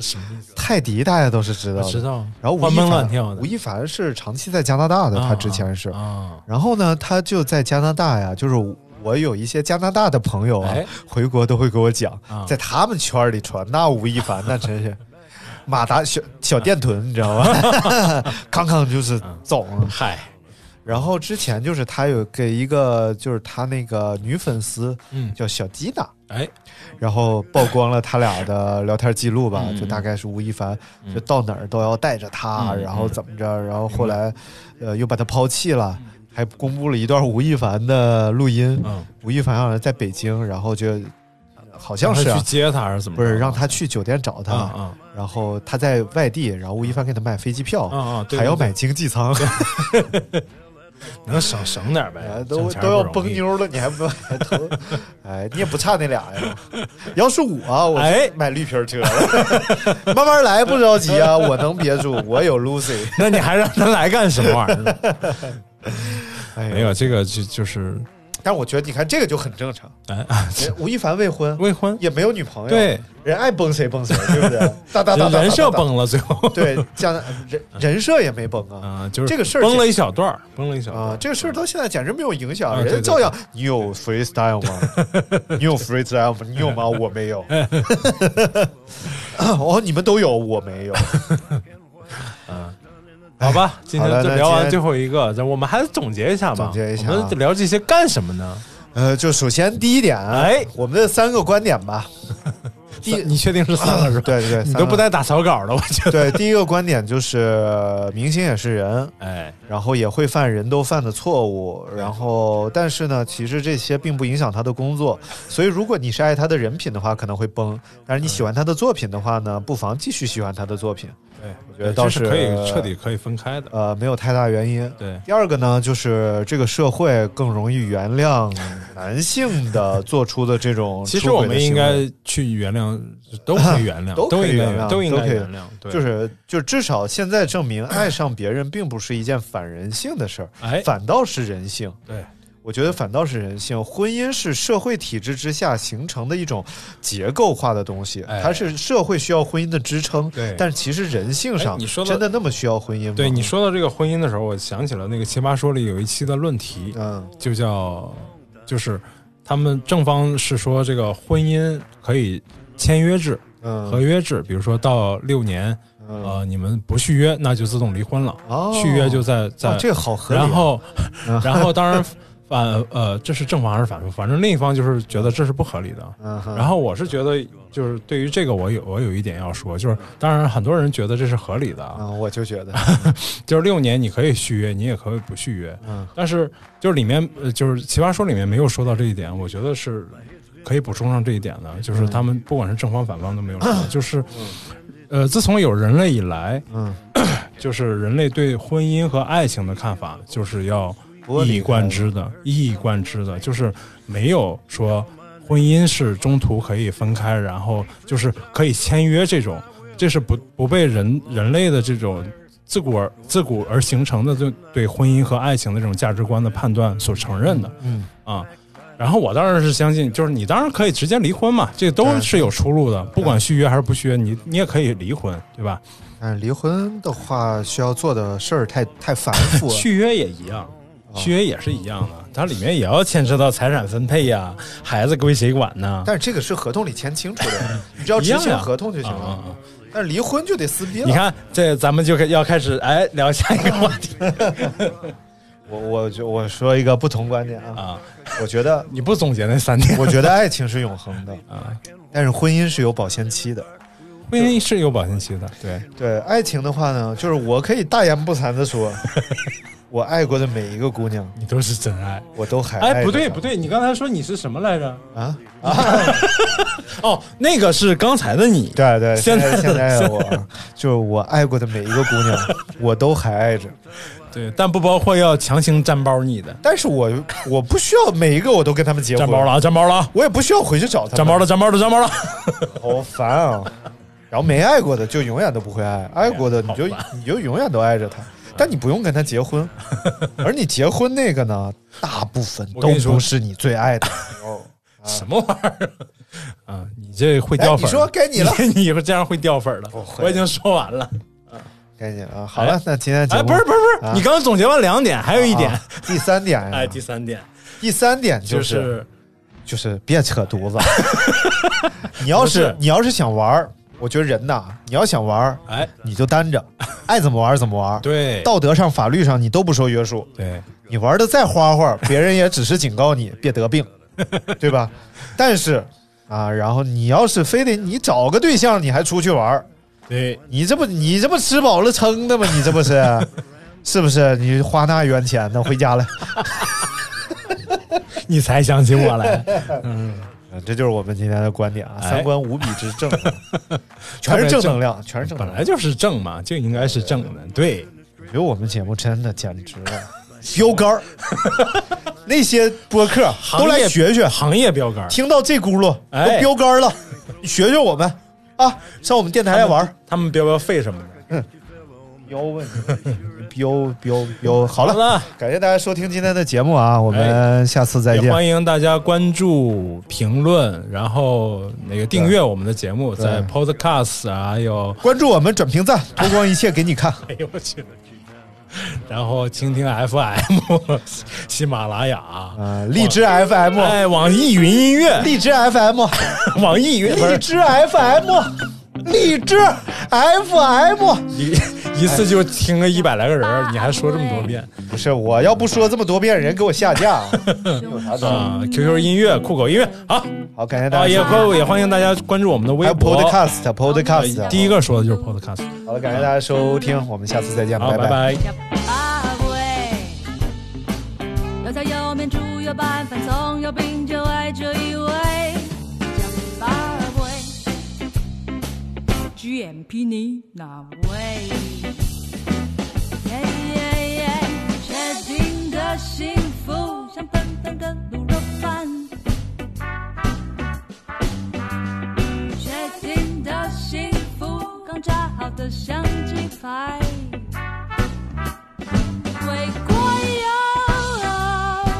Speaker 5: 什么意思？
Speaker 3: 泰迪大家都是知道
Speaker 5: 我
Speaker 3: 的。
Speaker 5: 知道。
Speaker 3: 然后吴
Speaker 5: 活
Speaker 3: 亦凡
Speaker 5: 蹦乱跳，的
Speaker 3: 吴亦凡是长期在加拿大的，他之前是。
Speaker 5: 啊，
Speaker 3: 然后呢，他就在加拿大呀，就是我有一些加拿大的朋友啊，
Speaker 5: 哎
Speaker 3: 回国都会给我讲，
Speaker 5: 啊
Speaker 3: 在他们圈里传，那吴亦凡那真
Speaker 5: <laughs>
Speaker 3: 是马达小小电臀，你知道
Speaker 5: <laughs>
Speaker 3: 吗？康康就是走了。
Speaker 5: 嗯嗨，
Speaker 3: 然后之前就是他有给一个就是他那个女粉丝
Speaker 5: 嗯，
Speaker 3: 叫小吉娜，
Speaker 5: 哎，
Speaker 3: 然后曝光了他俩的聊天记录吧，
Speaker 5: 嗯
Speaker 3: 就大概是吴亦凡就到哪儿都要带着她，
Speaker 5: 嗯
Speaker 3: 然后怎么着，然后后来呃又把她抛弃了，还公布了一段吴亦凡的录音。
Speaker 5: 嗯，
Speaker 3: 吴亦凡好像在北京，然后就好像是、
Speaker 5: 让他
Speaker 3: 啊
Speaker 5: 去。接他还是怎么着？
Speaker 3: 不是让他去酒店找
Speaker 5: 啊
Speaker 3: 她，
Speaker 5: 啊
Speaker 3: 然后他在外地，然后吴亦凡给他买飞机票，
Speaker 5: 啊啊！对
Speaker 3: 还要
Speaker 5: 对
Speaker 3: 买经济舱，
Speaker 5: 对能省省点呗
Speaker 3: 哎，都
Speaker 5: 挣钱
Speaker 3: 都要
Speaker 5: 不容
Speaker 3: 崩
Speaker 5: 易。
Speaker 3: 妞了，你还
Speaker 5: <laughs>
Speaker 3: 不还投？哎，你也不差那俩呀。要是啊我，我
Speaker 5: 哎
Speaker 3: 就买绿皮车了， <laughs> 慢慢来，不着急啊。我能憋住，我有 Lucy。
Speaker 5: 那你还让他来干什么玩意
Speaker 3: <laughs>
Speaker 5: 儿？
Speaker 3: 哎
Speaker 5: 没
Speaker 3: 呦，
Speaker 5: 有这个就就是
Speaker 3: 但我觉得你看这个就很正常。
Speaker 5: 哎，
Speaker 3: 人吴亦凡未婚，
Speaker 5: 未婚
Speaker 3: 也没有女朋友，
Speaker 5: 对，
Speaker 3: 人爱崩谁崩谁，对不对？哒哒哒哒
Speaker 5: 人
Speaker 3: 哒，
Speaker 5: 人设
Speaker 3: 哒哒，
Speaker 5: 崩了，最后
Speaker 3: 对，加拿人人设也没崩啊。
Speaker 5: <laughs> 啊，就是
Speaker 3: 这个事儿
Speaker 5: 崩了一小段儿，崩了一小段
Speaker 3: 啊
Speaker 5: 儿，。
Speaker 3: 这个事儿到现在简直没有影响，
Speaker 5: 啊对
Speaker 3: 人家
Speaker 5: 对
Speaker 3: 照样。你有 freestyle
Speaker 5: <laughs>
Speaker 3: 吗？你有 freestyle 吗？你有吗？我没有。 <laughs> 哦，你们都有，我没有。
Speaker 5: 好吧，今
Speaker 3: 哎好了
Speaker 5: 天就
Speaker 3: 那
Speaker 5: 聊
Speaker 3: 今
Speaker 5: 完
Speaker 3: 天
Speaker 5: 最后一个，咱我们还是总结一下吧。
Speaker 3: 总结一下啊
Speaker 5: 我们聊这些干什么呢？
Speaker 3: 呃，就首先第一点，啊
Speaker 5: 哎
Speaker 3: 我们的三个观点吧。第
Speaker 5: 三你确定是三个
Speaker 3: <laughs>
Speaker 5: 是吧？
Speaker 3: 对对对
Speaker 5: 你
Speaker 3: 三
Speaker 5: 都
Speaker 3: 个
Speaker 5: 不带打草稿的，我觉得。
Speaker 3: 对，第一个观点就是呃明星也是人，
Speaker 5: 哎，
Speaker 3: 然后也会犯人都犯的错误，然后但是呢，其实这些并不影响他的工作。所以如果你是爱他的人品的话，可能会崩；但是你喜欢他的作品的话呢，不妨继续喜欢他的作品。
Speaker 5: 对，哎我
Speaker 3: 觉得哎倒是
Speaker 5: 可以彻底可以分开的。
Speaker 3: 呃，没有太大原因。
Speaker 5: 对，
Speaker 3: 第二个呢，就是这个社会更容易原谅男性的做出的这种
Speaker 5: 其实
Speaker 3: 出
Speaker 5: 我
Speaker 3: 轨的
Speaker 5: 们
Speaker 3: 行
Speaker 5: 应
Speaker 3: 为
Speaker 5: 该去原谅， <laughs> 都可以原谅，
Speaker 3: 都可以
Speaker 5: 应该
Speaker 3: 原谅
Speaker 5: 都应该
Speaker 3: 都可以
Speaker 5: 原谅。对，
Speaker 3: 就是就至少现在证明，爱上别人并不是一件反人性的事儿，
Speaker 5: 哎，
Speaker 3: 反倒是人性。
Speaker 5: 对，
Speaker 3: 我觉得反倒是人性，婚姻是社会体制之下形成的一种结构化的东西，
Speaker 5: 哎
Speaker 3: 它是社会需要婚姻的支撑。
Speaker 5: 对
Speaker 3: 但其实人性
Speaker 5: 哎
Speaker 3: 上，
Speaker 5: 你说到
Speaker 3: 真的那么需要婚姻吗？
Speaker 5: 对你，说到这个婚姻的时候，我想起了那个《奇葩说》里有一期的论题，
Speaker 3: 嗯
Speaker 5: 就叫就是他们正方是说这个婚姻可以签约制、合
Speaker 3: 嗯
Speaker 5: 约制，比如说到六年，
Speaker 3: 嗯，
Speaker 5: 呃，你们不续约，那就自动离婚了，
Speaker 3: 哦
Speaker 5: 续约就在在、
Speaker 3: 哦这个好合理啊。
Speaker 5: 然后
Speaker 3: 嗯，
Speaker 5: <laughs> 然后当然反呃，这是正方还是反方？反正另一方就是觉得这是不合理的。
Speaker 3: 嗯哼，
Speaker 5: 然后我是觉得，就是对于这个，我有我有一点要说，就是当然很多人觉得这是合理的啊，
Speaker 3: 嗯，我就觉得，
Speaker 5: 就是六年你可以续约，你也可以不续约，
Speaker 3: 嗯
Speaker 5: 但是就是里面呃，就是《奇葩说》里面没有说到这一点，我觉得是可以补充上这一点的，就是他们不管是正方反方都没有说到，就是呃，自从有人类以来，
Speaker 3: 嗯，
Speaker 5: 就是人类对婚姻和爱情的看法，就是要
Speaker 3: 剥离
Speaker 5: 一以贯之的，
Speaker 3: 嗯
Speaker 5: 一以贯之的，就是没有说婚姻是中途可以分开，然后就是可以签约这种，这是不不被人人类的这种自古而自古而形成的对对婚姻和爱情的这种价值观的判断所承认的
Speaker 3: 嗯
Speaker 5: 啊。然后我当然是相信，就是你当然可以直接离婚嘛，这都
Speaker 3: 对
Speaker 5: 是有出路的，不管续约还是不续约，你你也可以离婚，对吧？
Speaker 3: 但哎是离婚的话，需要做的事儿太太繁复了。
Speaker 5: 续约也一样，
Speaker 3: 嗯
Speaker 5: 续约也是一样的，它里面也要牵扯到财产分配呀、孩子归谁管呢？ <laughs>
Speaker 3: 但是这个是合同里签清楚的，你只要执
Speaker 5: 一样
Speaker 3: 行
Speaker 5: 呀
Speaker 3: 合同就行了。
Speaker 5: 啊啊啊
Speaker 3: 但是离婚就得撕逼了。
Speaker 5: 你，看，这咱们就要开始哎聊下一个话题
Speaker 3: <laughs> 我我就我说一个不同观点啊，
Speaker 5: 啊！
Speaker 3: 我觉得
Speaker 5: 你不总结那三
Speaker 3: <laughs>
Speaker 5: 点，
Speaker 3: 我觉得爱情是永恒的
Speaker 5: <laughs>
Speaker 3: 啊，但是婚姻是有保鲜期的。
Speaker 5: 婚姻是有保鲜期的，对，
Speaker 3: 对爱情的话呢，就是我可以大言不惭的
Speaker 5: <laughs>
Speaker 3: 说，我爱过的每一个姑娘，
Speaker 5: 你都是真爱。
Speaker 3: 我都还爱
Speaker 5: 哎，
Speaker 3: 着
Speaker 5: 不对
Speaker 3: 她
Speaker 5: 不对，你刚才说你是什么来着？
Speaker 3: 啊，
Speaker 5: 哦，那个是刚才的你，
Speaker 3: 对对，
Speaker 5: <laughs> 现
Speaker 3: 现
Speaker 5: 在
Speaker 3: 在现在
Speaker 5: 现
Speaker 3: 我就是我爱过的每一个姑娘，
Speaker 5: <laughs>
Speaker 3: 我都还爱着，
Speaker 5: 对，但不包括要强行占包你的，
Speaker 3: 但是我我不需要每一个我都跟他们结婚
Speaker 5: 占包了，啊，占包了，啊，
Speaker 3: 我也不需要回去找他们，
Speaker 5: 占包了，占包了，占包了。
Speaker 3: 好烦啊！然后没爱过的就永远都不会爱，爱过的你就你就永远都爱着他，
Speaker 5: 嗯
Speaker 3: 但你不用跟他结婚，而你结婚那个呢，大部分
Speaker 5: 我
Speaker 3: 都
Speaker 5: 跟你说
Speaker 3: 不是你最爱的。
Speaker 5: <laughs> 什么玩意儿？啊，你这会掉
Speaker 3: 哎
Speaker 5: 粉儿、
Speaker 3: 你说该你了
Speaker 5: <laughs> 你这样会掉粉儿了。
Speaker 3: 会
Speaker 5: 我已经说完了。
Speaker 3: 赶紧啊，好了，那今天节
Speaker 5: 哎，
Speaker 3: 目
Speaker 5: 不是不是不是，
Speaker 3: 啊
Speaker 5: 你刚刚总结完两点，还有一点，
Speaker 3: 啊第三点呀，
Speaker 5: 哎，第三点
Speaker 3: 第三点
Speaker 5: 就
Speaker 3: 就是
Speaker 5: 是
Speaker 3: 就是别扯犊
Speaker 5: <laughs>
Speaker 3: 子。你要
Speaker 5: 不
Speaker 3: 是
Speaker 5: 是
Speaker 3: 你要是想玩儿，我觉得人呐，你要想玩儿，
Speaker 5: 哎，
Speaker 3: 你就单着，爱怎么玩儿怎么玩儿。
Speaker 5: 对
Speaker 3: 道德上、法律上你都不受约束，
Speaker 5: 对
Speaker 3: 你玩的再花花，别人也只是警告你别得 <laughs> 病，对吧？但是啊，然后你要是非得你找个对象，你还出去玩儿，
Speaker 5: 对，
Speaker 3: 你这不你这不吃饱了撑的吗？你这不是 <laughs> 是不是？你花那冤钱呢？回家来。
Speaker 5: 你才想起我
Speaker 3: <laughs>
Speaker 5: 来，
Speaker 3: 啊，这就是我们今天的观点啊，
Speaker 5: 哎
Speaker 3: 三观无比之正， <laughs> 全是正能 <laughs> 量，全是正能
Speaker 5: 本
Speaker 3: 量。
Speaker 5: 来就是正嘛，就应该是正的，对，
Speaker 3: 我觉得我们节目真的简直了，标杆儿。那些播客都来学学，
Speaker 5: 行业标杆儿，
Speaker 3: 听到这轱辘
Speaker 5: 哎
Speaker 3: 都标杆儿了，你学学我们啊，上我们电台来玩儿。
Speaker 5: 他们标标费什么的。
Speaker 3: 标问，
Speaker 5: <laughs>
Speaker 3: 标标标，好
Speaker 5: 好
Speaker 3: 了
Speaker 5: 了，
Speaker 3: 感谢大家收听今天的节目啊，我们下次再
Speaker 5: 哎也
Speaker 3: 见。
Speaker 5: 欢迎大家关注、评论，然后那个订阅我们的节目，在 Podcast 啊，还有
Speaker 3: 关注我们，转评赞，脱光一切给你看。
Speaker 5: 哎呦我去！然后蜻蜓 FM、喜 <laughs> 马拉雅、
Speaker 3: 啊，荔枝 FM，
Speaker 5: 哎，网易云音乐、
Speaker 3: 荔枝 FM。
Speaker 5: <laughs> 网易云不
Speaker 3: 荔
Speaker 5: 是
Speaker 3: 枝 FM，荔枝 FM。
Speaker 5: 一一次就听个一百来个人儿，你还说这么多遍
Speaker 3: 不是，我要不说这么多遍，人给我下
Speaker 5: <laughs>
Speaker 3: 架。
Speaker 5: 啊？QQ 音乐、酷狗音乐，好
Speaker 3: 好，感谢大
Speaker 5: 啊，也
Speaker 3: 家收听。
Speaker 5: 欢也欢迎大家关注我们的
Speaker 3: 还
Speaker 5: 微
Speaker 3: 有
Speaker 5: 博。呃哎
Speaker 3: Podcast，Podcast。
Speaker 5: 第一个说的就是 Podcast，
Speaker 3: 好了，感谢大家收听，我们下次再见，
Speaker 5: 好，
Speaker 3: 拜
Speaker 5: 拜。拜。
Speaker 2: 呀巴味，有菜有面猪有拌饭，葱油饼就爱这一味。呀巴味，GMP 你哪位？耶耶耶，确定的幸福像笨笨的卤肉饭。确定的幸福，刚炸好的香鸡排。回过头，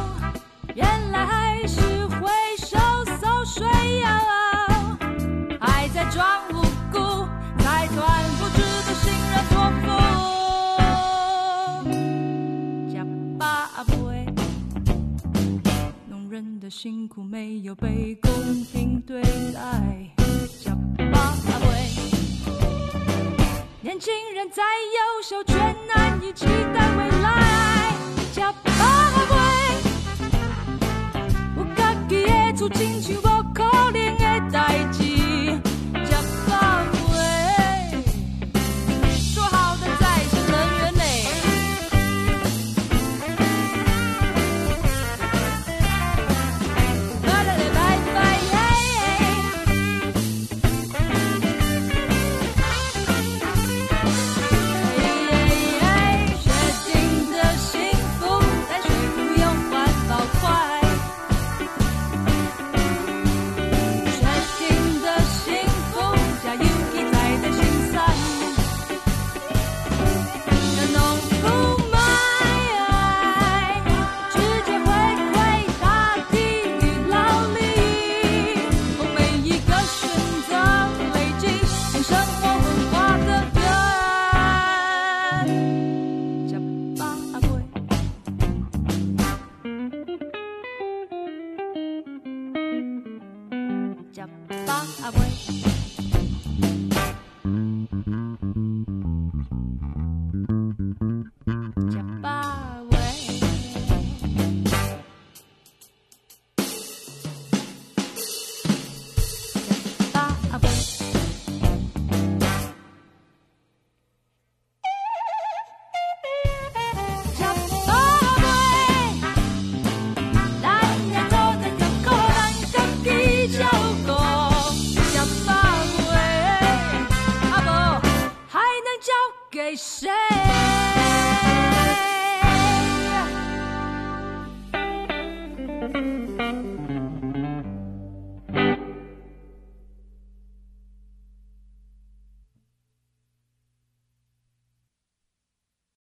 Speaker 2: 原来还是回首搜水游，还在装无辜，才团不知的信任托付。假巴不为，农人的辛苦没有被公平对待。假巴不为。年轻人再优秀，却难以期待未来。叫巴喂，有家己的厝，亲像无可能的代志。叫巴喂，说好的再生能源呢？巴啦啦拜拜耶！确定的幸福，但是不用环保筷。确定的幸福，加油一再的心酸。那农夫买爱，直接回馈大地与劳力。我每一个选择累积成生活文化的根。叫巴贵。叫巴贵。